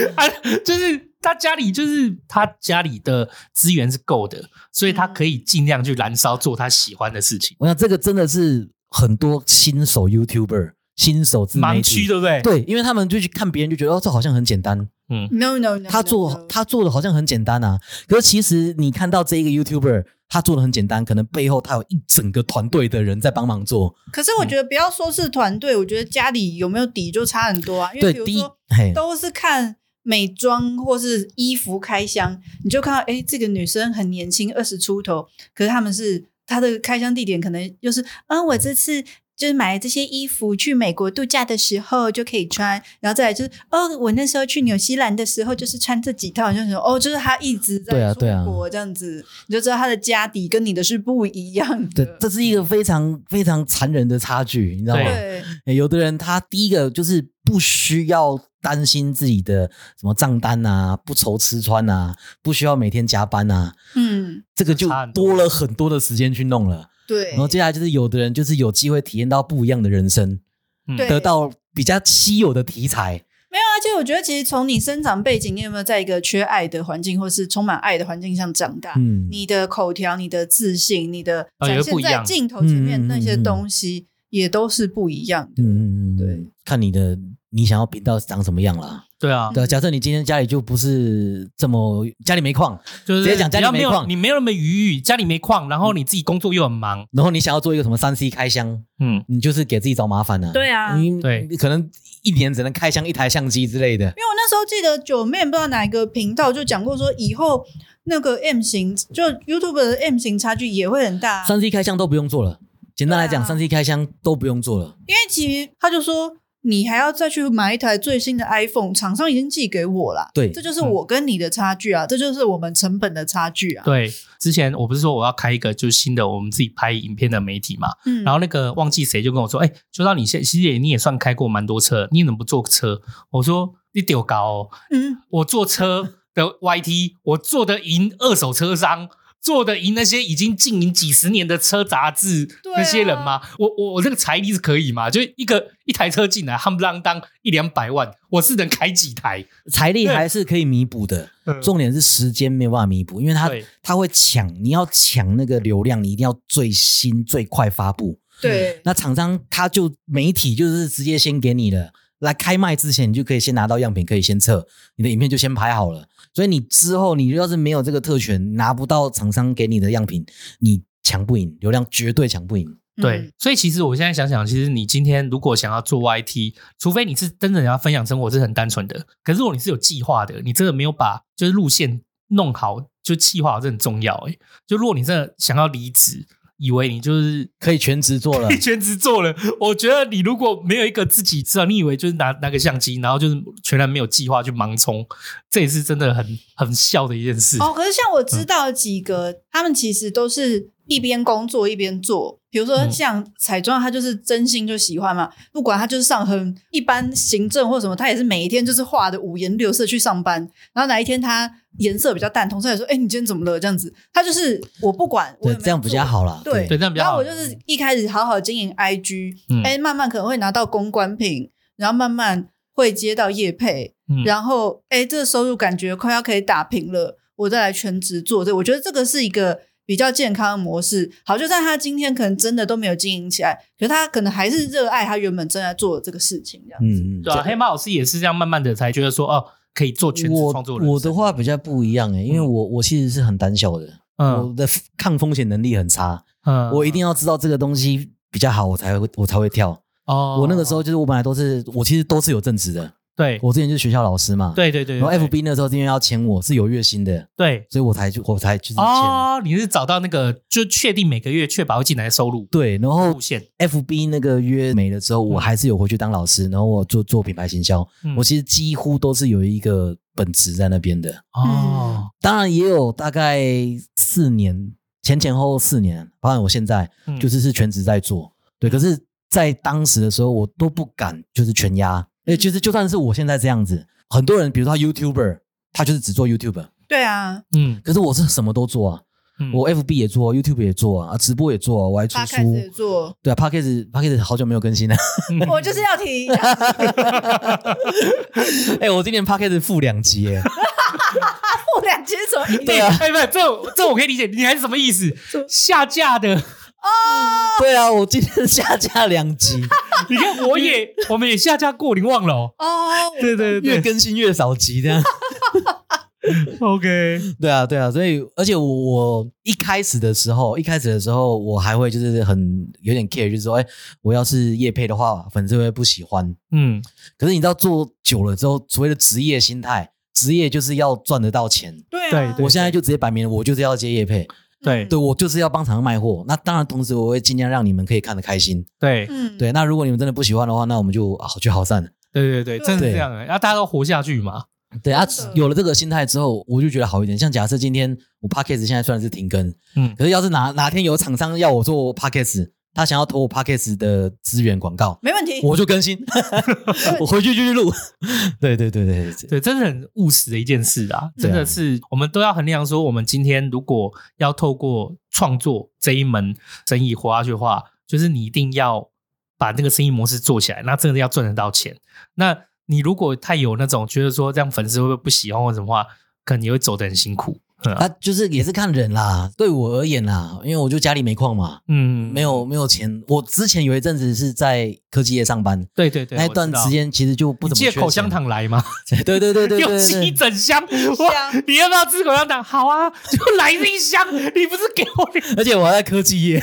[SPEAKER 2] 啊，就是他家里就是他家里的资源是够的，所以他可以尽量去燃烧做他喜欢的事情，
[SPEAKER 4] 我想这个真的是很多新手 YouTuber、新手自媒
[SPEAKER 2] 盲区
[SPEAKER 4] 体。
[SPEAKER 2] 对不对？
[SPEAKER 4] 嗯对，因为他们就去看别人，就觉得哦，这好像很简单。
[SPEAKER 3] No no no，
[SPEAKER 4] 他
[SPEAKER 3] no,
[SPEAKER 4] 做
[SPEAKER 3] no
[SPEAKER 4] 他做的好像很简单啊，可是其实你看到这一个 YouTuber，他做的很简单，可能背后他有一整个团队的人在帮忙做。
[SPEAKER 3] 可是我觉得不要说是团队，我觉得家里有没有底就差很多啊。因为
[SPEAKER 4] 对，
[SPEAKER 3] 比如
[SPEAKER 4] 第一
[SPEAKER 3] 说，
[SPEAKER 4] 嘿，
[SPEAKER 3] 都是看美妆或是衣服开箱，你就看到哎，诶这个女生很年轻，二十出头，可是他们是她的开箱地点可能就是，嗯，我这次。就是买这些衣服去美国度假的时候就可以穿，然后再来就是哦，我那时候去纽西兰的时候就是穿这几套，你就想哦，就是她一直
[SPEAKER 4] 对啊
[SPEAKER 3] 在出
[SPEAKER 4] 对啊
[SPEAKER 3] 国这样子，你就知道她的家底跟你的是不一样
[SPEAKER 4] 对
[SPEAKER 3] 的，。
[SPEAKER 4] 这是一个非常非常残忍的差距，你知道吗？
[SPEAKER 3] 对，
[SPEAKER 4] 欸有的人他第一个就是不需要担心自己的什么账单啊，不愁吃穿啊，不需要每天加班啊，
[SPEAKER 3] 嗯，
[SPEAKER 4] 这个就
[SPEAKER 2] 差很多
[SPEAKER 4] 多了很多的时间去弄了。
[SPEAKER 3] 对
[SPEAKER 4] 然。后接下来就是有的人就是有机会体验到不一样的人生，
[SPEAKER 2] 嗯
[SPEAKER 3] 对
[SPEAKER 4] 得到比较稀有的题材。
[SPEAKER 3] 没啊有，而且我觉得，其实从你生长背景，你有没有在一个缺爱的环境，或是充满爱的环境上长大？
[SPEAKER 4] 嗯，哦
[SPEAKER 3] 你的口条、你的自信、你的
[SPEAKER 2] 啊也
[SPEAKER 3] 展
[SPEAKER 2] 会
[SPEAKER 3] 现
[SPEAKER 2] 不一
[SPEAKER 3] 在
[SPEAKER 2] 样
[SPEAKER 3] 镜头前
[SPEAKER 4] 嗯嗯
[SPEAKER 3] 面那些
[SPEAKER 4] 嗯嗯
[SPEAKER 3] 东西，也都是不一样的。
[SPEAKER 4] 嗯嗯嗯，
[SPEAKER 3] 对，嗯
[SPEAKER 4] 看你的你想要频道长什么样啦。
[SPEAKER 2] 对啊，
[SPEAKER 4] 对啊，假设你今天家里就不是这么家里没矿，
[SPEAKER 2] 就是
[SPEAKER 4] 直接讲家
[SPEAKER 2] 你
[SPEAKER 4] 里
[SPEAKER 2] 要没
[SPEAKER 4] 没
[SPEAKER 2] 有
[SPEAKER 4] 矿嗯
[SPEAKER 2] 你没有那么余裕，家里没矿，然后你自己工作又很忙，
[SPEAKER 4] 然后你想要做一个什么三 C 开箱，
[SPEAKER 2] 嗯，
[SPEAKER 4] 你就是给自己找麻烦了、啊。
[SPEAKER 6] 对啊
[SPEAKER 4] 你
[SPEAKER 2] 对
[SPEAKER 4] 你可能一年只能开箱一台相机之类的。
[SPEAKER 3] 因为我那时候记得九妹不知道哪一个频道就讲过说，以后那个 M 型就 YouTube 的 M 型差距也会很大啊、
[SPEAKER 4] 三 C 开箱都不用做了，简单来讲，
[SPEAKER 3] 对啊
[SPEAKER 4] 三 C 开箱都不用做了。
[SPEAKER 3] 因为其实他就说，你还要再去买一台最新的 iPhone，厂商已经寄给我啦。
[SPEAKER 4] 对嗯
[SPEAKER 3] 这就是我跟你的差距啊，这就是我们成本的差距啊。
[SPEAKER 2] 对。之前我不是说我要开一个就是新的我们自己拍影片的媒体嘛，
[SPEAKER 3] 嗯
[SPEAKER 2] 然后那个忘记谁就跟我说，哎、秋到你现其实也你也算开过蛮多车，你怎么不坐车？我说你丢高、哦，
[SPEAKER 3] 嗯，
[SPEAKER 2] 我坐车的 YT，我坐得赢二手车商，坐得赢那些已经经营几十年的车杂志、
[SPEAKER 3] 对啊
[SPEAKER 2] 那些人吗？我我我这个财力是可以吗？就一个一台车进来，夯不啷当一两百万，我是能开几台？
[SPEAKER 4] 财力还是可以弥补的，重点是时间没有办法弥补，因为它
[SPEAKER 2] 嗯对
[SPEAKER 4] 它会抢，你要抢那个流量，你一定要最新最快发布。
[SPEAKER 3] 对，
[SPEAKER 4] 那厂商他就媒体就是直接先给你了，来开卖之前你就可以先拿到样品，可以先测，你的影片就先拍好了。所以你之后你要是没有这个特权，拿不到厂商给你的样品，你抢不赢，流量绝对抢不赢。
[SPEAKER 2] 对，
[SPEAKER 3] 嗯
[SPEAKER 2] 所以其实我现在想想，其实你今天如果想要做 YT，除非你是真的要分享生活，是很单纯的。可是如果你是有计划的，你真的没有把就是路线弄好，就计划好这很重要、欸。就如果你真的想要离职，以为你就是
[SPEAKER 4] 可以全职 做了
[SPEAKER 2] 一，全职做了，我觉得你如果没有一个自己知道，你以为就是拿拿个相机，然后就是全然没有计划去盲冲，这也是真的很很笑的一件事。
[SPEAKER 3] 哦，可是像我
[SPEAKER 4] 嗯
[SPEAKER 3] 知道几个，他们其实都是一边工作一边做。比如说
[SPEAKER 2] 嗯
[SPEAKER 3] 像彩妆，他就是真心就喜欢嘛，不管他就是上很一般行政或什么，他也是每一天就是画的五颜六色去上班。然后哪一天他颜色比较淡，同事也说：“哎、你今天怎么了？”这样子，他就是我不管，我有
[SPEAKER 4] 对，
[SPEAKER 3] 没有
[SPEAKER 4] 这样比较
[SPEAKER 3] 做
[SPEAKER 4] 好啦。
[SPEAKER 3] 对
[SPEAKER 2] 对，这样比较
[SPEAKER 3] 然后
[SPEAKER 2] 好
[SPEAKER 3] 我。就是一开始好好经营 IG，哎、
[SPEAKER 2] 嗯
[SPEAKER 3] 慢慢可能会拿到公关品，然后慢慢会接到业配，
[SPEAKER 2] 嗯
[SPEAKER 3] 然后哎、这个收入感觉快要可以打平了，我再来全职做这个我觉得这个是一个比较健康的模式。好，就算他今天可能真的都没有经营起来，可是他可能还是热爱他原本正在做的这个事情，这样。
[SPEAKER 4] 嗯嗯，
[SPEAKER 2] 对啊，黑马老师也是这样，慢慢的才觉得说，哦，可以做全职
[SPEAKER 4] 我
[SPEAKER 2] 创作人嗯生。
[SPEAKER 4] 我的话比较不一样诶、因为我我其实是很胆小的，我
[SPEAKER 2] 嗯
[SPEAKER 4] 的抗风险能力很差，
[SPEAKER 2] 嗯
[SPEAKER 4] 我一定要知道这个东西比较好，我才会我才会跳。
[SPEAKER 2] 哦，
[SPEAKER 4] 我那个时候就是我本来都是我其实都是有正职的，
[SPEAKER 2] 对
[SPEAKER 4] 我之前就是学校老师嘛，，
[SPEAKER 2] 对对对，
[SPEAKER 4] 然后
[SPEAKER 2] 对
[SPEAKER 4] FB 那时候因为要签我是有月薪的，
[SPEAKER 2] 对
[SPEAKER 4] 所以我才就我才就是签，
[SPEAKER 2] 哦，你是找到那个就确定每个月确保会进来的收入
[SPEAKER 4] 对，然后
[SPEAKER 2] 路线，
[SPEAKER 4] FB 那个约没了之后，我还是有回去当老师，然后我做做品牌行销，
[SPEAKER 2] 嗯
[SPEAKER 4] 我其实几乎都是有一个本职在那边的，
[SPEAKER 2] 哦，
[SPEAKER 4] 当然也有大概四年前前后后四年，包含我现在
[SPEAKER 2] 嗯
[SPEAKER 4] 就是是全职在做，对，可是，在当时的时候我都不敢就是全压，
[SPEAKER 2] 嗯
[SPEAKER 4] 哎，就是就算是我现在这样子，很多人比如说他 YouTuber，他就是只做 YouTuber，
[SPEAKER 3] 对啊，
[SPEAKER 2] 嗯，
[SPEAKER 4] 可是我是什么都做啊，
[SPEAKER 2] 嗯
[SPEAKER 4] 我 FB 也做，YouTube 也做啊，直播也做啊，我还出
[SPEAKER 3] 他开始
[SPEAKER 4] 书
[SPEAKER 3] 也， 做，
[SPEAKER 4] 对啊 p a c k a g e p a c k a g e 好久没有更新了，
[SPEAKER 3] 我就是要提，这样子
[SPEAKER 4] 哎，我今年 p a c k a g e 负两集耶，
[SPEAKER 3] 我俩其实什么意思？
[SPEAKER 4] 对啊
[SPEAKER 2] 哎，不，这这我可以理解，你还是什么意思？下架 的，
[SPEAKER 4] 对啊，我今天下架两集，
[SPEAKER 2] 你看我也我们也下架过，你忘了哦？
[SPEAKER 3] 哦，我
[SPEAKER 2] 对 对
[SPEAKER 4] 越
[SPEAKER 2] 对
[SPEAKER 4] 更新越少集这样。
[SPEAKER 2] ，OK，
[SPEAKER 4] 对啊，对啊，所以而且我我一开始的时候，一开始的时候，我还会就是很有点 care，就是说，哎，我要是夜配的话，粉丝会不喜欢。
[SPEAKER 2] 嗯，
[SPEAKER 4] 可是你知道做久了之后，所谓的职业心态，职业就是要赚得到钱。
[SPEAKER 3] 对
[SPEAKER 2] 对
[SPEAKER 3] 啊，
[SPEAKER 2] 对
[SPEAKER 4] 我现在就直接摆明了，我就是要接夜配，
[SPEAKER 2] 对
[SPEAKER 4] 对我就是要帮厂商卖货。那当然，同时我会尽量让你们可以看得开心。
[SPEAKER 2] 对
[SPEAKER 3] 嗯，
[SPEAKER 4] 对，那如果你们真的不喜欢的话，那我们就啊就好散了。
[SPEAKER 2] 对对对，真的是
[SPEAKER 4] 对
[SPEAKER 2] 这样的，啊然后大家都活下去嘛，
[SPEAKER 4] 对啊
[SPEAKER 3] 真的，
[SPEAKER 4] 有了这个心态之后，我就觉得好一点。像假设今天我 p a c k a g e 现在算是停更，
[SPEAKER 2] 嗯
[SPEAKER 4] 可是要是哪哪天有厂商要我做 p a c k a g e 他想要投我 p a c k a g e 的资源广告，
[SPEAKER 3] 没问题。
[SPEAKER 4] 我就 更新，我回去继续录。对对对对对，
[SPEAKER 2] 对，真的很务实的一件事啊，真的是我们都要衡量说，我们今天如果要透过创作这一门生意活下去的话，就是你一定要把这个生意模式做起来，那真的要赚得到钱。那你如果太有那种觉得说这样粉丝会不会不喜欢或什么话，可能你会走得很辛苦。嗯
[SPEAKER 4] 啊，就是也是看人啦。对我而言啦，因为我就家里没矿嘛，
[SPEAKER 2] 嗯，
[SPEAKER 4] 没有没有钱。我之前有一阵子是在科技业上班，
[SPEAKER 2] 对对对，
[SPEAKER 4] 那一段时间其实就不
[SPEAKER 2] 我
[SPEAKER 4] 怎么
[SPEAKER 2] 知道你
[SPEAKER 4] 缺
[SPEAKER 2] 借口香
[SPEAKER 4] 钱。
[SPEAKER 2] 糖来嘛，
[SPEAKER 4] 对对 对对对
[SPEAKER 2] 六
[SPEAKER 4] 对
[SPEAKER 2] 七
[SPEAKER 4] 对，
[SPEAKER 2] 整箱，
[SPEAKER 3] 啊
[SPEAKER 2] 哇！你要不要吃口香糖？好啊，就来一箱。你不是给我两
[SPEAKER 4] 而且我还在科技业，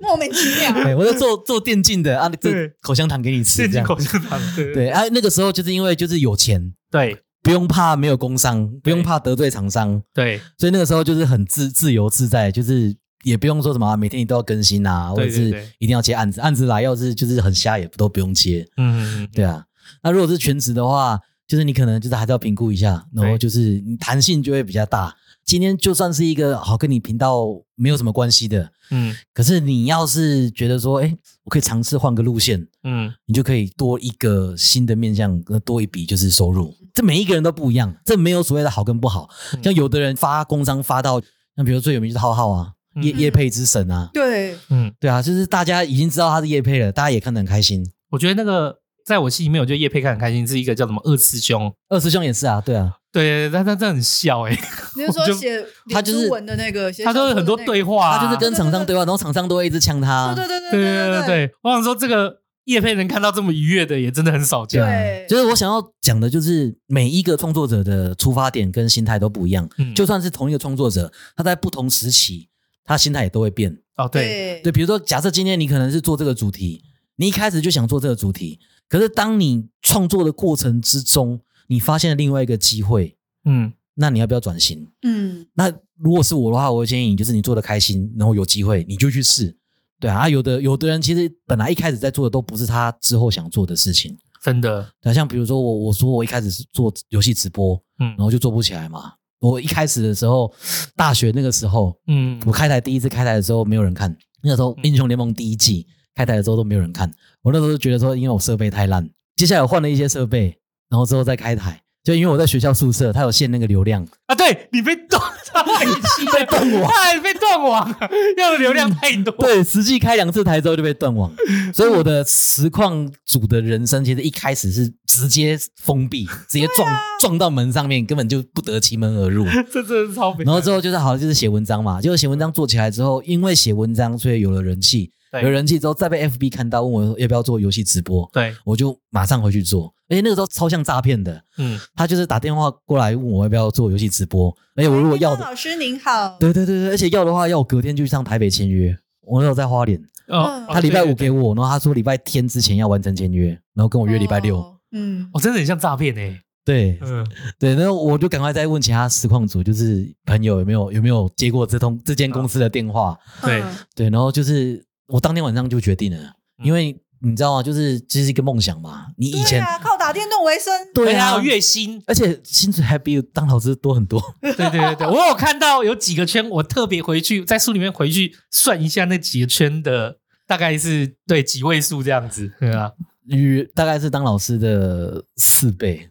[SPEAKER 3] 莫名其 妙。
[SPEAKER 4] 对我在做做电竞的啊，这
[SPEAKER 2] 对
[SPEAKER 4] 口香糖给你吃，
[SPEAKER 2] 千
[SPEAKER 4] 这
[SPEAKER 2] 斤
[SPEAKER 4] 样
[SPEAKER 2] 口香糖？对
[SPEAKER 4] 对啊。那个时候就是因为就是有钱，
[SPEAKER 2] 对
[SPEAKER 4] 不用怕没有工伤，不用怕得罪厂商，
[SPEAKER 2] 对
[SPEAKER 4] 所以那个时候就是很自自由自在，就是也不用说什么、啊、每天你都要更新啊，或
[SPEAKER 2] 对
[SPEAKER 4] 者是
[SPEAKER 2] 对对
[SPEAKER 4] 一定要接案子，案子来要是就是很瞎也都不用接，
[SPEAKER 2] 嗯，
[SPEAKER 4] 对啊。那如果是全职的话，就是你可能就是还是要评估一下，然后
[SPEAKER 2] 对
[SPEAKER 4] 就是你弹性就会比较大。今天就算是一个好跟你频道没有什么关系的，
[SPEAKER 2] 嗯
[SPEAKER 4] 可是你要是觉得说，哎，我可以尝试换个路线，
[SPEAKER 2] 嗯，
[SPEAKER 4] 你就可以多一个新的面向，呃多一笔就是收入。这每一个人都不一样，这没有所谓的好跟不好。
[SPEAKER 2] 嗯
[SPEAKER 4] 像有的人发工商发到，像比如最有名就是浩浩啊，
[SPEAKER 2] 嗯
[SPEAKER 4] 叶叶配之神啊，
[SPEAKER 3] 对，
[SPEAKER 2] 嗯，
[SPEAKER 4] 对啊，就是大家已经知道他是叶配了，大家也看得很开心。
[SPEAKER 2] 我觉得那个在我心里面，我觉得叶佩看很开心，是一个叫什么二师兄。
[SPEAKER 4] 二师兄也是啊，对啊，
[SPEAKER 2] 对，他他他很笑哎，
[SPEAKER 3] 你是
[SPEAKER 2] 我就
[SPEAKER 3] 说写
[SPEAKER 4] 他就是
[SPEAKER 3] 脸书文的那个，写
[SPEAKER 2] 他都有
[SPEAKER 3] 小说的
[SPEAKER 2] 很多
[SPEAKER 3] 那个
[SPEAKER 2] 对话啊，
[SPEAKER 4] 他就是跟厂商对话，然后厂商都会一直呛他。
[SPEAKER 3] 对对对
[SPEAKER 2] 对
[SPEAKER 3] 对
[SPEAKER 2] 对
[SPEAKER 3] 对
[SPEAKER 2] 对，我想说这个叶佩能看到这么愉悦的，也真的很少见。
[SPEAKER 3] 对
[SPEAKER 4] 啊就是我想要讲的，就是每一个创作者的出发点跟心态都不一样。
[SPEAKER 2] 嗯
[SPEAKER 4] 就算是同一个创作者，他在不同时期，他心态也都会变。
[SPEAKER 2] 哦，对，
[SPEAKER 4] 对，比如说，假设今天你可能是做这个主题，你一开始就想做这个主题，可是当你创作的过程之中，你发现了另外一个机会，
[SPEAKER 2] 嗯
[SPEAKER 4] 那你要不要转型？
[SPEAKER 3] 嗯，
[SPEAKER 4] 那如果是我的话，我会建议你，就是你做的开心，然后有机会你就去试。对啊，啊有的有的人其实本来一开始在做的都不是他之后想做的事情。
[SPEAKER 2] 真的，
[SPEAKER 4] 对啊，像比如说我我说我一开始是做游戏直播，
[SPEAKER 2] 嗯
[SPEAKER 4] 然后就做不起来嘛。我一开始的时候，大学那个时候，
[SPEAKER 2] 嗯
[SPEAKER 4] 我开台第一次开台的时候没有人看，那个时候
[SPEAKER 2] 嗯
[SPEAKER 4] 英雄联盟第一季开台的时候都没有人看，我那时候就觉得说，因为我设备太烂，接下来我换了一些设备，然后之后再开台，就因为我在学校宿舍，它有限那个流量，
[SPEAKER 2] 啊，对哎你被断， 被断网，哎，被断网，要的流量太多。
[SPEAKER 4] 对，实际开两次台之后就被断网，所以我的实况组的人生其实一开始是直接封闭，直接
[SPEAKER 2] 哎
[SPEAKER 4] 撞、撞到门上面，根本就不得其门而入。
[SPEAKER 2] 这真的是超悲。
[SPEAKER 4] 然后之后就是好像就是写文章嘛，结果写文章做起来之后，因为写文章所以有了人气，
[SPEAKER 2] 对
[SPEAKER 4] 有人气之后再被 FB 看到，问我要不要做游戏直播，
[SPEAKER 2] 对，
[SPEAKER 4] 我就马上回去做。而且那个时候超像诈骗的，
[SPEAKER 2] 嗯，
[SPEAKER 4] 他就是打电话过来问我要不要做游戏直播，而且我如果要的，
[SPEAKER 3] 老师您好，
[SPEAKER 4] 对对对对，而且要的话要我隔天就去上台北签约。我那时候在花莲，
[SPEAKER 2] 哦
[SPEAKER 3] 嗯，
[SPEAKER 2] 哦
[SPEAKER 4] 他礼拜
[SPEAKER 2] 对对
[SPEAKER 4] 五给我，然后他说礼拜天之前要完成签约，然后跟我约礼拜六。
[SPEAKER 3] 哦，嗯，
[SPEAKER 2] 哦，真的很像诈骗哎。
[SPEAKER 4] 对
[SPEAKER 2] 嗯，
[SPEAKER 4] 对，然后我就赶快再问其他实况组，就是朋友有没有有没有接过这通这间公司的电话，
[SPEAKER 2] 对，啊
[SPEAKER 3] 嗯
[SPEAKER 4] 对，然后就是我当天晚上就决定了，因为你知道吗？就是这、是一个梦想嘛。你以
[SPEAKER 3] 对
[SPEAKER 4] 前
[SPEAKER 3] 啊，靠打电动为生，
[SPEAKER 4] 对
[SPEAKER 2] 还
[SPEAKER 4] 啊
[SPEAKER 2] 有，月薪。
[SPEAKER 4] 而且薪水还比当老师多很多。
[SPEAKER 2] 对对对对，我有看到有几个圈，我特别回去在书里面回去算一下那几个圈的大概是对几位数这样子。对啊，
[SPEAKER 4] 与大概是当老师的四 倍，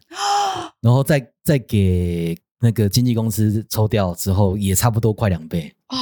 [SPEAKER 4] 然后再再给那个经纪公司抽掉之后，也差不多快两倍。
[SPEAKER 3] 啊，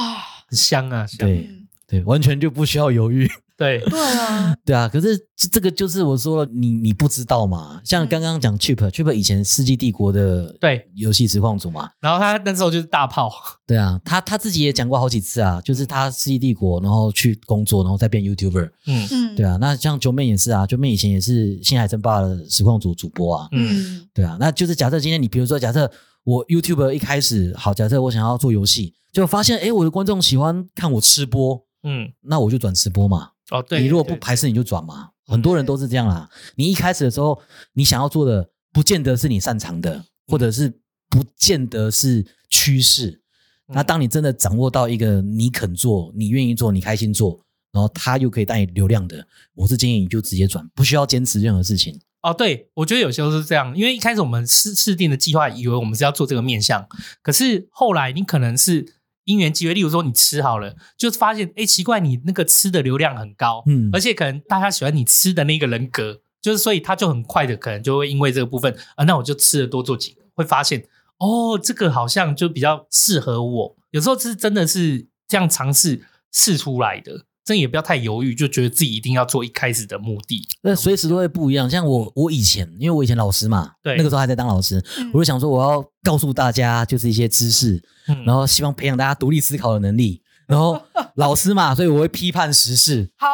[SPEAKER 2] 很香啊，香
[SPEAKER 4] 对
[SPEAKER 3] 嗯
[SPEAKER 4] 对，完全就不需要犹豫。
[SPEAKER 2] 对，
[SPEAKER 3] 对啊，
[SPEAKER 4] 对啊，可是这这个就是我说了，你你不知道嘛。像刚刚讲 Chip，Chip 以前《世纪帝国》的
[SPEAKER 2] 对
[SPEAKER 4] 游戏实况组嘛，
[SPEAKER 2] 然后他那时候就是大炮，
[SPEAKER 4] 对啊，他他自己也讲过好几次啊，就是他世纪帝国，然后去工作，然后再变 YouTuber。
[SPEAKER 2] 嗯
[SPEAKER 3] 嗯，
[SPEAKER 4] 对啊，那像九妹也是啊，九妹以前也是星海争霸的实况组主播啊。
[SPEAKER 2] 嗯
[SPEAKER 3] 嗯，
[SPEAKER 4] 对啊，那就是假设今天你比如说假设我 YouTuber 一开始好，假设我想要做游戏，就发现诶我的观众喜欢看我吃播，
[SPEAKER 2] 嗯，
[SPEAKER 4] 那我就转吃播嘛。
[SPEAKER 2] 哦对，
[SPEAKER 4] 你如果
[SPEAKER 2] 对嗯
[SPEAKER 4] 不排斥你就转嘛，很多人都是这样啦。你一开始的时候，你想要做的不见得是你擅长的，或者是不见得是趋势。
[SPEAKER 2] 嗯
[SPEAKER 4] 那当你真的掌握到一个你肯做、你愿意做、你开心做，然后它又可以带你流量的，我是建议你就直接转，不需要坚持任何事情。
[SPEAKER 2] 哦，对，我觉得有时候是这样，因为一开始我们试试定的计划，以为我们是要做这个面向，可是后来你可能是因缘机会，例如说你吃好了，就发现哎，诶奇怪，你那个吃的流量很高，
[SPEAKER 4] 嗯
[SPEAKER 2] 而且可能大家喜欢你吃的那个人格，就是所以他就很快的可能就会因为这个部分啊，那我就吃的多做几个，会发现哦，这个好像就比较适合我，有时候是真的是这样尝试试出来的。真也不要太犹豫，就觉得自己一定要做一开始的目的。
[SPEAKER 4] 那随时都会不一样。像我，我以前因为我以前老师嘛，
[SPEAKER 2] 对
[SPEAKER 4] 那个时候还在当老师，
[SPEAKER 3] 嗯
[SPEAKER 4] 我就想说我要告诉大家就是一些知识，
[SPEAKER 2] 嗯
[SPEAKER 4] 然后希望培养大家独立思考的能力。然后老师嘛，所以我会批判时事，
[SPEAKER 3] 好，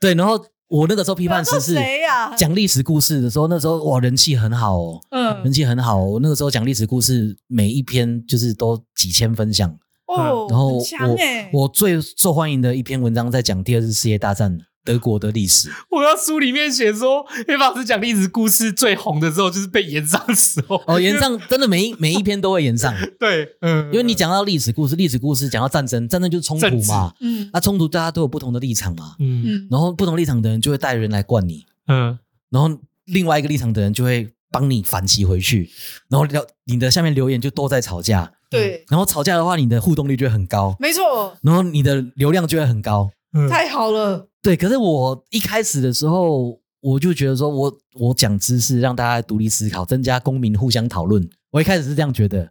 [SPEAKER 4] 对。然后我那个时候批判时
[SPEAKER 3] 是
[SPEAKER 4] 事，
[SPEAKER 3] 谁啊呀？
[SPEAKER 4] 讲历史故事的时候，那时候哇人气很好哦，
[SPEAKER 3] 嗯
[SPEAKER 4] 人气很好、哦。我那个时候讲历史故事，每一篇就是都几千分享。
[SPEAKER 3] 哦，
[SPEAKER 4] 然后
[SPEAKER 3] 很
[SPEAKER 4] 我
[SPEAKER 3] 强哎，
[SPEAKER 4] 我最受欢迎的一篇文章在讲第二次世界大战德国的历史。
[SPEAKER 2] 我要书里面写说，黑老师讲历史故事最红的时候就是被延上的时候。
[SPEAKER 4] 哦，延上真的每一每一篇都会延上，
[SPEAKER 2] 对，嗯，
[SPEAKER 4] 因为你讲到历史故事，历史故事讲到战争，战争就是冲突嘛，
[SPEAKER 3] 嗯
[SPEAKER 4] 那、冲突大家都有不同的立场嘛，
[SPEAKER 2] 嗯，
[SPEAKER 3] 嗯，
[SPEAKER 4] 然后不同立场的人就会带人来灌你，
[SPEAKER 2] 嗯
[SPEAKER 4] 然后另外一个立场的人就会帮你反击回去，然后聊你的下面留言就都在吵架，嗯
[SPEAKER 3] 对，
[SPEAKER 4] 然后吵架的话，你的互动率就会很高，
[SPEAKER 3] 没错，
[SPEAKER 4] 然后你的流量就会很高。
[SPEAKER 2] 嗯，
[SPEAKER 3] 太好了，
[SPEAKER 4] 对，可是我一开始的时候，我就觉得说我我讲知识，让大家独立思考，增加公民互相讨论。我一开始是这样觉得，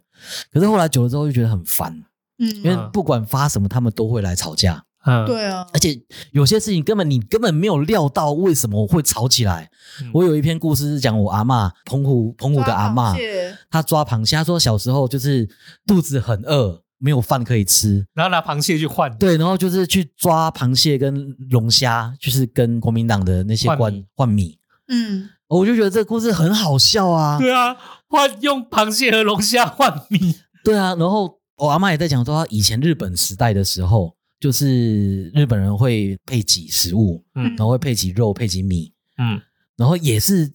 [SPEAKER 4] 可是后来久了之后就觉得很烦，
[SPEAKER 3] 嗯
[SPEAKER 4] 因，为不管发什么，他们都会来吵架，
[SPEAKER 2] 嗯，
[SPEAKER 3] 对啊，
[SPEAKER 4] 而且有些事情根本你根本没有料到为什么会吵起来。
[SPEAKER 2] 嗯
[SPEAKER 4] 我有一篇故事是讲我阿嬷，澎湖澎湖的阿
[SPEAKER 3] 妈
[SPEAKER 4] 嬷，她抓螃蟹，她说小时候就是肚子很饿，没有饭可以吃，
[SPEAKER 2] 然后拿螃蟹去换，
[SPEAKER 4] 对，然后就是去抓螃蟹跟龙虾，就是跟国民党的那些
[SPEAKER 2] 换
[SPEAKER 4] 官
[SPEAKER 2] 米
[SPEAKER 4] 换米。哦
[SPEAKER 3] 嗯，
[SPEAKER 4] 我就觉得这个故事很好笑啊，
[SPEAKER 2] 对啊，换用螃蟹和龙虾换米，
[SPEAKER 4] 对啊。然后我阿妈也在讲说，以前日本时代的时候，就是日本人会配给食物，
[SPEAKER 2] 嗯
[SPEAKER 4] 然后会配给肉，配给米，
[SPEAKER 2] 嗯
[SPEAKER 4] 然后也是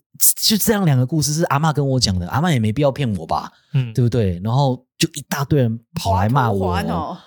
[SPEAKER 4] 就这样两个故事是阿妈跟我讲的，阿妈也没必要骗我吧，
[SPEAKER 2] 嗯，
[SPEAKER 4] 对不对？然后就一大堆人跑来骂我，
[SPEAKER 3] 华哦，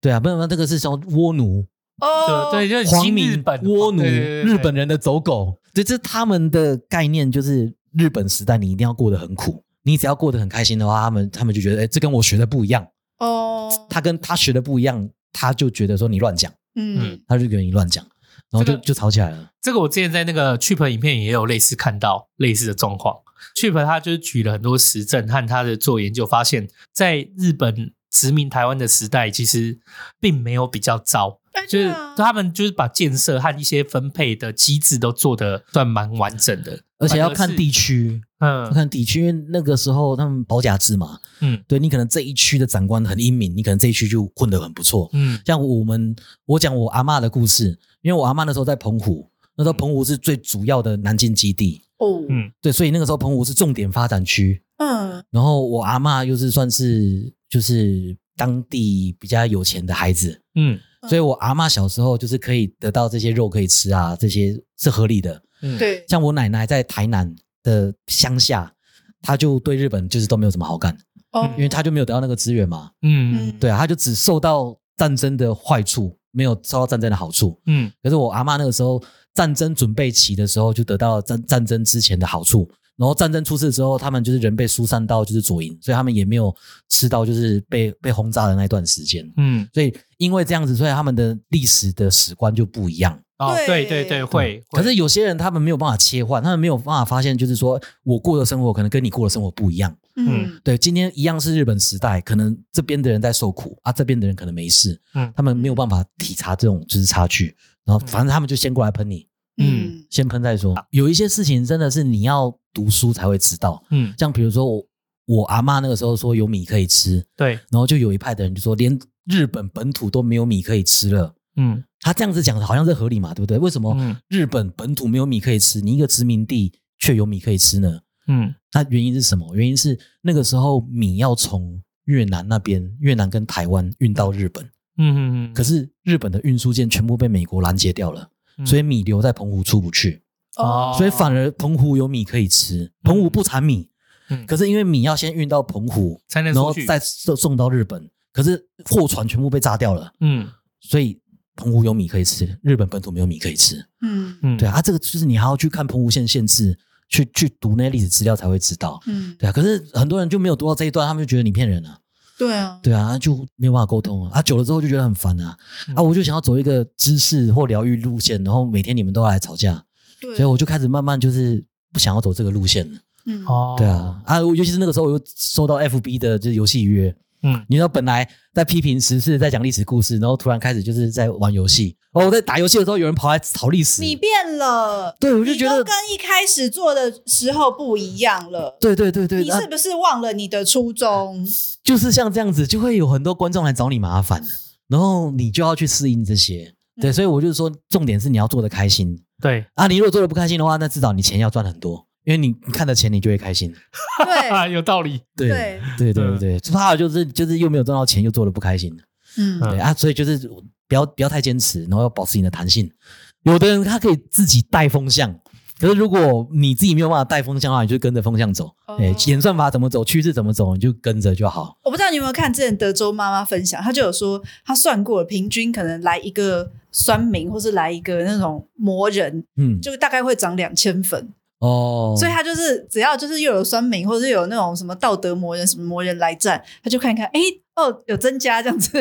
[SPEAKER 4] 对啊，不然不然这个是叫倭奴，
[SPEAKER 3] 哦，
[SPEAKER 2] 对，就是
[SPEAKER 4] 黄
[SPEAKER 2] 新
[SPEAKER 4] 民
[SPEAKER 2] 日本哦
[SPEAKER 4] 倭奴，
[SPEAKER 2] 对对对对
[SPEAKER 4] 日本人的走狗，对，这是他们的概念，就是日本时代你一定要过得很苦，你只要过得很开心的话，他们他们就觉得，哎，这跟我学的不一样，
[SPEAKER 3] 哦，
[SPEAKER 4] 他跟他学的不一样，他就觉得说你乱讲，
[SPEAKER 3] 嗯
[SPEAKER 4] 他就觉得你乱讲，然后就、
[SPEAKER 2] 这个
[SPEAKER 4] 就吵起来了。
[SPEAKER 2] 这个我之前在那个 Chip 影片也有类似看到类似的状况。Chip 他就是举了很多实证和他的做研究，发现在日本殖民台湾的时代，其实并没有比较糟，
[SPEAKER 4] 嗯
[SPEAKER 3] 哎
[SPEAKER 2] 就
[SPEAKER 3] 对
[SPEAKER 2] 是
[SPEAKER 3] 啊
[SPEAKER 2] 他们就是把建设和一些分配的机制都做得算蛮完整的，
[SPEAKER 4] 而且要
[SPEAKER 2] 反而
[SPEAKER 4] 看
[SPEAKER 2] 是
[SPEAKER 4] 地，区，要
[SPEAKER 2] 嗯
[SPEAKER 4] 看地区，因为那个时候他们保甲制嘛，
[SPEAKER 2] 嗯
[SPEAKER 4] 对你可能这一区的长官很英明，你可能这一区就混得很不错。
[SPEAKER 2] 嗯
[SPEAKER 4] 像我们，我讲我阿嬷的故事，因为我阿嬷那时候在澎湖，那时候澎湖是最主要的南京基地，
[SPEAKER 3] 哦，
[SPEAKER 2] 嗯
[SPEAKER 4] 对，所以那个时候澎湖是重点发展区。
[SPEAKER 3] 嗯
[SPEAKER 4] 然后我阿嬷又是算是就是当地比较有钱的孩子，
[SPEAKER 2] 嗯
[SPEAKER 3] 嗯
[SPEAKER 4] 所以我阿嬷小时候就是可以得到这些肉可以吃啊，这些是合理的。
[SPEAKER 2] 嗯，
[SPEAKER 3] 对，
[SPEAKER 4] 像我奶奶在台南的乡下，她就对日本就是都没有什么好感，
[SPEAKER 3] 哦，
[SPEAKER 4] 嗯因为她就没有得到那个资源嘛，
[SPEAKER 2] 嗯
[SPEAKER 4] 对啊，她就只受到战争的坏处，没有受到战争的好处。
[SPEAKER 2] 嗯
[SPEAKER 4] 可是我阿嬷那个时候战争准备期的时候，就得到了战战争之前的好处。然后战争出事之后，他们就是人被疏散到就是左营，所以他们也没有吃到就是被被轰炸的那段时间。
[SPEAKER 2] 嗯，
[SPEAKER 4] 所以因为这样子，所以他们的历史的史观就不一样。嗯
[SPEAKER 2] 哦，对对
[SPEAKER 3] 对
[SPEAKER 2] 对，会，
[SPEAKER 4] 可
[SPEAKER 2] 会
[SPEAKER 4] 是有些人他们没有办法切换，他们没有办法发现，就是说我过的生活可能跟你过的生活不一样。
[SPEAKER 3] 嗯
[SPEAKER 4] 对，今天一样是日本时代，可能这边的人在受苦啊，这边的人可能没事，
[SPEAKER 2] 嗯
[SPEAKER 4] 他们没有办法体察这种就是差距，然后反正他们就先过来喷你，
[SPEAKER 3] 嗯
[SPEAKER 4] 先喷再说。有一些事情真的是你要读书才会知道，
[SPEAKER 2] 嗯
[SPEAKER 4] 像比如说我我阿妈那个时候说有米可以吃，
[SPEAKER 2] 对，
[SPEAKER 4] 然后就有一派的人就说连日本本土都没有米可以吃了。
[SPEAKER 2] 嗯
[SPEAKER 4] 他这样子讲好像是合理嘛，对不对？为什么
[SPEAKER 2] 嗯
[SPEAKER 4] 日本本土没有米可以吃，你一个殖民地却有米可以吃呢？
[SPEAKER 2] 嗯
[SPEAKER 4] 那原因是什么？原因是那个时候米要从越南那边，越南跟台湾运到日本，
[SPEAKER 2] 嗯嗯，
[SPEAKER 4] 可是日本的运输舰全部被美国拦截掉了，
[SPEAKER 2] 嗯
[SPEAKER 4] 所以米留在澎湖出不去，
[SPEAKER 2] 哦，
[SPEAKER 4] 所以反而澎湖有米可以吃，澎湖不产米，
[SPEAKER 2] 嗯
[SPEAKER 4] 可是因为米要先运到澎湖，
[SPEAKER 2] 才能
[SPEAKER 4] 然
[SPEAKER 2] 出
[SPEAKER 4] 后
[SPEAKER 2] 去，
[SPEAKER 4] 再送送到日本，可是货船全部被炸掉了，
[SPEAKER 2] 嗯
[SPEAKER 4] 所以澎湖有米可以吃，日本本土没有米可以吃。
[SPEAKER 3] 嗯
[SPEAKER 2] 嗯，
[SPEAKER 4] 对啊，啊这个就是你还要去看澎湖县县志，去去读那些历史资料才会知道。
[SPEAKER 3] 嗯，
[SPEAKER 4] 对啊，可是很多人就没有读到这一段，他们就觉得你骗人啊，
[SPEAKER 3] 对啊，
[SPEAKER 4] 对啊，就没有办法沟通啊。啊，久了之后就觉得很烦啊，
[SPEAKER 3] 嗯
[SPEAKER 4] 啊，我就想要走一个知识或疗愈路线，然后每天你们都要来吵架，
[SPEAKER 3] 对，
[SPEAKER 4] 所以我就开始慢慢就是不想要走这个路线了。啊
[SPEAKER 3] 嗯
[SPEAKER 2] 哦，
[SPEAKER 4] 对啊，啊，我尤其是那个时候我又收到 FB 的就是游戏约，
[SPEAKER 2] 嗯，
[SPEAKER 4] 你知道本来在批评时事，在讲历史故事，然后突然开始就是在玩游戏。哦，我在打游戏的时候，有人跑来炒历史，
[SPEAKER 3] 你变了，
[SPEAKER 4] 对我
[SPEAKER 3] 我
[SPEAKER 4] 就觉得，
[SPEAKER 3] 跟一开始做的时候不一样了。
[SPEAKER 4] 对对对对，
[SPEAKER 3] 你
[SPEAKER 4] 啊
[SPEAKER 3] 是不是忘了你的初衷？
[SPEAKER 4] 就是像这样子，就会有很多观众来找你麻烦，然后你就要去适应这些。
[SPEAKER 3] 嗯
[SPEAKER 4] 对，所以我就是说，重点是你要做的开心
[SPEAKER 2] 对，
[SPEAKER 4] 啊。你如果做的不开心的话，那至少你钱要赚很多，因为你你看的钱你就会开心。
[SPEAKER 3] 对
[SPEAKER 2] 啊，有道理。
[SPEAKER 4] 对
[SPEAKER 3] 对，
[SPEAKER 4] 对对对，最怕的就是就是又没有赚到钱，又做的不开心。
[SPEAKER 3] 嗯，
[SPEAKER 4] 对啊，所以就是不要不要太坚持，然后要保持你的弹性。有的人他可以自己带风向，可是如果你自己没有办法带风向的话，你就跟着风向走。
[SPEAKER 3] 哦
[SPEAKER 4] 哎、演算法怎么走，趋势怎么走，你就跟着就好。
[SPEAKER 3] 我不知道你有没有看之前德州妈妈分享，她就有说她算过了，平均可能来一个酸民或是来一个那种魔人，
[SPEAKER 4] 嗯，
[SPEAKER 3] 就大概会涨两千粉。
[SPEAKER 4] 哦，
[SPEAKER 3] 所以她就是只要就是又有酸民或者是有那种什么道德魔人什么魔人来战，她就看一看，哎、哦，有增加这样子。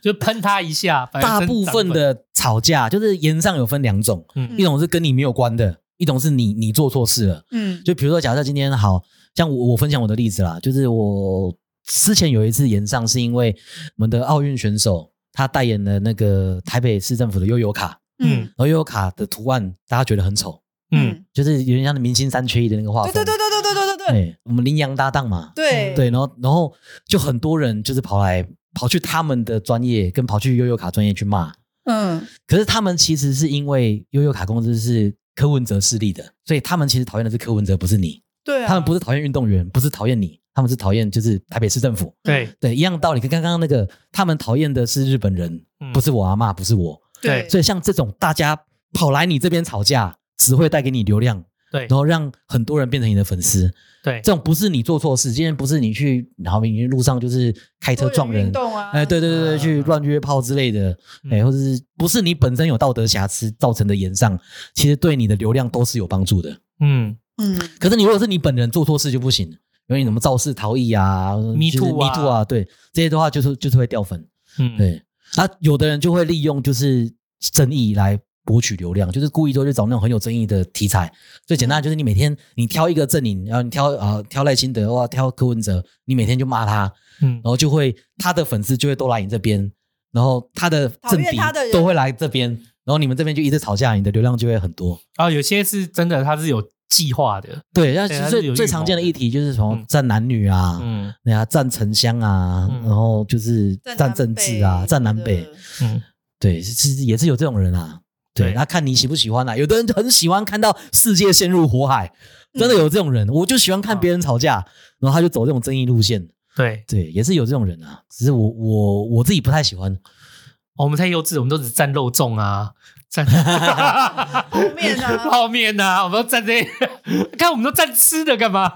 [SPEAKER 2] 就喷他一下，反正
[SPEAKER 4] 大
[SPEAKER 2] 真
[SPEAKER 4] 部
[SPEAKER 2] 哎长
[SPEAKER 4] 分
[SPEAKER 2] 本
[SPEAKER 4] 的吵架就是言上有分两种，
[SPEAKER 2] 嗯
[SPEAKER 4] 一种是跟你没有关的，一种是你你做错事了。
[SPEAKER 3] 嗯
[SPEAKER 4] 就比如说，假设今天好像我我分享我的例子啦，就是我之前有一次延上是因为我们的奥运选手他代言了那个台北市政府的悠游卡，
[SPEAKER 2] 嗯
[SPEAKER 3] 嗯
[SPEAKER 4] 然后悠游卡的图案大家觉得很丑，
[SPEAKER 2] 嗯，
[SPEAKER 3] 嗯，
[SPEAKER 4] 就是有点像明星三缺一的那个画
[SPEAKER 3] 对对
[SPEAKER 4] 风。
[SPEAKER 3] 对对对对对对
[SPEAKER 4] 哎我们羚羊搭档嘛，嗯
[SPEAKER 3] 对
[SPEAKER 4] 对，然后然后就很多人就是跑来跑去他们的专业跟跑去悠游卡专业去骂，
[SPEAKER 3] 嗯
[SPEAKER 4] 可是他们其实是因为悠悠卡公司是柯文哲势力的，所以他们其实讨厌的是柯文哲，不是你。
[SPEAKER 3] 对啊，
[SPEAKER 4] 他们不是讨厌运动员，不是讨厌你，他们是讨厌就是台北市政府。
[SPEAKER 2] 对
[SPEAKER 4] 对，一样道理，跟刚刚那个他们讨厌的是日本人，
[SPEAKER 2] 嗯
[SPEAKER 4] 不是我阿嬷，不是我。
[SPEAKER 2] 对
[SPEAKER 4] 所以像这种大家跑来你这边吵架，只会带给你流量，
[SPEAKER 2] 对
[SPEAKER 4] 然后让很多人变成你的粉丝。
[SPEAKER 2] 对
[SPEAKER 4] 这种不是你做错事，今天不是你去，然后你路上就是开车
[SPEAKER 3] 多
[SPEAKER 4] 撞人
[SPEAKER 3] 运，动啊，
[SPEAKER 4] 哎，对对对对，
[SPEAKER 2] 啊
[SPEAKER 4] 去乱约炮之类的，
[SPEAKER 2] 嗯
[SPEAKER 4] 哎，或者是不是你本身有道德瑕疵造成的延上，其实对你的流量都是有帮助的。
[SPEAKER 2] 嗯
[SPEAKER 3] 嗯，
[SPEAKER 4] 可是你如果是你本人做错事就不行，因为你什么肇事逃逸啊、
[SPEAKER 2] Me too 啊
[SPEAKER 4] me too 啊，对这些的话就是就是会掉粉。
[SPEAKER 2] 嗯，
[SPEAKER 4] 对，啊，有的人就会利用就是争议来博取流量，就是故意就去找那种很有争议的题材。最简单的就是你每天你挑一个阵营，然后你挑啊、呃挑赖清德哇，挑柯文哲，你每天就骂他，
[SPEAKER 2] 嗯
[SPEAKER 4] 然后就会他的粉丝就会都来你这边，然后他的
[SPEAKER 3] 讨
[SPEAKER 4] 政
[SPEAKER 3] 厌
[SPEAKER 4] 敌
[SPEAKER 3] 他的人
[SPEAKER 4] 都会来这边，然后你们这边就一直吵架，你的流量就会很多。
[SPEAKER 2] 然后啊有些是真的，他是有计划的，
[SPEAKER 4] 对，那
[SPEAKER 2] 对它是有
[SPEAKER 4] 最
[SPEAKER 2] 预
[SPEAKER 4] 最
[SPEAKER 2] 谋
[SPEAKER 4] 常见的
[SPEAKER 2] 的
[SPEAKER 4] 议题就是什么
[SPEAKER 2] 嗯
[SPEAKER 4] 站男女啊，
[SPEAKER 2] 嗯
[SPEAKER 4] 对啊，站城乡啊，
[SPEAKER 2] 嗯
[SPEAKER 4] 然后就是站政治啊，站南北，
[SPEAKER 2] 嗯，
[SPEAKER 4] 对，是是也是有这种人啊。对，
[SPEAKER 2] 对
[SPEAKER 4] 那、看你喜不喜欢啦、啊有的人很喜欢看到世界陷入火海，
[SPEAKER 3] 嗯
[SPEAKER 4] 真的有这种人。我就喜
[SPEAKER 2] 嗯
[SPEAKER 4] 欢看别人吵架，然后他就走这种争议路线。
[SPEAKER 2] 对，
[SPEAKER 4] 对，也是有这种人啊。只是我我我自己不太喜欢。
[SPEAKER 2] 哦我们太幼稚，我们都只占肉粽啊， 占
[SPEAKER 3] 后面啊，
[SPEAKER 2] 泡面啊，我们都占这些， 看我们都占吃的干嘛？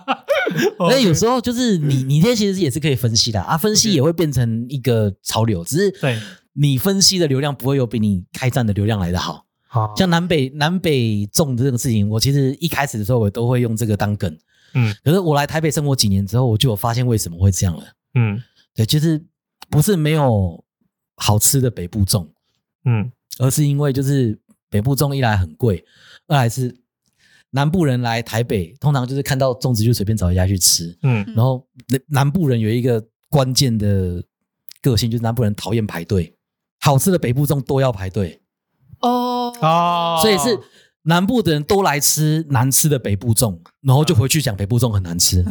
[SPEAKER 2] 哦
[SPEAKER 4] 那有时候就是你
[SPEAKER 2] 嗯
[SPEAKER 4] 你这些其实也是可以分析的啊，分析也会变成一个潮流，只是
[SPEAKER 2] 对
[SPEAKER 4] 你分析的流量不会有比你开战的流量来的好。
[SPEAKER 2] 好，
[SPEAKER 4] 像南北南北粽这个事情，我其实一开始的时候我都会用这个当梗，
[SPEAKER 2] 嗯
[SPEAKER 4] 可是我来台北生活几年之后，我就有发现为什么会这样了。
[SPEAKER 2] 嗯
[SPEAKER 4] 对，就是不是没有好吃的北部粽，
[SPEAKER 2] 嗯，
[SPEAKER 4] 而是因为就是北部粽一来很贵，二来是南部人来台北，通常就是看到粽子就随便找一家去吃，
[SPEAKER 2] 嗯
[SPEAKER 4] 然后南南部人有一个关键的个性，就是南部人讨厌排队，好吃的北部粽都要排队。
[SPEAKER 3] 哦
[SPEAKER 2] 哦，
[SPEAKER 4] 所以是南部的人都来吃难吃的北部粽，然后就回去讲北部粽很 难吃。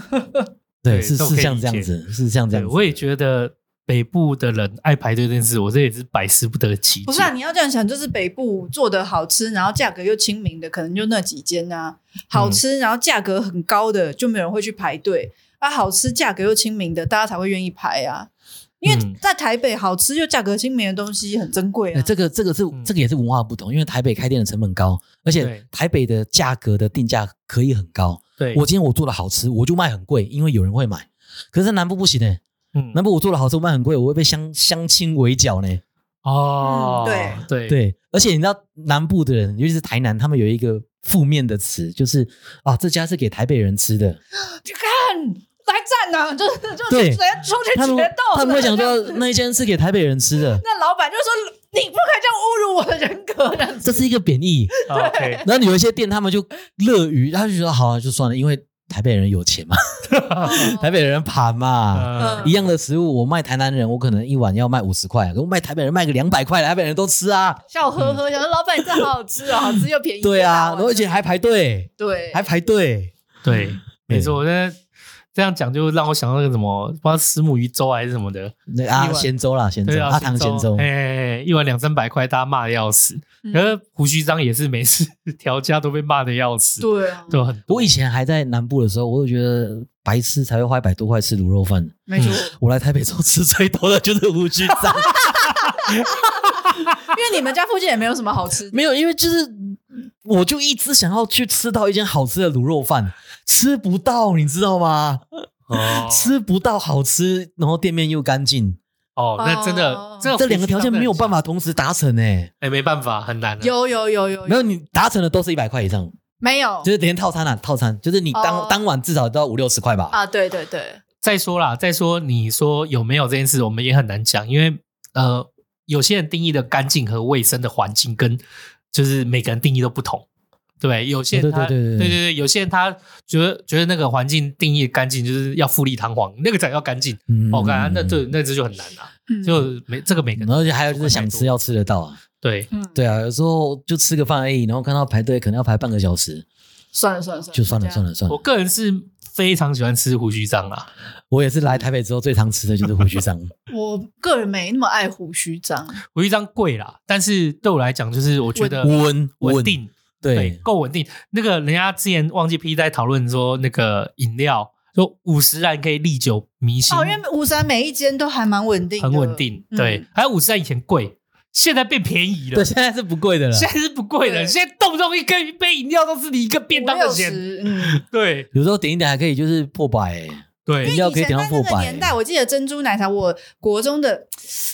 [SPEAKER 4] 对，
[SPEAKER 2] 对
[SPEAKER 4] 是
[SPEAKER 2] 这我
[SPEAKER 4] 是
[SPEAKER 2] 可以
[SPEAKER 4] 像
[SPEAKER 2] 理
[SPEAKER 4] 这样
[SPEAKER 2] 解
[SPEAKER 4] 子，是像这样
[SPEAKER 2] 对，
[SPEAKER 4] 子。
[SPEAKER 2] 我也觉得北部的人爱排队这件事，我这也是百思不得其解。
[SPEAKER 3] 不是啊，你要这样想，就是北部做的好吃，然后价格又亲民的，可能就那几间啊。
[SPEAKER 4] 嗯
[SPEAKER 3] 好吃，然后价格很高的，就没有人会去排队。啊，好吃，价格又亲民的，大家才会愿意排啊。因
[SPEAKER 2] 嗯
[SPEAKER 3] 为在台北，好吃又价格亲民的东西很珍贵
[SPEAKER 4] 呃
[SPEAKER 3] 啊。
[SPEAKER 4] 这个这个是
[SPEAKER 2] 嗯
[SPEAKER 4] 这个也是文化不同，因为台北开店的成本高，而且
[SPEAKER 2] 对
[SPEAKER 4] 台北的价格的定价可以很高。
[SPEAKER 2] 对，
[SPEAKER 4] 我今天我做的好吃，我就卖很贵，因为有人会买。可是在南部不行呢、欸
[SPEAKER 2] 嗯
[SPEAKER 4] 南部我做的好吃，我卖很贵，我会被相相亲围剿呢、
[SPEAKER 2] 哦，
[SPEAKER 3] 嗯
[SPEAKER 2] 对对
[SPEAKER 4] 对，而且你知道南部的人，尤其是台南，他们有一个负面的词，就是啊，这家是给台北人吃的。
[SPEAKER 3] 就看来战呢、就是就是
[SPEAKER 4] 对
[SPEAKER 3] 直接出去
[SPEAKER 4] 他
[SPEAKER 3] 决
[SPEAKER 4] 们
[SPEAKER 3] 斗。
[SPEAKER 4] 他们会想
[SPEAKER 3] 这样
[SPEAKER 4] 说那一间是给台北人吃 的，
[SPEAKER 3] 那老板就说你不可以这样侮辱我的人格
[SPEAKER 4] 啊
[SPEAKER 3] 这样子
[SPEAKER 4] 这是一个贬义。
[SPEAKER 2] ，OK，
[SPEAKER 4] 啊然后有一些店他们就乐于，他就觉得好啊，就算了，因为台北人有钱嘛，啊
[SPEAKER 2] 嗯
[SPEAKER 4] 台北人盘嘛，
[SPEAKER 2] 呃
[SPEAKER 3] 嗯
[SPEAKER 4] 一样的食物我卖台南人，我可能一碗要卖五十块，我卖台北人卖个两百块，台北人都吃啊，
[SPEAKER 3] 笑呵呵，想说老板你这好好吃哦，好吃又便宜。又
[SPEAKER 4] 对啊，
[SPEAKER 3] 大
[SPEAKER 4] 然
[SPEAKER 3] 碗
[SPEAKER 4] 后而且还排队，
[SPEAKER 3] 对，
[SPEAKER 4] 还排队，
[SPEAKER 2] 对，没
[SPEAKER 4] 对
[SPEAKER 2] 错。那这样讲就让我想到那个什么，不知道石母鱼粥还是什么的，
[SPEAKER 4] 那啊
[SPEAKER 2] 一碗
[SPEAKER 4] 咸粥啦，咸
[SPEAKER 2] 对
[SPEAKER 4] 粥，
[SPEAKER 2] 啊，
[SPEAKER 4] 阿唐咸粥，
[SPEAKER 2] 哎，一碗两三百块，大家骂的要死。可是胡须章也是每次 调价都被骂的要死，
[SPEAKER 3] 对啊，
[SPEAKER 2] 对，很
[SPEAKER 4] 我以前还在南部的时候，我就觉得白痴才会花一百多块吃卤肉饭。
[SPEAKER 3] 没错，
[SPEAKER 4] 我来台北之后吃最多的就是胡须章，
[SPEAKER 3] 因为你们家附近也没有什么好 吃的。
[SPEAKER 4] 没有，因为就是我就一直想要去吃到一间好吃的卤肉饭，吃不到，你知道吗？
[SPEAKER 2] 哦
[SPEAKER 4] 吃不到好吃，然后店面又干净，
[SPEAKER 2] 哦，那真的
[SPEAKER 3] 哦，
[SPEAKER 2] 真的
[SPEAKER 4] 这两个条件没有办
[SPEAKER 2] 法，
[SPEAKER 4] 法同时达成诶、
[SPEAKER 2] 哎，没办法，很难啊。
[SPEAKER 3] 有有有有
[SPEAKER 4] 没有，你达成的都是一百块以
[SPEAKER 2] 哦
[SPEAKER 4] 上，
[SPEAKER 3] 没有
[SPEAKER 4] 就是连套餐啊，套餐就是你当、
[SPEAKER 3] 哦
[SPEAKER 4] 当晚至少都要五六十块吧。
[SPEAKER 3] 啊？对对对，
[SPEAKER 2] 再说啦，再说你说有没有这件事，我们也很难讲，因为呃，有些人定义的干净和卫生的环境跟就是每个人定义都不同。对，有些人
[SPEAKER 4] 哦对
[SPEAKER 2] 他、
[SPEAKER 4] 对对对对
[SPEAKER 2] 对有些人他觉得觉得那个环境定义干净就是要富丽堂皇，那个才叫干净。
[SPEAKER 4] 嗯
[SPEAKER 2] 哦，感觉那对那这就很难啦、就每这个每个
[SPEAKER 4] 然
[SPEAKER 2] 人
[SPEAKER 4] 后就还有就是想吃要吃得到啊，
[SPEAKER 2] 对，
[SPEAKER 4] 对啊，有时候就吃个饭而已，然后看到排队可能要排半个小时，
[SPEAKER 3] 算了算了算了，
[SPEAKER 4] 就算了算
[SPEAKER 3] 了。
[SPEAKER 4] 了算
[SPEAKER 2] 嗯啊我
[SPEAKER 4] 了。
[SPEAKER 2] 个人是非常喜欢吃胡须章啦。
[SPEAKER 4] 我也是来台北之后最常吃的就是胡 须章，
[SPEAKER 3] 我个人没那么爱胡须章，
[SPEAKER 2] 胡须章贵啦，但是对我来讲就是我觉得
[SPEAKER 4] 温
[SPEAKER 2] 呃稳定，对，
[SPEAKER 4] 对，
[SPEAKER 2] 够稳定。那个人家之前忘记 P 在讨论说，那个饮料说五十兰可以历久弥新，
[SPEAKER 3] 哦，因为五山每一间都还蛮稳定，
[SPEAKER 2] 很稳。定。
[SPEAKER 3] 嗯
[SPEAKER 2] 对，还有五十兰以前贵，现在变便宜了
[SPEAKER 4] 对，。现在是不贵的了，
[SPEAKER 2] 现在是不贵了，
[SPEAKER 3] 对
[SPEAKER 2] 现在动不动一根一杯饮料都是你一个便当的钱。
[SPEAKER 3] 5-60嗯，
[SPEAKER 2] 对
[SPEAKER 4] 有时候点一点还可以就是破百、欸，
[SPEAKER 2] 对
[SPEAKER 4] 饮
[SPEAKER 3] 因
[SPEAKER 4] 料
[SPEAKER 3] 为
[SPEAKER 4] 可以
[SPEAKER 3] 以
[SPEAKER 4] 点
[SPEAKER 3] 前
[SPEAKER 4] 到
[SPEAKER 3] 在
[SPEAKER 4] 破
[SPEAKER 3] 那
[SPEAKER 4] 百
[SPEAKER 3] 个年代，我记得珍珠奶茶，我国中的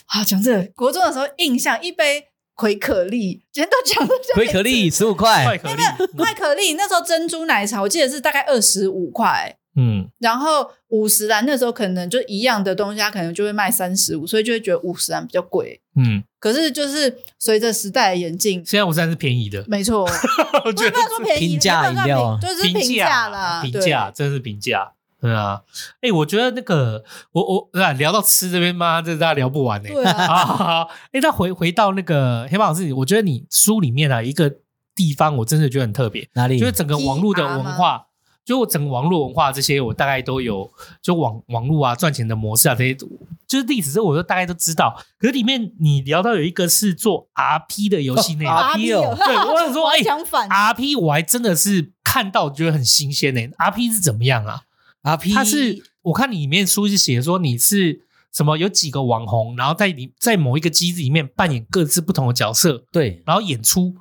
[SPEAKER 3] 啊，讲这个国中的时候印象，一杯葵可丽，今天都讲到这
[SPEAKER 4] 龟壳粒十五
[SPEAKER 2] 快
[SPEAKER 4] 块，
[SPEAKER 2] 可丽，
[SPEAKER 3] 快可丽，那时候珍珠奶茶我记得是大概二十五块，
[SPEAKER 2] 嗯，
[SPEAKER 3] 然后五十兰那时候可能就一样的东西，它可能就会卖三十五，所以就会觉得五十兰比较贵。
[SPEAKER 2] 嗯，
[SPEAKER 3] 可是就是随着时代的演进，，
[SPEAKER 2] 现在五十兰是便宜的
[SPEAKER 3] 没错，我
[SPEAKER 2] 我
[SPEAKER 3] 也
[SPEAKER 2] 觉
[SPEAKER 3] 不
[SPEAKER 2] 得
[SPEAKER 3] 要说便宜，
[SPEAKER 4] 平价啊
[SPEAKER 3] 也不要
[SPEAKER 4] 饮料啊
[SPEAKER 3] 算便宜就是平
[SPEAKER 2] 价
[SPEAKER 3] 啦，
[SPEAKER 2] 平
[SPEAKER 3] 对
[SPEAKER 2] 价，真的是平价。对啊，哎，我觉得那个我我啊聊到吃这边妈，这大家聊不完呢。
[SPEAKER 3] 对啊，
[SPEAKER 2] 啊，哎，那回回到那个黑马老师，我觉得你书里面啊一个地方，我真的觉得很特别，
[SPEAKER 4] 哪里
[SPEAKER 2] 就是整个网络的文
[SPEAKER 3] PR
[SPEAKER 2] 化，就我整个网络文化这些，我大概都有，就网网络啊赚钱的模式啊这些，就是历史这我都大概都知道。可是里面你聊到有一个是做 RP 的游戏内容，
[SPEAKER 4] 哦 RP 哦
[SPEAKER 2] 对我想 说，哎、
[SPEAKER 3] 相反
[SPEAKER 4] 啊
[SPEAKER 2] RP 我还真的是看到觉得很新鲜呢、RP 是怎么样啊？
[SPEAKER 4] RP，
[SPEAKER 2] 他是我看里面书是写说你是什么有几个网红，然后在你在某一个机子里面扮演各自不同的角色，
[SPEAKER 4] 对，
[SPEAKER 2] 然后演出，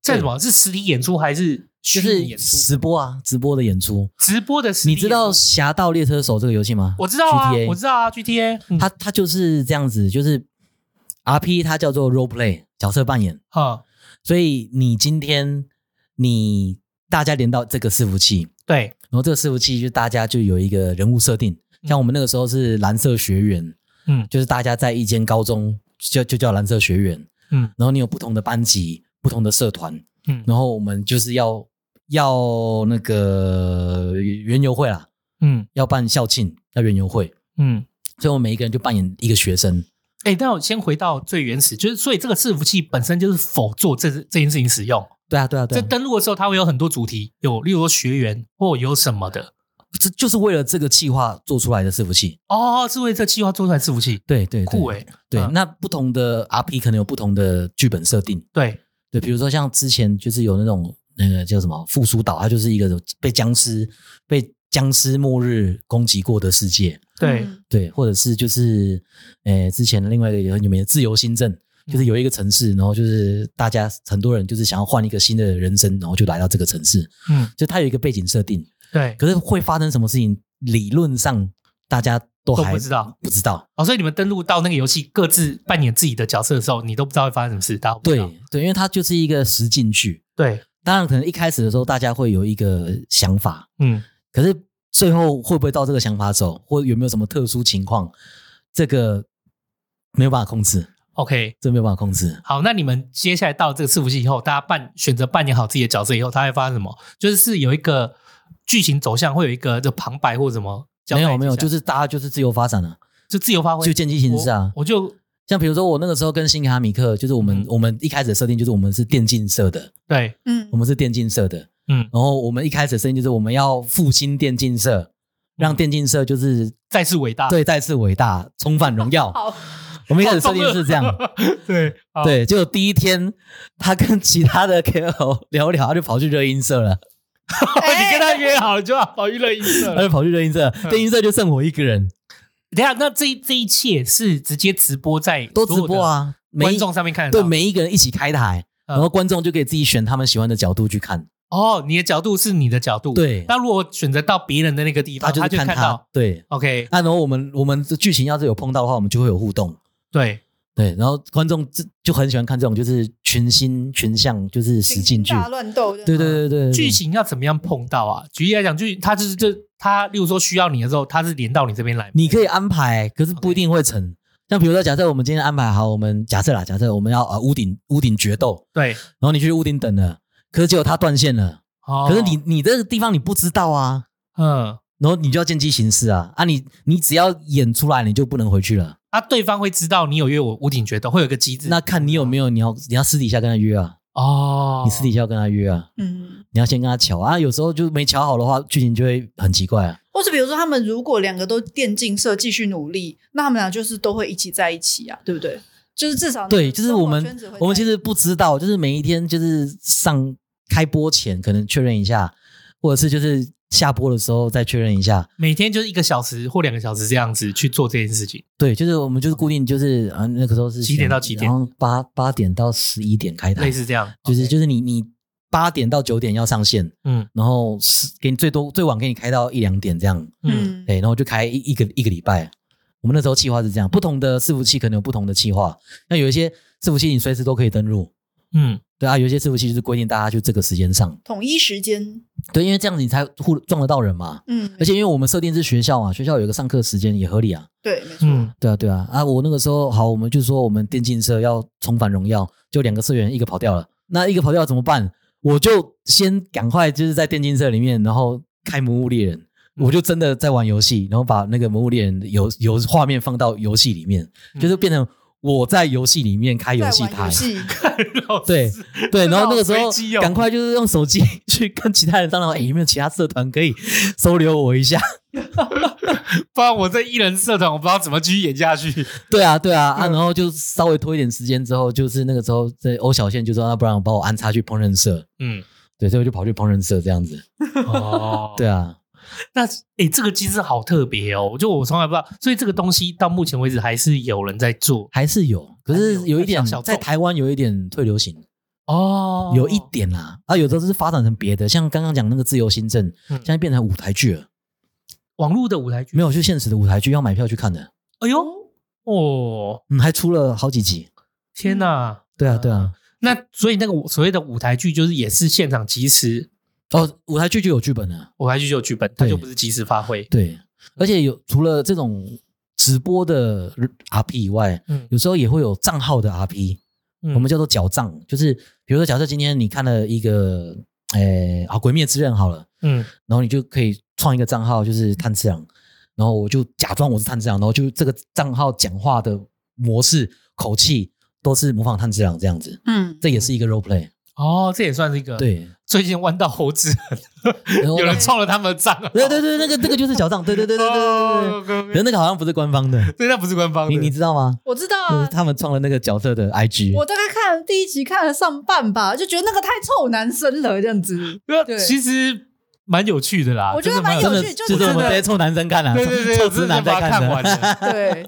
[SPEAKER 2] 在什么是实体演出还是虚
[SPEAKER 4] 就是
[SPEAKER 2] 拟演出？
[SPEAKER 4] 直播啊，直播的演出。
[SPEAKER 2] 直播的实体
[SPEAKER 4] 你
[SPEAKER 2] 演出
[SPEAKER 4] 知道《侠盗猎车手》这个游戏吗？
[SPEAKER 2] 我知道啊
[SPEAKER 4] GTA
[SPEAKER 2] 我知道啊，GTA，嗯
[SPEAKER 4] 它它就是这样子，就是 RP 它叫做 role play 角色扮演，
[SPEAKER 2] 啊，
[SPEAKER 4] 所以你今天你大家连到这个伺服器，
[SPEAKER 2] 对，
[SPEAKER 4] 然后这个伺服器就大家就有一个人物设定，像我们那个时候是蓝色学员，
[SPEAKER 2] 嗯
[SPEAKER 4] 就是大家在一间高中就就叫蓝色学员，
[SPEAKER 2] 嗯
[SPEAKER 4] 然后你有不同的班级、不同的社团，
[SPEAKER 2] 嗯
[SPEAKER 4] 然后我们就是要要那个园游会啦，
[SPEAKER 2] 嗯
[SPEAKER 4] 要办校庆，要园游会，
[SPEAKER 2] 嗯。
[SPEAKER 4] 所以我们每一个人就扮演一个学生，
[SPEAKER 2] 哎、那我先回到最原始，就是所以这个伺服器本身就是否做这这件事情使用。
[SPEAKER 4] 对啊，对啊，对
[SPEAKER 2] 在
[SPEAKER 4] 啊，
[SPEAKER 2] 登录的时候，它会有很多主题，有例如说学员或有什么的。
[SPEAKER 4] 这就是为了这个计划做出来的伺服器，
[SPEAKER 2] 哦，是为这计划做出来伺服器，
[SPEAKER 4] 对对
[SPEAKER 2] 酷
[SPEAKER 4] 对
[SPEAKER 2] 哎、
[SPEAKER 4] 对
[SPEAKER 2] 嗯，
[SPEAKER 4] 那不同的 RP 可能有不同的剧本设定，
[SPEAKER 2] 对，
[SPEAKER 4] 对，比如说像之前就是有那种那个叫什么复苏岛，它就是一个被僵尸被僵尸末日攻击过的世界，
[SPEAKER 2] 对，
[SPEAKER 3] 嗯
[SPEAKER 4] 对，或者是就是，呃，之前另外一个也很有名的自由新政，
[SPEAKER 2] 嗯
[SPEAKER 4] 就是有一个城市，然后就是大家很多人就是想要换一个新的人生，然后就来到这个城市，
[SPEAKER 2] 嗯，
[SPEAKER 4] 就它有一个背景设定，
[SPEAKER 2] 对。
[SPEAKER 4] 可是会发生什么事情，理论上大家都
[SPEAKER 2] 都
[SPEAKER 4] 还
[SPEAKER 2] 不知道，
[SPEAKER 4] 不知道。
[SPEAKER 2] 哦，所以你们登录到那个游戏，各自扮演自己的角色的时候，你都不知道会发生什么事，大家都不知
[SPEAKER 4] 对
[SPEAKER 2] 道
[SPEAKER 4] 对，因为它就是一个实境剧，
[SPEAKER 2] 对，
[SPEAKER 4] 当然可能一开始的时候大家会有一个想法，
[SPEAKER 2] 嗯，
[SPEAKER 4] 可是最后会不会到这个想法走，或有没有什么特殊情况，这个没有办法控制，
[SPEAKER 2] OK，
[SPEAKER 4] 这没有办法控制。
[SPEAKER 2] 好，那你们接下来到这个伺服器以后，大家扮选择扮演好自己的角色以后，它会发生什么？就是是有一个剧情走向会有一个就旁白或什么交代
[SPEAKER 4] 没
[SPEAKER 2] 一下？
[SPEAKER 4] 有没有，就是大家就是自由发展啊，
[SPEAKER 2] 就自由发挥，
[SPEAKER 4] 就见机行事啊
[SPEAKER 2] 我我就
[SPEAKER 4] 像比如说我那个时候跟新卡米克，就是我们、
[SPEAKER 2] 嗯
[SPEAKER 4] 我们一开始的设定就是我们是电竞社的，
[SPEAKER 2] 对，
[SPEAKER 3] 嗯
[SPEAKER 4] 我，们是电竞社的，
[SPEAKER 2] 嗯，
[SPEAKER 4] 然后我们一开始的设定就是我们要复兴电竞
[SPEAKER 3] 嗯
[SPEAKER 4] 社，让电竞社就是
[SPEAKER 2] 再次伟大，
[SPEAKER 4] 对再次伟大，重返荣耀。
[SPEAKER 3] 好，
[SPEAKER 4] 我们一开始设定是这样，
[SPEAKER 2] 对好
[SPEAKER 4] 对，就第一天他跟其他的 KOL 聊聊，他就跑去热音社了，
[SPEAKER 2] 哎你
[SPEAKER 3] 哎
[SPEAKER 2] 跟他约好了就要跑娱乐音社
[SPEAKER 4] 他
[SPEAKER 2] 了。
[SPEAKER 4] 就跑去热音社，
[SPEAKER 2] 嗯
[SPEAKER 4] 电音社就剩我一个人，
[SPEAKER 2] 呃等一下，那这一这一切是直接直播在
[SPEAKER 4] 都直播，啊，每
[SPEAKER 2] 观
[SPEAKER 4] 一
[SPEAKER 2] 众上面看得
[SPEAKER 4] 对
[SPEAKER 2] 到。
[SPEAKER 4] 每一个人一起开台，
[SPEAKER 2] 嗯
[SPEAKER 4] 然后观众就可以自己选他们喜欢的角度去看，
[SPEAKER 2] 哦，你的角度是你的角度，
[SPEAKER 4] 对啊
[SPEAKER 2] 那如果我选择到别人的那个地方，
[SPEAKER 4] 他就
[SPEAKER 2] 他
[SPEAKER 4] 是
[SPEAKER 2] 就
[SPEAKER 4] 看
[SPEAKER 2] 看到
[SPEAKER 4] 他。对，
[SPEAKER 2] OK，
[SPEAKER 4] 啊，然后我们我们的剧情要是有碰到的话，我们就会有互动。
[SPEAKER 2] 对，
[SPEAKER 4] 对，然后观众就就很喜欢看这种就是群星群像，就是实境剧。
[SPEAKER 3] 大乱斗的，
[SPEAKER 4] 对对对对对，
[SPEAKER 2] 剧情要怎么样碰到啊？举例来讲，剧他就是这他，例如说需要你的时候，他是连到你这边来吗，
[SPEAKER 4] 你可以啊安排，可是不一定会成。像比如说，假设我们今天安排好，我们假设啦，假设我们要呃屋顶屋顶决斗，
[SPEAKER 2] 对，
[SPEAKER 4] 然后你去屋顶等了，可是结果他断线了，
[SPEAKER 2] 哦
[SPEAKER 4] 可是你你这个地方你不知道啊，
[SPEAKER 2] 嗯，
[SPEAKER 4] 然后你就要见机行事啊啊你你只要演出来，你就不能回去了。
[SPEAKER 2] 啊，对方会知道你有约我屋顶决斗，会有一个机制。
[SPEAKER 4] 那看你有没有你要你要私底下跟他约啊，
[SPEAKER 2] 哦，
[SPEAKER 4] 你私底下要跟他约啊。
[SPEAKER 3] 嗯，
[SPEAKER 4] 你要先跟他瞧啊，有时候就没瞧好的话，剧情就会很奇怪啊。
[SPEAKER 3] 或是比如说他们如果两个都电竞社继续努力，那他们俩就是都会一起在一起啊，对不对？就是至少
[SPEAKER 4] 对，就是我
[SPEAKER 3] 生活圈
[SPEAKER 4] 们
[SPEAKER 3] 子会
[SPEAKER 4] 我们
[SPEAKER 3] 在
[SPEAKER 4] 其
[SPEAKER 3] 一起
[SPEAKER 4] 实不知道，就是每一天就是上开播前可能确认一下，或者是就是下播的时候再确认一下。
[SPEAKER 2] 每天就是一个小时或两个小时这样子去做这件事情。
[SPEAKER 4] 对，就是我们就是固定就是啊，那个时候是
[SPEAKER 2] 几点到几点
[SPEAKER 4] 然后八八点到十一点开台
[SPEAKER 2] 类，似这样，
[SPEAKER 4] 啊就是
[SPEAKER 2] OK
[SPEAKER 4] 就是你你八点到九点要上线，
[SPEAKER 2] 嗯
[SPEAKER 4] 然后是给你最多最晚给你开到一两点这样，
[SPEAKER 2] 嗯
[SPEAKER 3] 嗯，
[SPEAKER 4] 对，然后就开一一个一个礼拜。我们那时候计划是这样，不同的伺服器可能有不同的计划。那有一些伺服器你随时都可以登录，
[SPEAKER 2] 嗯，
[SPEAKER 4] 对啊，有一些伺服器就是规定大家就这个时间上，
[SPEAKER 3] 统一时间，
[SPEAKER 4] 对，因为这样子你才互撞得到人嘛。
[SPEAKER 3] 嗯，
[SPEAKER 4] 而且因为我们设定是学校嘛，啊学校有一个上课时间也合理啊。
[SPEAKER 3] 对，没错，
[SPEAKER 2] 嗯
[SPEAKER 4] 对啊，对啊，啊，我那个时候好，我们就说我们电竞社要重返荣耀，就两个社员一个跑掉了，那一个跑掉怎么办？我就先赶快就是在电竞社里面，然后开魔物猎人，我就真的在玩游戏，然后把那个魔物猎人的游游画面放到游戏里面，就是变成我在游戏里面开游
[SPEAKER 3] 在
[SPEAKER 4] 戏
[SPEAKER 3] 玩
[SPEAKER 4] 台
[SPEAKER 3] 游。 戏，
[SPEAKER 2] 老师
[SPEAKER 4] 嗯对对，
[SPEAKER 2] 真的
[SPEAKER 4] 然后那个
[SPEAKER 2] 好
[SPEAKER 4] 时候
[SPEAKER 2] 随机哦
[SPEAKER 4] 赶快就是用手机去跟其他人商量， 哎，有没有其他社团可以收留我一下？
[SPEAKER 2] 不然我在艺人社团，我不知道怎么继续演下去。
[SPEAKER 4] 对啊，对啊，
[SPEAKER 2] 嗯
[SPEAKER 4] 啊，然后就稍微拖一点时间之后，就是那个时候，在欧小倩就说，啊那不然我把我安插去烹饪社，
[SPEAKER 2] 嗯，
[SPEAKER 4] 对，所以我就跑去烹饪社这样子。
[SPEAKER 2] 哦，
[SPEAKER 4] 对啊，
[SPEAKER 2] 那诶，这个机制好特别哦，就我从来不知道，所以这个东西到目前为止还是有人在做
[SPEAKER 4] 还是有，可
[SPEAKER 2] 还
[SPEAKER 4] 是
[SPEAKER 2] 是有
[SPEAKER 4] 有一点
[SPEAKER 2] 小小众
[SPEAKER 4] 在台湾有一点退流行，
[SPEAKER 2] 哦
[SPEAKER 4] 有一点啦，啊，有的是发展成别的，像刚刚讲那个自由新政，
[SPEAKER 2] 嗯
[SPEAKER 4] 现在变成舞台剧了，
[SPEAKER 2] 网络的舞台剧
[SPEAKER 4] 没。有就现实的舞台剧要买票去看的，
[SPEAKER 2] 哎呦，哦，
[SPEAKER 4] 嗯，还出了好几集。
[SPEAKER 2] 天哪！
[SPEAKER 4] 对啊，对啊，
[SPEAKER 2] 那所以那个所谓的舞台剧，就是也是现场即时
[SPEAKER 4] 哦，舞台剧就有剧本了，
[SPEAKER 2] 舞台剧就有剧本，它
[SPEAKER 4] 对
[SPEAKER 2] 就不是即时发挥。
[SPEAKER 4] 对，而且有除了这种直播的 RP 以外，
[SPEAKER 2] 嗯
[SPEAKER 4] 有时候也会有账号的 RP，、
[SPEAKER 2] 嗯
[SPEAKER 4] 我们叫做缴账，就是比如说，假设今天你看了一个，诶、好，《鬼灭之刃》好了，
[SPEAKER 2] 嗯
[SPEAKER 4] 然后你就可以创一个账号，就是炭治郎，然后我就假装我是炭治郎，然后就这个账号讲话的模式、口气都是模仿炭治郎这样子，
[SPEAKER 3] 嗯，
[SPEAKER 4] 这也是一个 role play，、
[SPEAKER 2] 哦，这也算是一个。
[SPEAKER 4] 对，
[SPEAKER 2] 最近弯道猴子
[SPEAKER 4] 然后
[SPEAKER 2] 有人创了他们的账号，
[SPEAKER 4] 对对对，那个那个就是缴账，对对对对对对对
[SPEAKER 2] 哦，OK，
[SPEAKER 4] 对，可是
[SPEAKER 2] OK
[SPEAKER 4] 那个好像不是官方的，
[SPEAKER 2] 对，那不是官方的。
[SPEAKER 4] 你你知道吗？
[SPEAKER 3] 我知道
[SPEAKER 4] 就是
[SPEAKER 3] 啊，
[SPEAKER 4] 他们创了那个角色的 IG，
[SPEAKER 3] 我大概看第一集看了上半吧，就觉得那个太臭男生了，这样 子。
[SPEAKER 2] 对啊
[SPEAKER 3] 对
[SPEAKER 2] 其实蛮有趣的啦，
[SPEAKER 3] 我觉
[SPEAKER 2] 真
[SPEAKER 3] 得
[SPEAKER 2] 的
[SPEAKER 3] 蛮
[SPEAKER 4] 真
[SPEAKER 3] 有
[SPEAKER 4] 的
[SPEAKER 3] 趣就是
[SPEAKER 4] 就是我们
[SPEAKER 3] 真的
[SPEAKER 4] 这些臭男生看啊，
[SPEAKER 2] 对对对，
[SPEAKER 4] 臭直男
[SPEAKER 2] 我真的
[SPEAKER 4] 在
[SPEAKER 2] 把它看完
[SPEAKER 4] 的，
[SPEAKER 2] 了。
[SPEAKER 3] 对，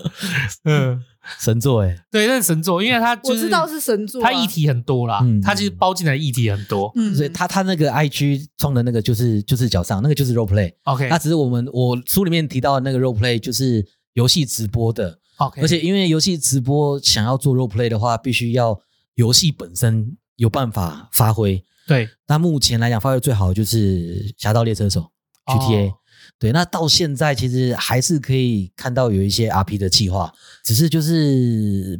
[SPEAKER 2] 嗯，
[SPEAKER 4] 神作哎，
[SPEAKER 2] 对，那是神作，因为它就
[SPEAKER 3] 我
[SPEAKER 2] 是
[SPEAKER 3] 知道是神作啊，
[SPEAKER 2] 它议题很多啦
[SPEAKER 4] 嗯，
[SPEAKER 2] 它其实包进来的议题很多。
[SPEAKER 3] 嗯，
[SPEAKER 4] 所以 他他那个 IG 创的那个就是就是脚上那个就是 role play，
[SPEAKER 2] OK
[SPEAKER 4] 那只是我们我书里面提到的那个 role play 就是游戏直播的，
[SPEAKER 2] OK，
[SPEAKER 4] 而且因为游戏直播想要做 role play 的话，必须要游戏本身有办法发挥。
[SPEAKER 2] 对
[SPEAKER 4] 那目前来讲，发挥最好的就是《侠盗猎车手》GTA。
[SPEAKER 2] 哦
[SPEAKER 4] 对，那到现在其实还是可以看到有一些 RP 的计划，只是就是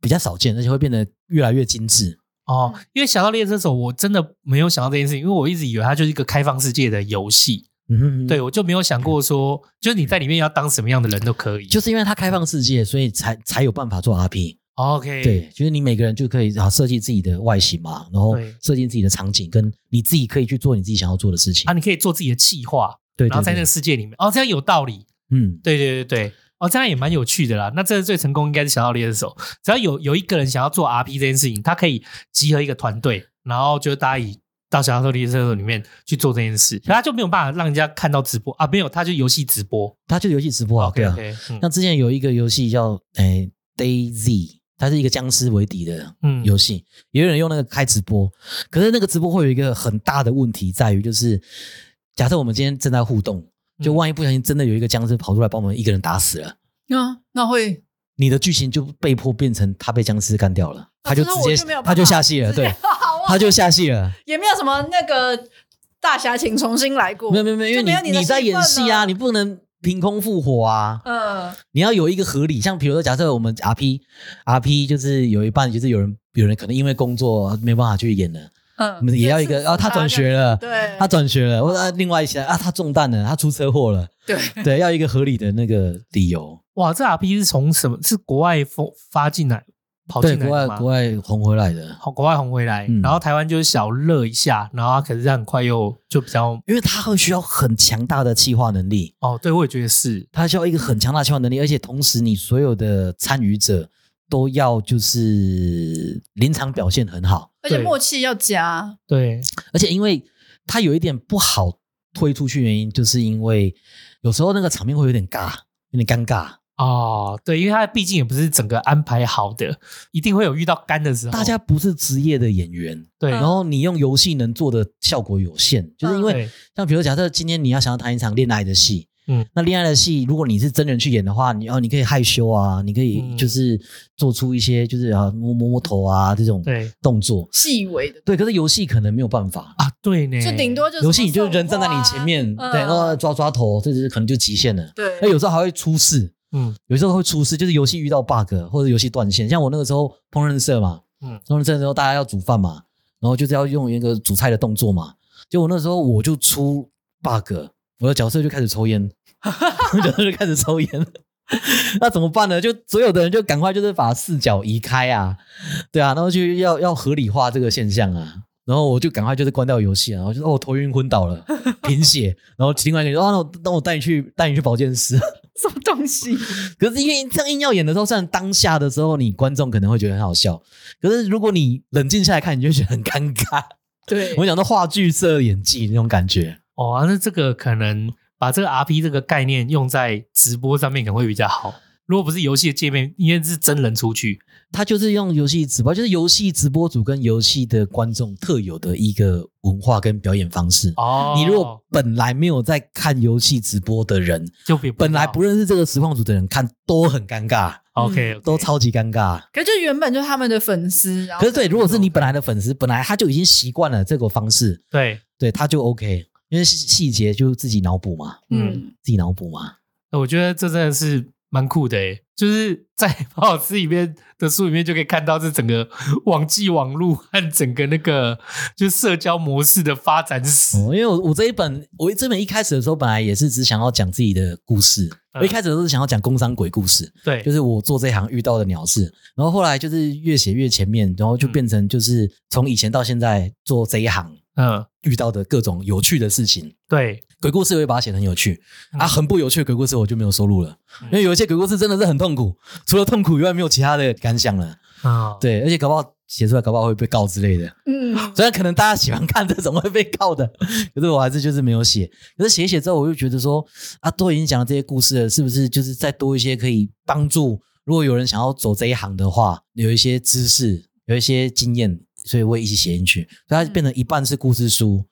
[SPEAKER 4] 比较少见，而且会变得越来越精致。
[SPEAKER 2] 哦，
[SPEAKER 3] 嗯
[SPEAKER 2] 因为《侠盗猎车手》，我真的没有想到这件事情，因为我一直以为它就是一个开放世界的游戏，
[SPEAKER 4] 嗯哼哼
[SPEAKER 2] 对，我就没有想过说，就是你在里面要当什么样的人都可以。
[SPEAKER 4] 就是因为它开放世界，所以才才有办法做 RP。
[SPEAKER 2] OK，
[SPEAKER 4] 对，就是你每个人就可以啊设计自己的外形嘛，然后
[SPEAKER 2] 对
[SPEAKER 4] 设计自己的场景，跟你自己可以去做你自己想要做的事情。
[SPEAKER 2] 啊，你可以做自己的企划，
[SPEAKER 4] 对，
[SPEAKER 2] 然后
[SPEAKER 4] 对
[SPEAKER 2] 在那
[SPEAKER 4] 对
[SPEAKER 2] 个世界里面，哦，这样有道理。
[SPEAKER 4] 嗯，
[SPEAKER 2] 对对对对，哦，这样也蛮有趣的啦。那这最成功应该是《侠盗猎车手》，只要有有一个人想要做 RP 这件事情，他可以集合一个团队，然后就大家以到《侠盗猎车手》里面去做这件事，可他就没有办法让人家看到直播啊，没有，他就游戏直播。嗯
[SPEAKER 4] 它就是游戏直播啊，
[SPEAKER 2] OK
[SPEAKER 4] 对啊。
[SPEAKER 2] OK，
[SPEAKER 5] 嗯
[SPEAKER 4] 那之前有一个游戏叫诶 Daisy，它是一个僵尸为敌的
[SPEAKER 2] 嗯
[SPEAKER 4] 游戏，也有人用那个开直播，可是那个直播会有一个很大的问题在于，就是假设我们今天正在互动，
[SPEAKER 5] 嗯
[SPEAKER 4] 就万一不小心真的有一个僵尸跑出来把我们一个人打死了，
[SPEAKER 3] 啊
[SPEAKER 5] 那那会
[SPEAKER 4] 你的剧情就被迫变成他被僵尸干掉了，他就
[SPEAKER 5] 那
[SPEAKER 4] 直
[SPEAKER 5] 哦我
[SPEAKER 4] 接
[SPEAKER 5] 就没有办法
[SPEAKER 4] 他就下戏了， 对，
[SPEAKER 5] 好啊
[SPEAKER 4] 他就下戏了。
[SPEAKER 5] 也没有什么那个大侠，请重新来过。
[SPEAKER 4] 没有没有没有，因
[SPEAKER 5] 就没有
[SPEAKER 4] 为
[SPEAKER 5] 你的
[SPEAKER 4] 你在
[SPEAKER 5] 戏份
[SPEAKER 4] 演戏啊，
[SPEAKER 5] 了
[SPEAKER 4] 你不能凭空复活啊。
[SPEAKER 5] 嗯，
[SPEAKER 4] 你要有一个合理，像比如说，假设我们 R P R P 就是有一半就是有人有人可能因为工作没办法去演了，
[SPEAKER 5] 嗯
[SPEAKER 4] 我
[SPEAKER 2] 呃
[SPEAKER 4] 们也要一个啊，他转学了，
[SPEAKER 5] 对，
[SPEAKER 4] 他转学了，或者啊另外一些啊，他中弹了，他出车 祸了，
[SPEAKER 5] 对
[SPEAKER 4] 对，要一个合理的那个理由。
[SPEAKER 2] 哇，这 RP 是从什么？是国外风发进来，跑
[SPEAKER 4] 对，
[SPEAKER 2] 进来
[SPEAKER 4] 国
[SPEAKER 2] 的
[SPEAKER 4] 外
[SPEAKER 2] 吗？
[SPEAKER 4] 国外红回来的，
[SPEAKER 2] 好，国外红回来，
[SPEAKER 4] 嗯
[SPEAKER 2] 然后台湾就是小热一下，然后它可是它很快又就比较
[SPEAKER 4] 因为他会需要很强大的企划能力，
[SPEAKER 2] 哦，对我也觉得是，
[SPEAKER 4] 他需要一个很强大的企划能力，而且同时你所有的参与者都要就是临场表现很好，
[SPEAKER 5] 而且
[SPEAKER 2] 对
[SPEAKER 5] 默契要加，
[SPEAKER 2] 对，
[SPEAKER 4] 而且因为它有一点不好推出去，原因就是因为有时候那个场面会有点尬，有点尴尬，
[SPEAKER 2] 哦，对，因为它毕竟也不是整个安排好的，一定会有遇到干的时候。
[SPEAKER 4] 大家不是职业的演员，
[SPEAKER 2] 对，
[SPEAKER 4] 然后你用游戏能做的效果有限，就是因为
[SPEAKER 2] 嗯对
[SPEAKER 4] 像比如假设今天你要想要谈一场恋爱的戏。
[SPEAKER 2] 嗯
[SPEAKER 4] 嗯，那恋爱的戏，如果你是真人去演的话，你哦，你可以害羞啊，你可以
[SPEAKER 2] 嗯
[SPEAKER 4] 就是做出一些就是啊摸摸摸头啊这种
[SPEAKER 2] 对
[SPEAKER 4] 动作，
[SPEAKER 5] 细微的，
[SPEAKER 4] 对。可是游戏可能没有办法，
[SPEAKER 2] 啊，对呢，
[SPEAKER 5] 就顶多就是
[SPEAKER 4] 游戏你就
[SPEAKER 5] 什么
[SPEAKER 4] 是人站在你前面，哎
[SPEAKER 5] 嗯
[SPEAKER 4] 对，然后抓抓头，这就是可能就极限了。
[SPEAKER 5] 对
[SPEAKER 4] 那有时候还会出事，
[SPEAKER 2] 嗯
[SPEAKER 4] 有时候会出事，就是游戏遇到 bug 或者游戏断线。像我那个时候烹饪社嘛，
[SPEAKER 2] 嗯
[SPEAKER 4] 烹饪社的时候大家要煮饭嘛，然后就是要用一个煮菜的动作嘛。就我那时候我就出 bug，我的角色就开始抽烟， 我的角色就开始抽烟。那怎么办呢？就所有的人就赶快就是把视角移开啊，对啊，然后就要要合理化这个现象啊。然后我就赶快就是关掉游戏啊，然后就说哦我头晕昏倒了，贫血。然后另外一个人说哦，那我那我带你去带你去保健室。
[SPEAKER 5] 什么东西，
[SPEAKER 4] 可是因为这样硬要演的时候，虽然当下的时候你观众可能会觉得很好笑，可是如果你冷静下来看，你就觉得很尴 尬。
[SPEAKER 5] 对
[SPEAKER 4] 我，讲到话剧社演技那种感觉，
[SPEAKER 2] 哦，啊那这个可能把这个 RP 这个概念用在直播上面可能会比较好。如果不是游戏的界面，应该是真人出去。
[SPEAKER 4] 他就是用游戏直播，就是游戏直播组跟游戏的观众特有的一个文化跟表演方式。
[SPEAKER 2] 哦，
[SPEAKER 4] 你如果本来没有在看游戏直播的人，
[SPEAKER 2] 就比
[SPEAKER 4] 本来不认识这个实况组的人看都很尴尬，
[SPEAKER 2] OK，
[SPEAKER 4] 都超级尴尬。
[SPEAKER 5] 可是就原本就是他们的粉丝，然后
[SPEAKER 4] 可是对，如果是你本来的粉丝，本来他就已经习惯了这个方式，
[SPEAKER 2] 对，
[SPEAKER 4] 对，他就 OK，因为细细节就自己脑补嘛，
[SPEAKER 2] 嗯，
[SPEAKER 5] 嗯，
[SPEAKER 4] 自己脑补嘛。
[SPEAKER 2] 我觉得这真的是蛮酷的诶，就是在 《跑老师》里面的书里面就可以看到这整个 网际网路和整个那个就是社交模式的发展史。
[SPEAKER 4] 哦，因为我我这一本，我这本一开始的时候，本来也是只想要讲自己的故事，
[SPEAKER 2] 嗯
[SPEAKER 4] 我一开始都是想要讲工商鬼故事，
[SPEAKER 2] 对，
[SPEAKER 4] 就是我做这行遇到的鸟事。然后后来就是越写越前面，然后就变成就是从以前到现在做这一行
[SPEAKER 2] 嗯，
[SPEAKER 4] 遇到的各种有趣的事情。
[SPEAKER 2] 对，
[SPEAKER 4] 鬼故事我也把它写得很有趣
[SPEAKER 2] 嗯
[SPEAKER 4] 啊，很不有趣的鬼故事我就没有收录了，因为有一些鬼故事真的是很痛苦，除了痛苦以外没有其他的感想了。
[SPEAKER 2] 啊，
[SPEAKER 4] 对，而且搞不好写出来搞不好会被告之类的。
[SPEAKER 5] 嗯，
[SPEAKER 4] 虽然可能大家喜欢看这种会被告的， 可是我还是就是没有写。可是写一写之后，我就觉得说啊，都已经讲了这些故事了，是不是就是再多一些可以帮助？如果有人想要走这一行的话，有一些知识，有一些经验，所以我会一起写进去。所以它就变成一半是故事书，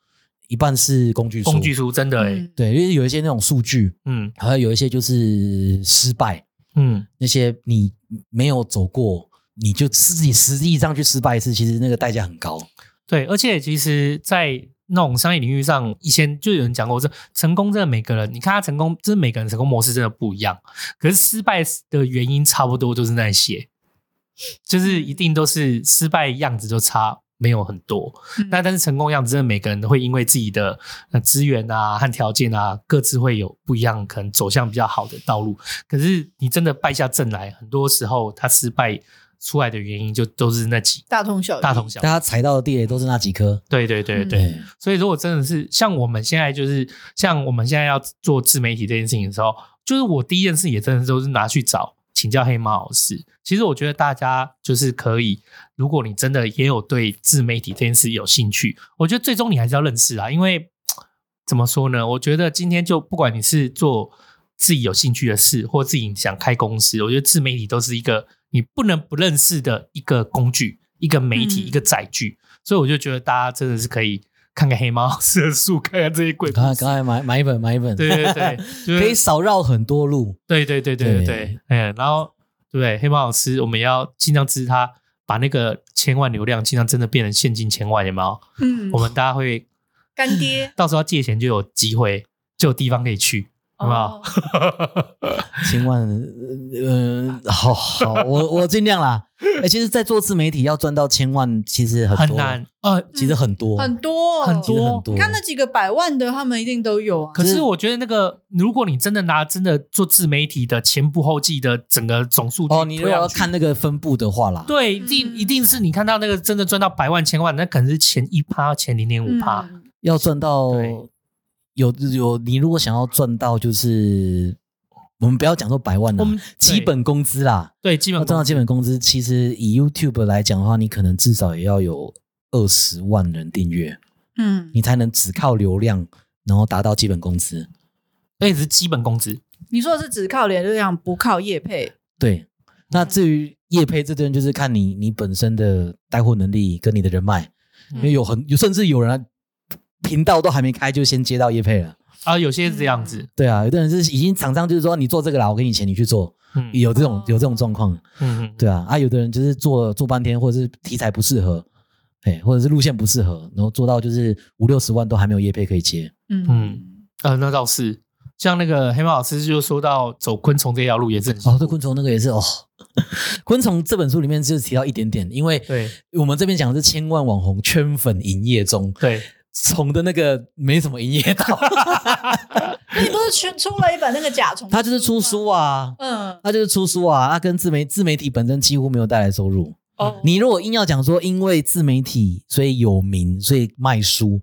[SPEAKER 4] 一半是工具书。
[SPEAKER 2] 工具书真的诶，
[SPEAKER 5] 嗯
[SPEAKER 4] 对，因为有一些那种数据，
[SPEAKER 2] 嗯
[SPEAKER 4] 还有有一些就是失败，
[SPEAKER 2] 嗯，
[SPEAKER 4] 那些你没有走过，你就自己实际上去失败一次，其实那个代价很高。
[SPEAKER 2] 对，而且其实，在那种商业领域上，以前就有人讲过，这成功真的每个人，你看他成功，就是每个人成功模式真的不一样，可是失败的原因差不多就是那些，就是一定都是失败样子就差没有很多。那但是成功样子，真的每个人都会因为自己的呃资源啊和条件啊，各自会有不一样，可能走向比较好的道路。可是你真的败下阵来，很多时候他失败出来的原因就都是那几
[SPEAKER 5] 大同小异。
[SPEAKER 2] 大同小
[SPEAKER 4] 大
[SPEAKER 2] 异。
[SPEAKER 4] 家踩到的地雷都是那几颗。
[SPEAKER 2] 对对对对，
[SPEAKER 4] 对，
[SPEAKER 2] 所以如果真的是像我们现在就是像我们现在要做自媒体这件事情的时候，就是我第一件事也真的都是拿去找请教黑猫老师。其实我觉得大家就是可以，如果你真的也有对自媒体这件事有兴趣，我觉得最终你还是要认识啊，因为怎么说呢？我觉得今天就不管你是做自己有兴趣的事，或自己想开公司，我觉得自媒体都是一个你不能不认识的一个工具、一个媒体、
[SPEAKER 5] 嗯
[SPEAKER 2] 一个载具。所以我就觉得大家真的是可以看看黑猫老师的书，看看这些鬼故
[SPEAKER 4] 刚才
[SPEAKER 2] 事。
[SPEAKER 4] 刚才买买一本买一本，
[SPEAKER 2] 对对 对，就是
[SPEAKER 4] 可以少绕很多路。
[SPEAKER 2] 对对对对对对
[SPEAKER 4] 对，
[SPEAKER 2] 哎，然后对黑猫老师，我们要尽量支持他，把那个千万流量尽量真的变成现金千万，有没有？
[SPEAKER 5] 嗯
[SPEAKER 2] 我，们大家会
[SPEAKER 5] 干爹，
[SPEAKER 2] 到时候要借钱就有机会，就有地方可以去， 有没有？
[SPEAKER 5] 哦，
[SPEAKER 4] 千万，呃，呃好好，我我尽量啦。哎，其实，在做自媒体要赚到千万，其实很
[SPEAKER 2] 很
[SPEAKER 4] 多，
[SPEAKER 2] 难，呃，
[SPEAKER 4] 其实很
[SPEAKER 3] 嗯
[SPEAKER 4] 多，
[SPEAKER 5] 很多
[SPEAKER 2] 很
[SPEAKER 4] 其实
[SPEAKER 2] 多
[SPEAKER 4] 很多。
[SPEAKER 5] 你看那几个百万的，他们一定都有啊。
[SPEAKER 2] 可是我觉得那个，如果你真的拿真的做自媒体的前仆后继的整个总数据
[SPEAKER 4] 哦，你如
[SPEAKER 2] 推
[SPEAKER 4] 果
[SPEAKER 2] 上
[SPEAKER 4] 要
[SPEAKER 2] 去
[SPEAKER 4] 看那个分布的话啦，
[SPEAKER 2] 对，一定一定是你看到那个真的赚到百万千万，那可能是前一趴、前零点五趴。
[SPEAKER 5] 嗯
[SPEAKER 4] 要赚到
[SPEAKER 2] 对
[SPEAKER 4] 有有，你如果想要赚到，就是我们不要讲说百万
[SPEAKER 2] 我
[SPEAKER 4] 啦
[SPEAKER 2] 们，
[SPEAKER 4] 基
[SPEAKER 2] 对
[SPEAKER 4] 本工资啦，
[SPEAKER 2] 对，基
[SPEAKER 4] 要
[SPEAKER 2] 本
[SPEAKER 4] 赚
[SPEAKER 2] 功
[SPEAKER 4] 到基本工资，其实以 YouTube 来讲的话，你可能至少也要有二十万人订阅，
[SPEAKER 5] 嗯，
[SPEAKER 4] 你才能只靠流量，然后达到基本工资。
[SPEAKER 2] 那也是基本工资。
[SPEAKER 5] 你说的是只靠脸流量，不靠业配，
[SPEAKER 4] 对，那至于业配这段，就是看你你本身的带货能力跟你的人脉，因为有很有甚至有人啊频道都还没开就先接到业配了。
[SPEAKER 2] 啊，有些是这样子，
[SPEAKER 4] 对啊，有的人是已经厂商就是说你做这个啦，我给你钱你去做，
[SPEAKER 2] 嗯
[SPEAKER 4] 有这种
[SPEAKER 5] 哦
[SPEAKER 4] 有这种状况，
[SPEAKER 2] 嗯嗯，
[SPEAKER 4] 对啊，啊，有的人就是做做半天，或者是题材不适合，哎，或者是路线不适合，然后做到就是五六十万都还没有业配可以接，
[SPEAKER 5] 嗯
[SPEAKER 2] 嗯呃，那倒是。像那个黑猫老师就说到走昆虫这条路也是很辛
[SPEAKER 4] 哦，
[SPEAKER 2] 苦
[SPEAKER 4] 对，昆虫那个也是哦， 昆虫这本书里面就提到一点点，因为
[SPEAKER 2] 对
[SPEAKER 4] 我们这边讲的是千万网红圈粉营业中，
[SPEAKER 2] 对，
[SPEAKER 4] 虫的那个没什么营业到，
[SPEAKER 5] 那你不是全出了一本那个甲虫？
[SPEAKER 4] 他就是出书，啊，
[SPEAKER 5] 嗯，
[SPEAKER 4] 他就是出书啊，他跟自媒自媒体本身几乎没有带来收入。
[SPEAKER 2] 嗯
[SPEAKER 5] 哦，
[SPEAKER 4] 你如果硬要讲说，因为自媒体所以有名，所以卖书，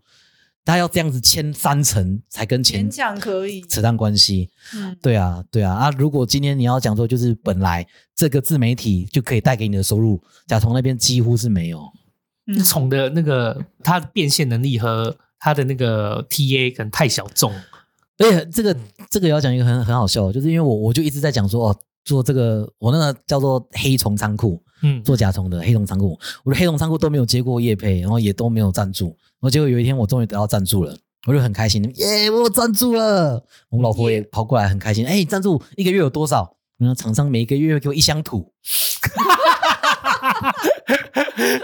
[SPEAKER 4] 他要这样子签三层才跟
[SPEAKER 5] 勉
[SPEAKER 4] 钱
[SPEAKER 5] 强可以，
[SPEAKER 4] 扯上关系。
[SPEAKER 5] 嗯，
[SPEAKER 4] 对啊，对啊啊！如果今天你要讲说，就是本来这个自媒体就可以带给你的收入，甲虫那边几乎是没有。
[SPEAKER 5] 嗯
[SPEAKER 2] 虫的那个它的变现能力和它的那个 TA 可能太小众，
[SPEAKER 4] 而且这个这个也要讲一个很很好笑的，就是因为我我就一直在讲说哦。做这个，我那个叫做黑虫仓库，
[SPEAKER 2] 嗯，
[SPEAKER 4] 做甲虫的黑虫仓库，我的黑虫仓库都没有接过业配，然后也都没有赞助，然后结果有一天我终于得到赞助了，我就很开心，耶，我有赞助了，我老婆也跑过来很开心，哎，赞助一个月有多少？然后厂商每一个月给我一箱土，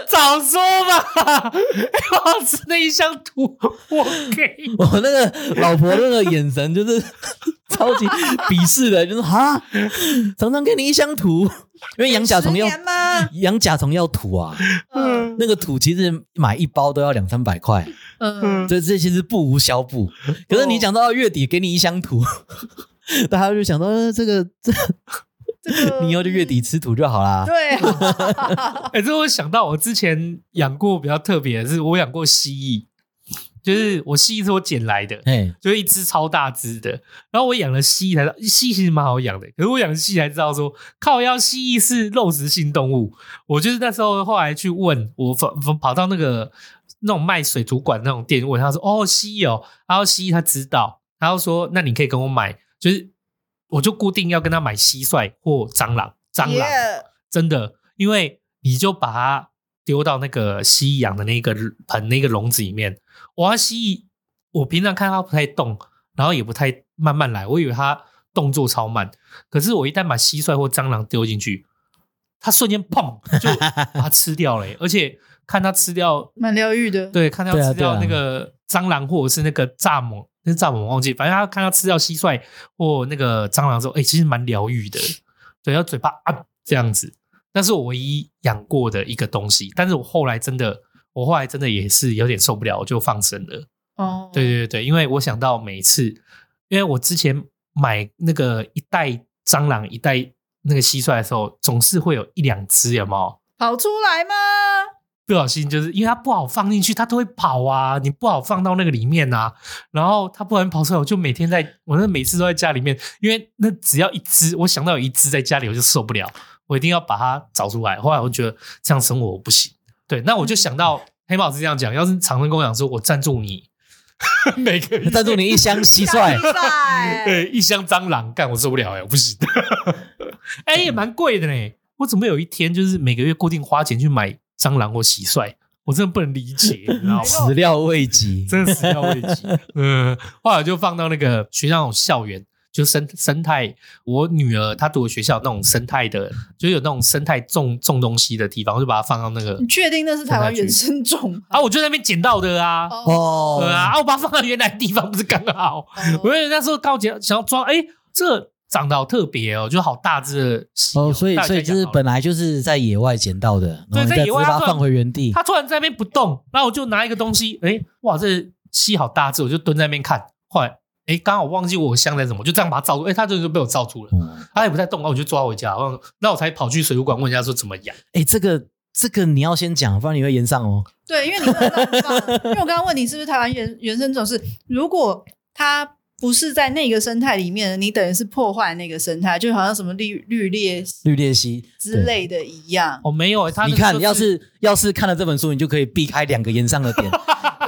[SPEAKER 2] 早说嘛！ 黑猫吃那一箱土，我给
[SPEAKER 4] 我那个老婆那个眼神就是 超级鄙视的，就是哈，厂商给你一箱土，因为养甲虫要
[SPEAKER 5] 十年吗？
[SPEAKER 4] 养甲虫要土啊，
[SPEAKER 5] 嗯
[SPEAKER 4] 那个土其实买一包都要两三百块，
[SPEAKER 5] 嗯，
[SPEAKER 4] 这这其实不无小补。可是你讲到月底给你一箱土， 大家就想到呃这个这
[SPEAKER 5] 这个
[SPEAKER 4] 你以后就月底吃土就好啦。
[SPEAKER 5] 对啊，
[SPEAKER 2] 哎、这我想到我之前养过比较特别的是，我养过蜥蜴，就是我蜥蜴是我捡来的，
[SPEAKER 4] 哎，
[SPEAKER 2] 就是一只超大只的。然后我养了蜥蜴才知道，蜥蜴其实蛮好养的。可是我养蜥蜴才知道说，靠腰蜥蜴是肉食性动物。我就是那时候后来去问，我跑跑到那个那种卖水族馆那种店问，他说：“哦，蜥蜴哦。”然后蜥蜴他知道，然后说：“那你可以跟我买，就是我就固定要跟他买蟋蟀或蟑螂，蟑螂。
[SPEAKER 5] 耶
[SPEAKER 2] 真的，因为你就把它丢到那个蜥蜴养的那个盆、那个笼子里面。哇，蜥蜴，我平常看它不太动，然后也不太慢慢来，我以为它动作超慢。可是我一旦把蟋蟀或蟑螂丢进去，它瞬间砰就把它吃掉了耶、而且看它吃掉，
[SPEAKER 5] 蛮疗愈的，
[SPEAKER 2] 对，看它
[SPEAKER 4] 对啊
[SPEAKER 2] 吃掉
[SPEAKER 4] 对啊
[SPEAKER 2] 那个蟑螂或者是那个蚱蜢，那是蚱蜢我忘记，反正它看它吃掉蟋蟀或那个蟑螂之后，哎、其实蛮疗愈的。对，要嘴巴啊这样子。那是我唯一养过的一个东西，但是我后来真的，我后来真的也是有点受不了，我就放生了。
[SPEAKER 5] 哦，
[SPEAKER 2] 对对对，因为我想到每次，因为我之前买那个一袋蟑螂一袋那个蟋蟀的时候，总是会有一两只，有没有？
[SPEAKER 5] 跑出来吗？
[SPEAKER 2] 不小心就是因为它不好放进去，它都会跑啊，你不好放到那个里面啊，然后它不然跑出来，我就每天在，我那每次都在家里面，因为那只要一只，我想到有一只在家里，我就受不了，我一定要把它找出来。后来我觉得这样生活我不行，对，那我就想到黑帽子这样讲，要是长生跟我讲说我赞助你 每个月
[SPEAKER 4] 赞助你一箱蟋 蟀，
[SPEAKER 5] 帅，
[SPEAKER 3] 哎
[SPEAKER 2] 对，一箱蟑螂，干我受不了哎、我不行。 哎、也蛮贵的呢。我准备有一天就是每个月固定花钱去买蟑螂或蟋蟀，我真的不能理解，你知道吗？
[SPEAKER 4] 始料未及。
[SPEAKER 2] 真的始料未及。 嗯，后来我就放到那个学校那种校园，就生生态。我女儿她读的学校那种生态的，就是有那种生态种种东西的地方，我就把它放到那个
[SPEAKER 5] 你。
[SPEAKER 3] 嗯
[SPEAKER 5] 确定那是台湾原生种 吗？
[SPEAKER 2] 啊，我就在那边捡到的啊，
[SPEAKER 4] 哦
[SPEAKER 2] 对啊，啊，我把它放到原来的地方，不是刚好？我有那时候高级想要抓，哎、这长得好特别哦，就好大只的蜥蜴
[SPEAKER 4] 哦，所以
[SPEAKER 2] 大家
[SPEAKER 4] 所以就是
[SPEAKER 2] 养好了
[SPEAKER 4] 本来就是在野外捡到的，
[SPEAKER 2] 对在
[SPEAKER 4] 然后你再
[SPEAKER 2] 野
[SPEAKER 4] 只
[SPEAKER 2] 外
[SPEAKER 4] 是把
[SPEAKER 2] 它
[SPEAKER 4] 它
[SPEAKER 2] 突然
[SPEAKER 4] 放回原地。
[SPEAKER 2] 它突然在那边不动，然后我就拿一个东西，哎、哇，这蜥好大只，我就蹲在那边看。后来，哎、刚好忘记我箱在什么，我就这样把它罩住，哎、它这就被我罩住了，
[SPEAKER 4] 嗯，
[SPEAKER 2] 它也不太动，然后我就抓回家，然后那我才跑去水族馆问人家说怎么养。
[SPEAKER 4] 哎，这个这个你要先讲，不然你会延上哦。
[SPEAKER 5] 对，因为你刚刚放因为我刚刚问你是不是台湾原原生种是，如果它不是在那个生态里面，你等于是破坏那个生态，就好像什么绿绿鬣
[SPEAKER 4] 绿鬣蜥
[SPEAKER 5] 之。类的一样。
[SPEAKER 2] 哦，没有、哎它
[SPEAKER 4] 对
[SPEAKER 2] 那
[SPEAKER 4] 你
[SPEAKER 2] 个
[SPEAKER 4] 看，
[SPEAKER 2] 就
[SPEAKER 4] 要是要是看了这本书，你就可以避开两个延上的 点。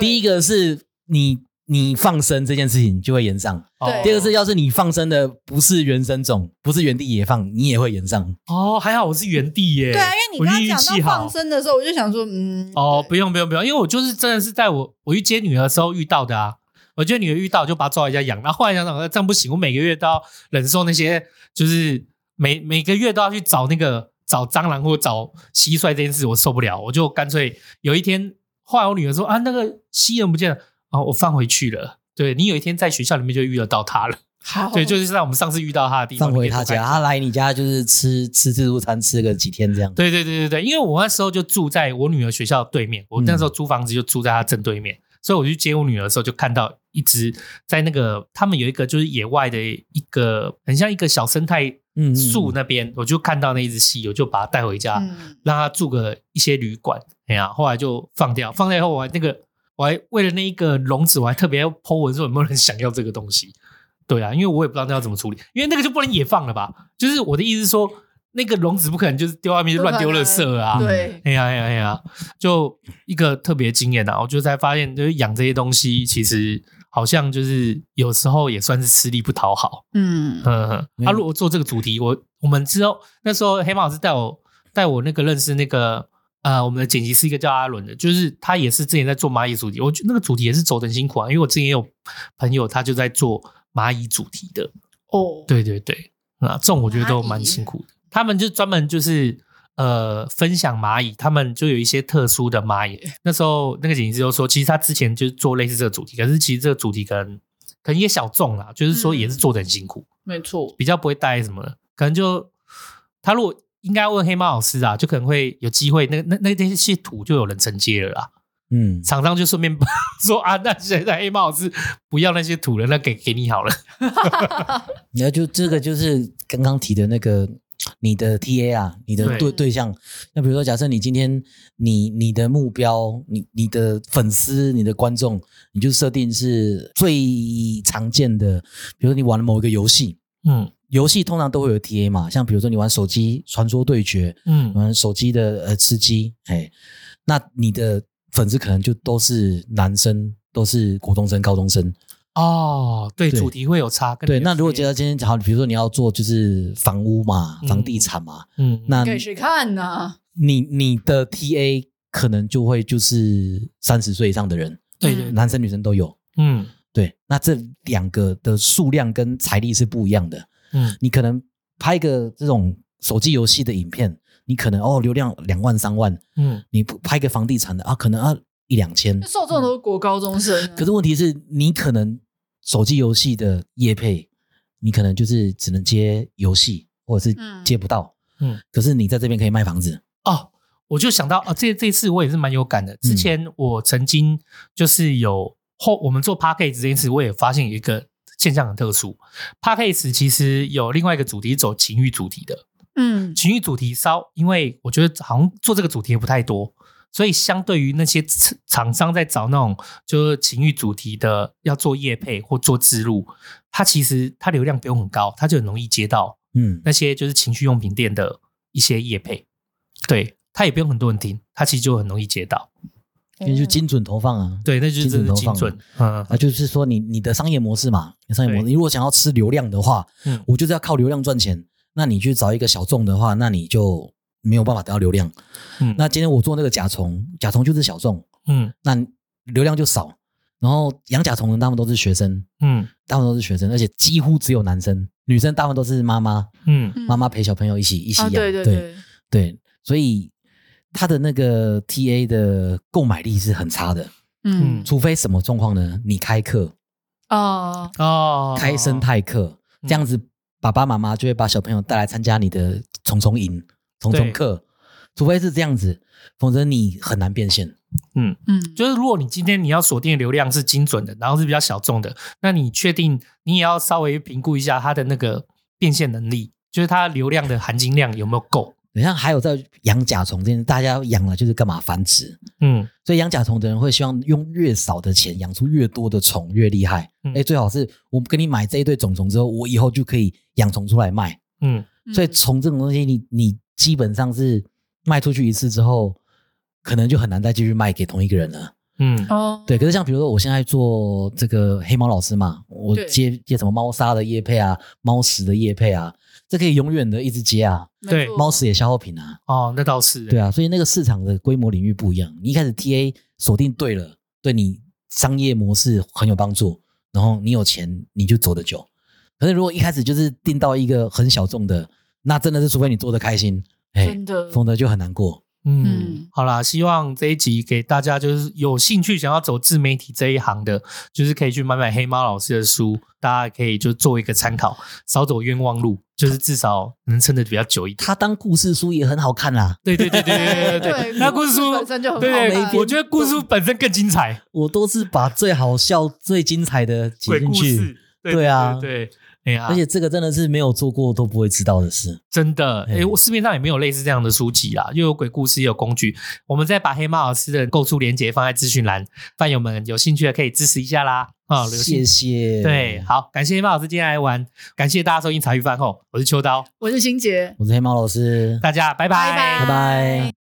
[SPEAKER 4] 第一个是你你放生这件事情就会延上，
[SPEAKER 2] 哦
[SPEAKER 5] 对
[SPEAKER 4] 第二个是要是你放生的不是原生种，不是原地野放，你也会延上。
[SPEAKER 2] 哦，还好我是原地耶，
[SPEAKER 5] 对啊，因为
[SPEAKER 2] 我
[SPEAKER 5] 你刚
[SPEAKER 2] 运
[SPEAKER 5] 刚
[SPEAKER 2] 气
[SPEAKER 5] 讲到
[SPEAKER 2] 好
[SPEAKER 5] 放生的时候，我就想说，嗯，
[SPEAKER 2] 哦，
[SPEAKER 5] 对
[SPEAKER 2] 不用不用不用，因为我就是真的是在我我去接女儿的时候遇到的啊。我觉得女儿遇到就把她抓回家养，然后后来想想呃这样不行，我每个月都要忍受那些，就是每每个月都要去找那个找蟑螂或找蟋蟀这件事，我受不了，我就干脆有一天，后来我女儿说啊，那个蜥人不见了，哦，我放回去了。对你有一天在学校里面就遇得到它了，
[SPEAKER 5] 好，
[SPEAKER 2] 对，就是在我们上次遇到它的地方
[SPEAKER 4] 放回
[SPEAKER 2] 你可以
[SPEAKER 4] 他
[SPEAKER 2] 多看
[SPEAKER 4] 家，他来你家就是吃吃自助餐，吃个几天这样。
[SPEAKER 2] 对对对对对，因为我那时候就住在我女儿学校对面，我那时候租房子就住在她正对面，所以我去接我女儿的时候就看到一只在那个他们有一个就是野外的一个很像一个小生态
[SPEAKER 4] 嗯，嗯
[SPEAKER 2] 树那边，我就看到那一只蜥，我就把它带回家，
[SPEAKER 5] 嗯，
[SPEAKER 2] 让它住个一些旅馆，哎呀、后来就放掉，放掉以后我还那个我还为了那一个笼子，我还特别 Po 文说有没有人想要这个东西。对啊，因为我也不知道那要怎么处理，因为那个就不能野放了吧？就是我的意思是说，那个笼子不可能就是丢外面就乱丢垃圾啊。
[SPEAKER 5] 嗯对，
[SPEAKER 2] 哎呀哎呀哎呀，就一个特别经验啊！我就才发现，就是养这些东西，其实好像就是有时候也算是吃力不讨好。
[SPEAKER 5] 嗯，
[SPEAKER 2] 嗯，嗯
[SPEAKER 4] 嗯
[SPEAKER 2] 啊，如果做这个主题，我我们之后那时候黑马老师带我带我那个认识那个呃，我们的剪辑是一个叫阿伦的，就是他也是之前在做蚂蚁主题，我觉得那个主题也是走得很辛苦啊，因为我之前也有朋友他就在做蚂蚁主题的，
[SPEAKER 5] 哦，
[SPEAKER 2] 对对对，啊，这种我觉得都
[SPEAKER 5] 蚂蚁
[SPEAKER 2] 蛮辛苦的。他们就专门就是呃分享蚂蚁，他们就有一些特殊的蚂蚁。那时候那个剪辑师就说，其实他之前就是做类似这个主题，可是其实这个主题可能可能也小众啦，就是说也是做的很辛苦，
[SPEAKER 5] 没错，
[SPEAKER 2] 比较不会带什么的，可能就他如果应该问黑猫老师啊，就可能会有机会，那那那那些图就有人承接了啦。
[SPEAKER 4] 嗯，
[SPEAKER 2] 厂商就顺便 说啊，那现在黑猫老师不要那些图了，那给给你好了。
[SPEAKER 4] 然后就这个就是刚刚提的那个你的 TA 啊，你的
[SPEAKER 2] 对
[SPEAKER 4] 对对象。那比如说，假设你今天你你的目标，你你的粉丝、你的观众，你就设定是最常见的，比如说你玩了某一个游戏，
[SPEAKER 2] 嗯
[SPEAKER 4] 游戏通常都会有 TA 嘛，像比如说你玩手机《传说对决》，
[SPEAKER 2] 嗯，
[SPEAKER 4] 玩手机的呃吃鸡，哎，那你的粉丝可能就都是男生，都是国中生、高中生。
[SPEAKER 2] 哦，对，
[SPEAKER 4] 对
[SPEAKER 2] 主题会有差。跟
[SPEAKER 4] 对，
[SPEAKER 2] 你的
[SPEAKER 4] 那如果
[SPEAKER 2] 职
[SPEAKER 4] 觉
[SPEAKER 2] 业
[SPEAKER 4] 得今天好，比如说你要做就是房屋嘛、
[SPEAKER 2] 嗯
[SPEAKER 4] 房地产嘛，
[SPEAKER 2] 嗯，
[SPEAKER 4] 那
[SPEAKER 5] 可以去看呐，
[SPEAKER 4] 你你的 TA 可能就会就是三十岁以上的人，
[SPEAKER 2] 对对，对
[SPEAKER 4] 男生女生都有。
[SPEAKER 2] 嗯
[SPEAKER 4] 对，那这两个的数量跟财力是不一样的。
[SPEAKER 2] 嗯
[SPEAKER 4] 你可能拍个这种手机游戏的影片，你可能哦流量两万三万，
[SPEAKER 2] 嗯，
[SPEAKER 4] 你不拍个房地产的啊，可能啊一两千
[SPEAKER 5] 就。受众都是国高中生
[SPEAKER 3] 嗯
[SPEAKER 5] 啊，
[SPEAKER 4] 嗯可是问题是你可能手机游戏的业配，你可能就是只能接游戏，或者是
[SPEAKER 5] 嗯
[SPEAKER 4] 接不到。
[SPEAKER 2] 嗯
[SPEAKER 4] 可是你在这边可以卖房子，
[SPEAKER 2] 哦，我就想到啊，这这次我也是蛮有感的。之前我曾经就是有后我们做 p a c k a g e 这件事，我也发现一个现象很特殊。p a c k a g e 其实有另外一个主题走情欲主题的，
[SPEAKER 5] 嗯，
[SPEAKER 2] 情欲主题稍，因为我觉得好像做这个主题也不太多，所以相对于那些厂厂商在找那种就是情欲主题的要做业配或做植入，它其实它流量不用很高，它就很容易接到
[SPEAKER 4] 嗯，
[SPEAKER 2] 那些就是情趣用品店的一些业配，对，它也不用很多人听，它其实就很容易接到。
[SPEAKER 4] 因为就精准投放啊，
[SPEAKER 2] 对，那就是真的是精
[SPEAKER 4] 精
[SPEAKER 2] 准
[SPEAKER 4] 准，
[SPEAKER 2] 嗯，
[SPEAKER 4] 啊，就是说你你的商业模式嘛，你的商业模式，
[SPEAKER 2] 对
[SPEAKER 4] 你如果想要吃流量的话，
[SPEAKER 2] 嗯
[SPEAKER 4] 我就是要靠流量赚钱。那你去找一个小众的话，那你就没有办法得到流量。
[SPEAKER 2] 嗯
[SPEAKER 4] 那今天我做那个甲虫，甲虫就是小众，
[SPEAKER 2] 嗯
[SPEAKER 4] 那流量就少。然后养甲虫的大部分都是学生，
[SPEAKER 2] 嗯
[SPEAKER 4] 大部分都是学生，而且几乎只有男生，女生大部分都是妈妈，
[SPEAKER 2] 嗯哦
[SPEAKER 4] 妈妈陪小朋友一起一起
[SPEAKER 3] 啊，
[SPEAKER 4] 养。
[SPEAKER 3] 对对对，
[SPEAKER 4] 对，所以他的那个 TA 的购买力是很差的，
[SPEAKER 2] 嗯
[SPEAKER 5] 嗯
[SPEAKER 4] 除非什么状况呢？你开课，
[SPEAKER 5] 啊
[SPEAKER 3] 哦，
[SPEAKER 2] 哦，
[SPEAKER 4] 开生态课，
[SPEAKER 2] 嗯
[SPEAKER 4] 这样子爸爸妈妈就会把小朋友带来参加你的虫虫营、虫虫课，除非是这样子，否则你很难变现。
[SPEAKER 3] 嗯，
[SPEAKER 2] 就是如果你今天你要锁定的流量是精准的，然后是比较小众的，那你确定你也要稍微评估一下它的那个变现能力，就是它流量的含金量有没有够。
[SPEAKER 4] 你像还有在养甲虫这件事，大家养了就是干嘛繁殖，
[SPEAKER 2] 嗯
[SPEAKER 4] 所以养甲虫的人会希望用越少的钱养出越多的虫，越厉害。哎、
[SPEAKER 2] 嗯
[SPEAKER 4] 最好是我跟你买这一对种虫之后，我以后就可以养虫出来卖。
[SPEAKER 2] 嗯
[SPEAKER 4] 所以虫这种东西你，你基本上是卖出去一次之后，可能就很难再继续卖给同一个人了。
[SPEAKER 2] 嗯
[SPEAKER 3] 哦，
[SPEAKER 4] 对，可是像比如说我现在做这个黑猫老师嘛，我
[SPEAKER 3] 对
[SPEAKER 4] 接接什么猫砂的叶配啊，猫食的叶配啊，这可以永远的一直接啊，
[SPEAKER 3] 没
[SPEAKER 2] 对
[SPEAKER 3] 错
[SPEAKER 4] 猫食也消耗品啊，
[SPEAKER 2] 哦，那倒是
[SPEAKER 4] 对啊，所以那个市场的规模领域不一样，你一开始 TA 锁定对了，对你商业模式很有帮助，然后你有钱你就走得久。可是如果一开始就是定到一个很小众的，那真的是除非你做的开心，哎
[SPEAKER 3] 真，的，
[SPEAKER 4] 否则就很难过。
[SPEAKER 2] 嗯
[SPEAKER 3] 嗯，
[SPEAKER 2] 好啦，希望这一集给大家就是有兴趣想要走自媒体这一行的，就是可以去买买黑猫老师的书，大家可以就做一个参考，少走冤枉路，就是至少能撑得比较久一点。
[SPEAKER 4] 他当故事书也很好看啦，
[SPEAKER 2] 对对对对对对 对，那故事书
[SPEAKER 3] 本身就很好
[SPEAKER 2] 对
[SPEAKER 3] 看
[SPEAKER 2] 对，我觉得故事书本身更精彩，
[SPEAKER 4] 我都是把最好笑、最精彩的
[SPEAKER 2] 鬼
[SPEAKER 4] 写进
[SPEAKER 2] 故
[SPEAKER 4] 去，
[SPEAKER 2] 事，
[SPEAKER 4] 对啊
[SPEAKER 2] 对，对哎呀，
[SPEAKER 4] 而且这个真的是没有做过都不会知道的事。
[SPEAKER 2] 真的，
[SPEAKER 4] 哎
[SPEAKER 2] 诶，我市面上也没有类似这样的书籍啦，又有鬼故事，又有工具。我们再把黑猫老师的购书链接放在资讯栏，饭友们有兴趣的可以支持一下啦。啊、留心
[SPEAKER 4] 谢谢，
[SPEAKER 2] 对，，好，感谢黑猫老师今天来玩，感谢大家收听茶余饭后，我是秋刀，
[SPEAKER 3] 我是心杰，
[SPEAKER 4] 我是黑猫老师，
[SPEAKER 2] 大家拜拜
[SPEAKER 3] 拜
[SPEAKER 4] 拜拜。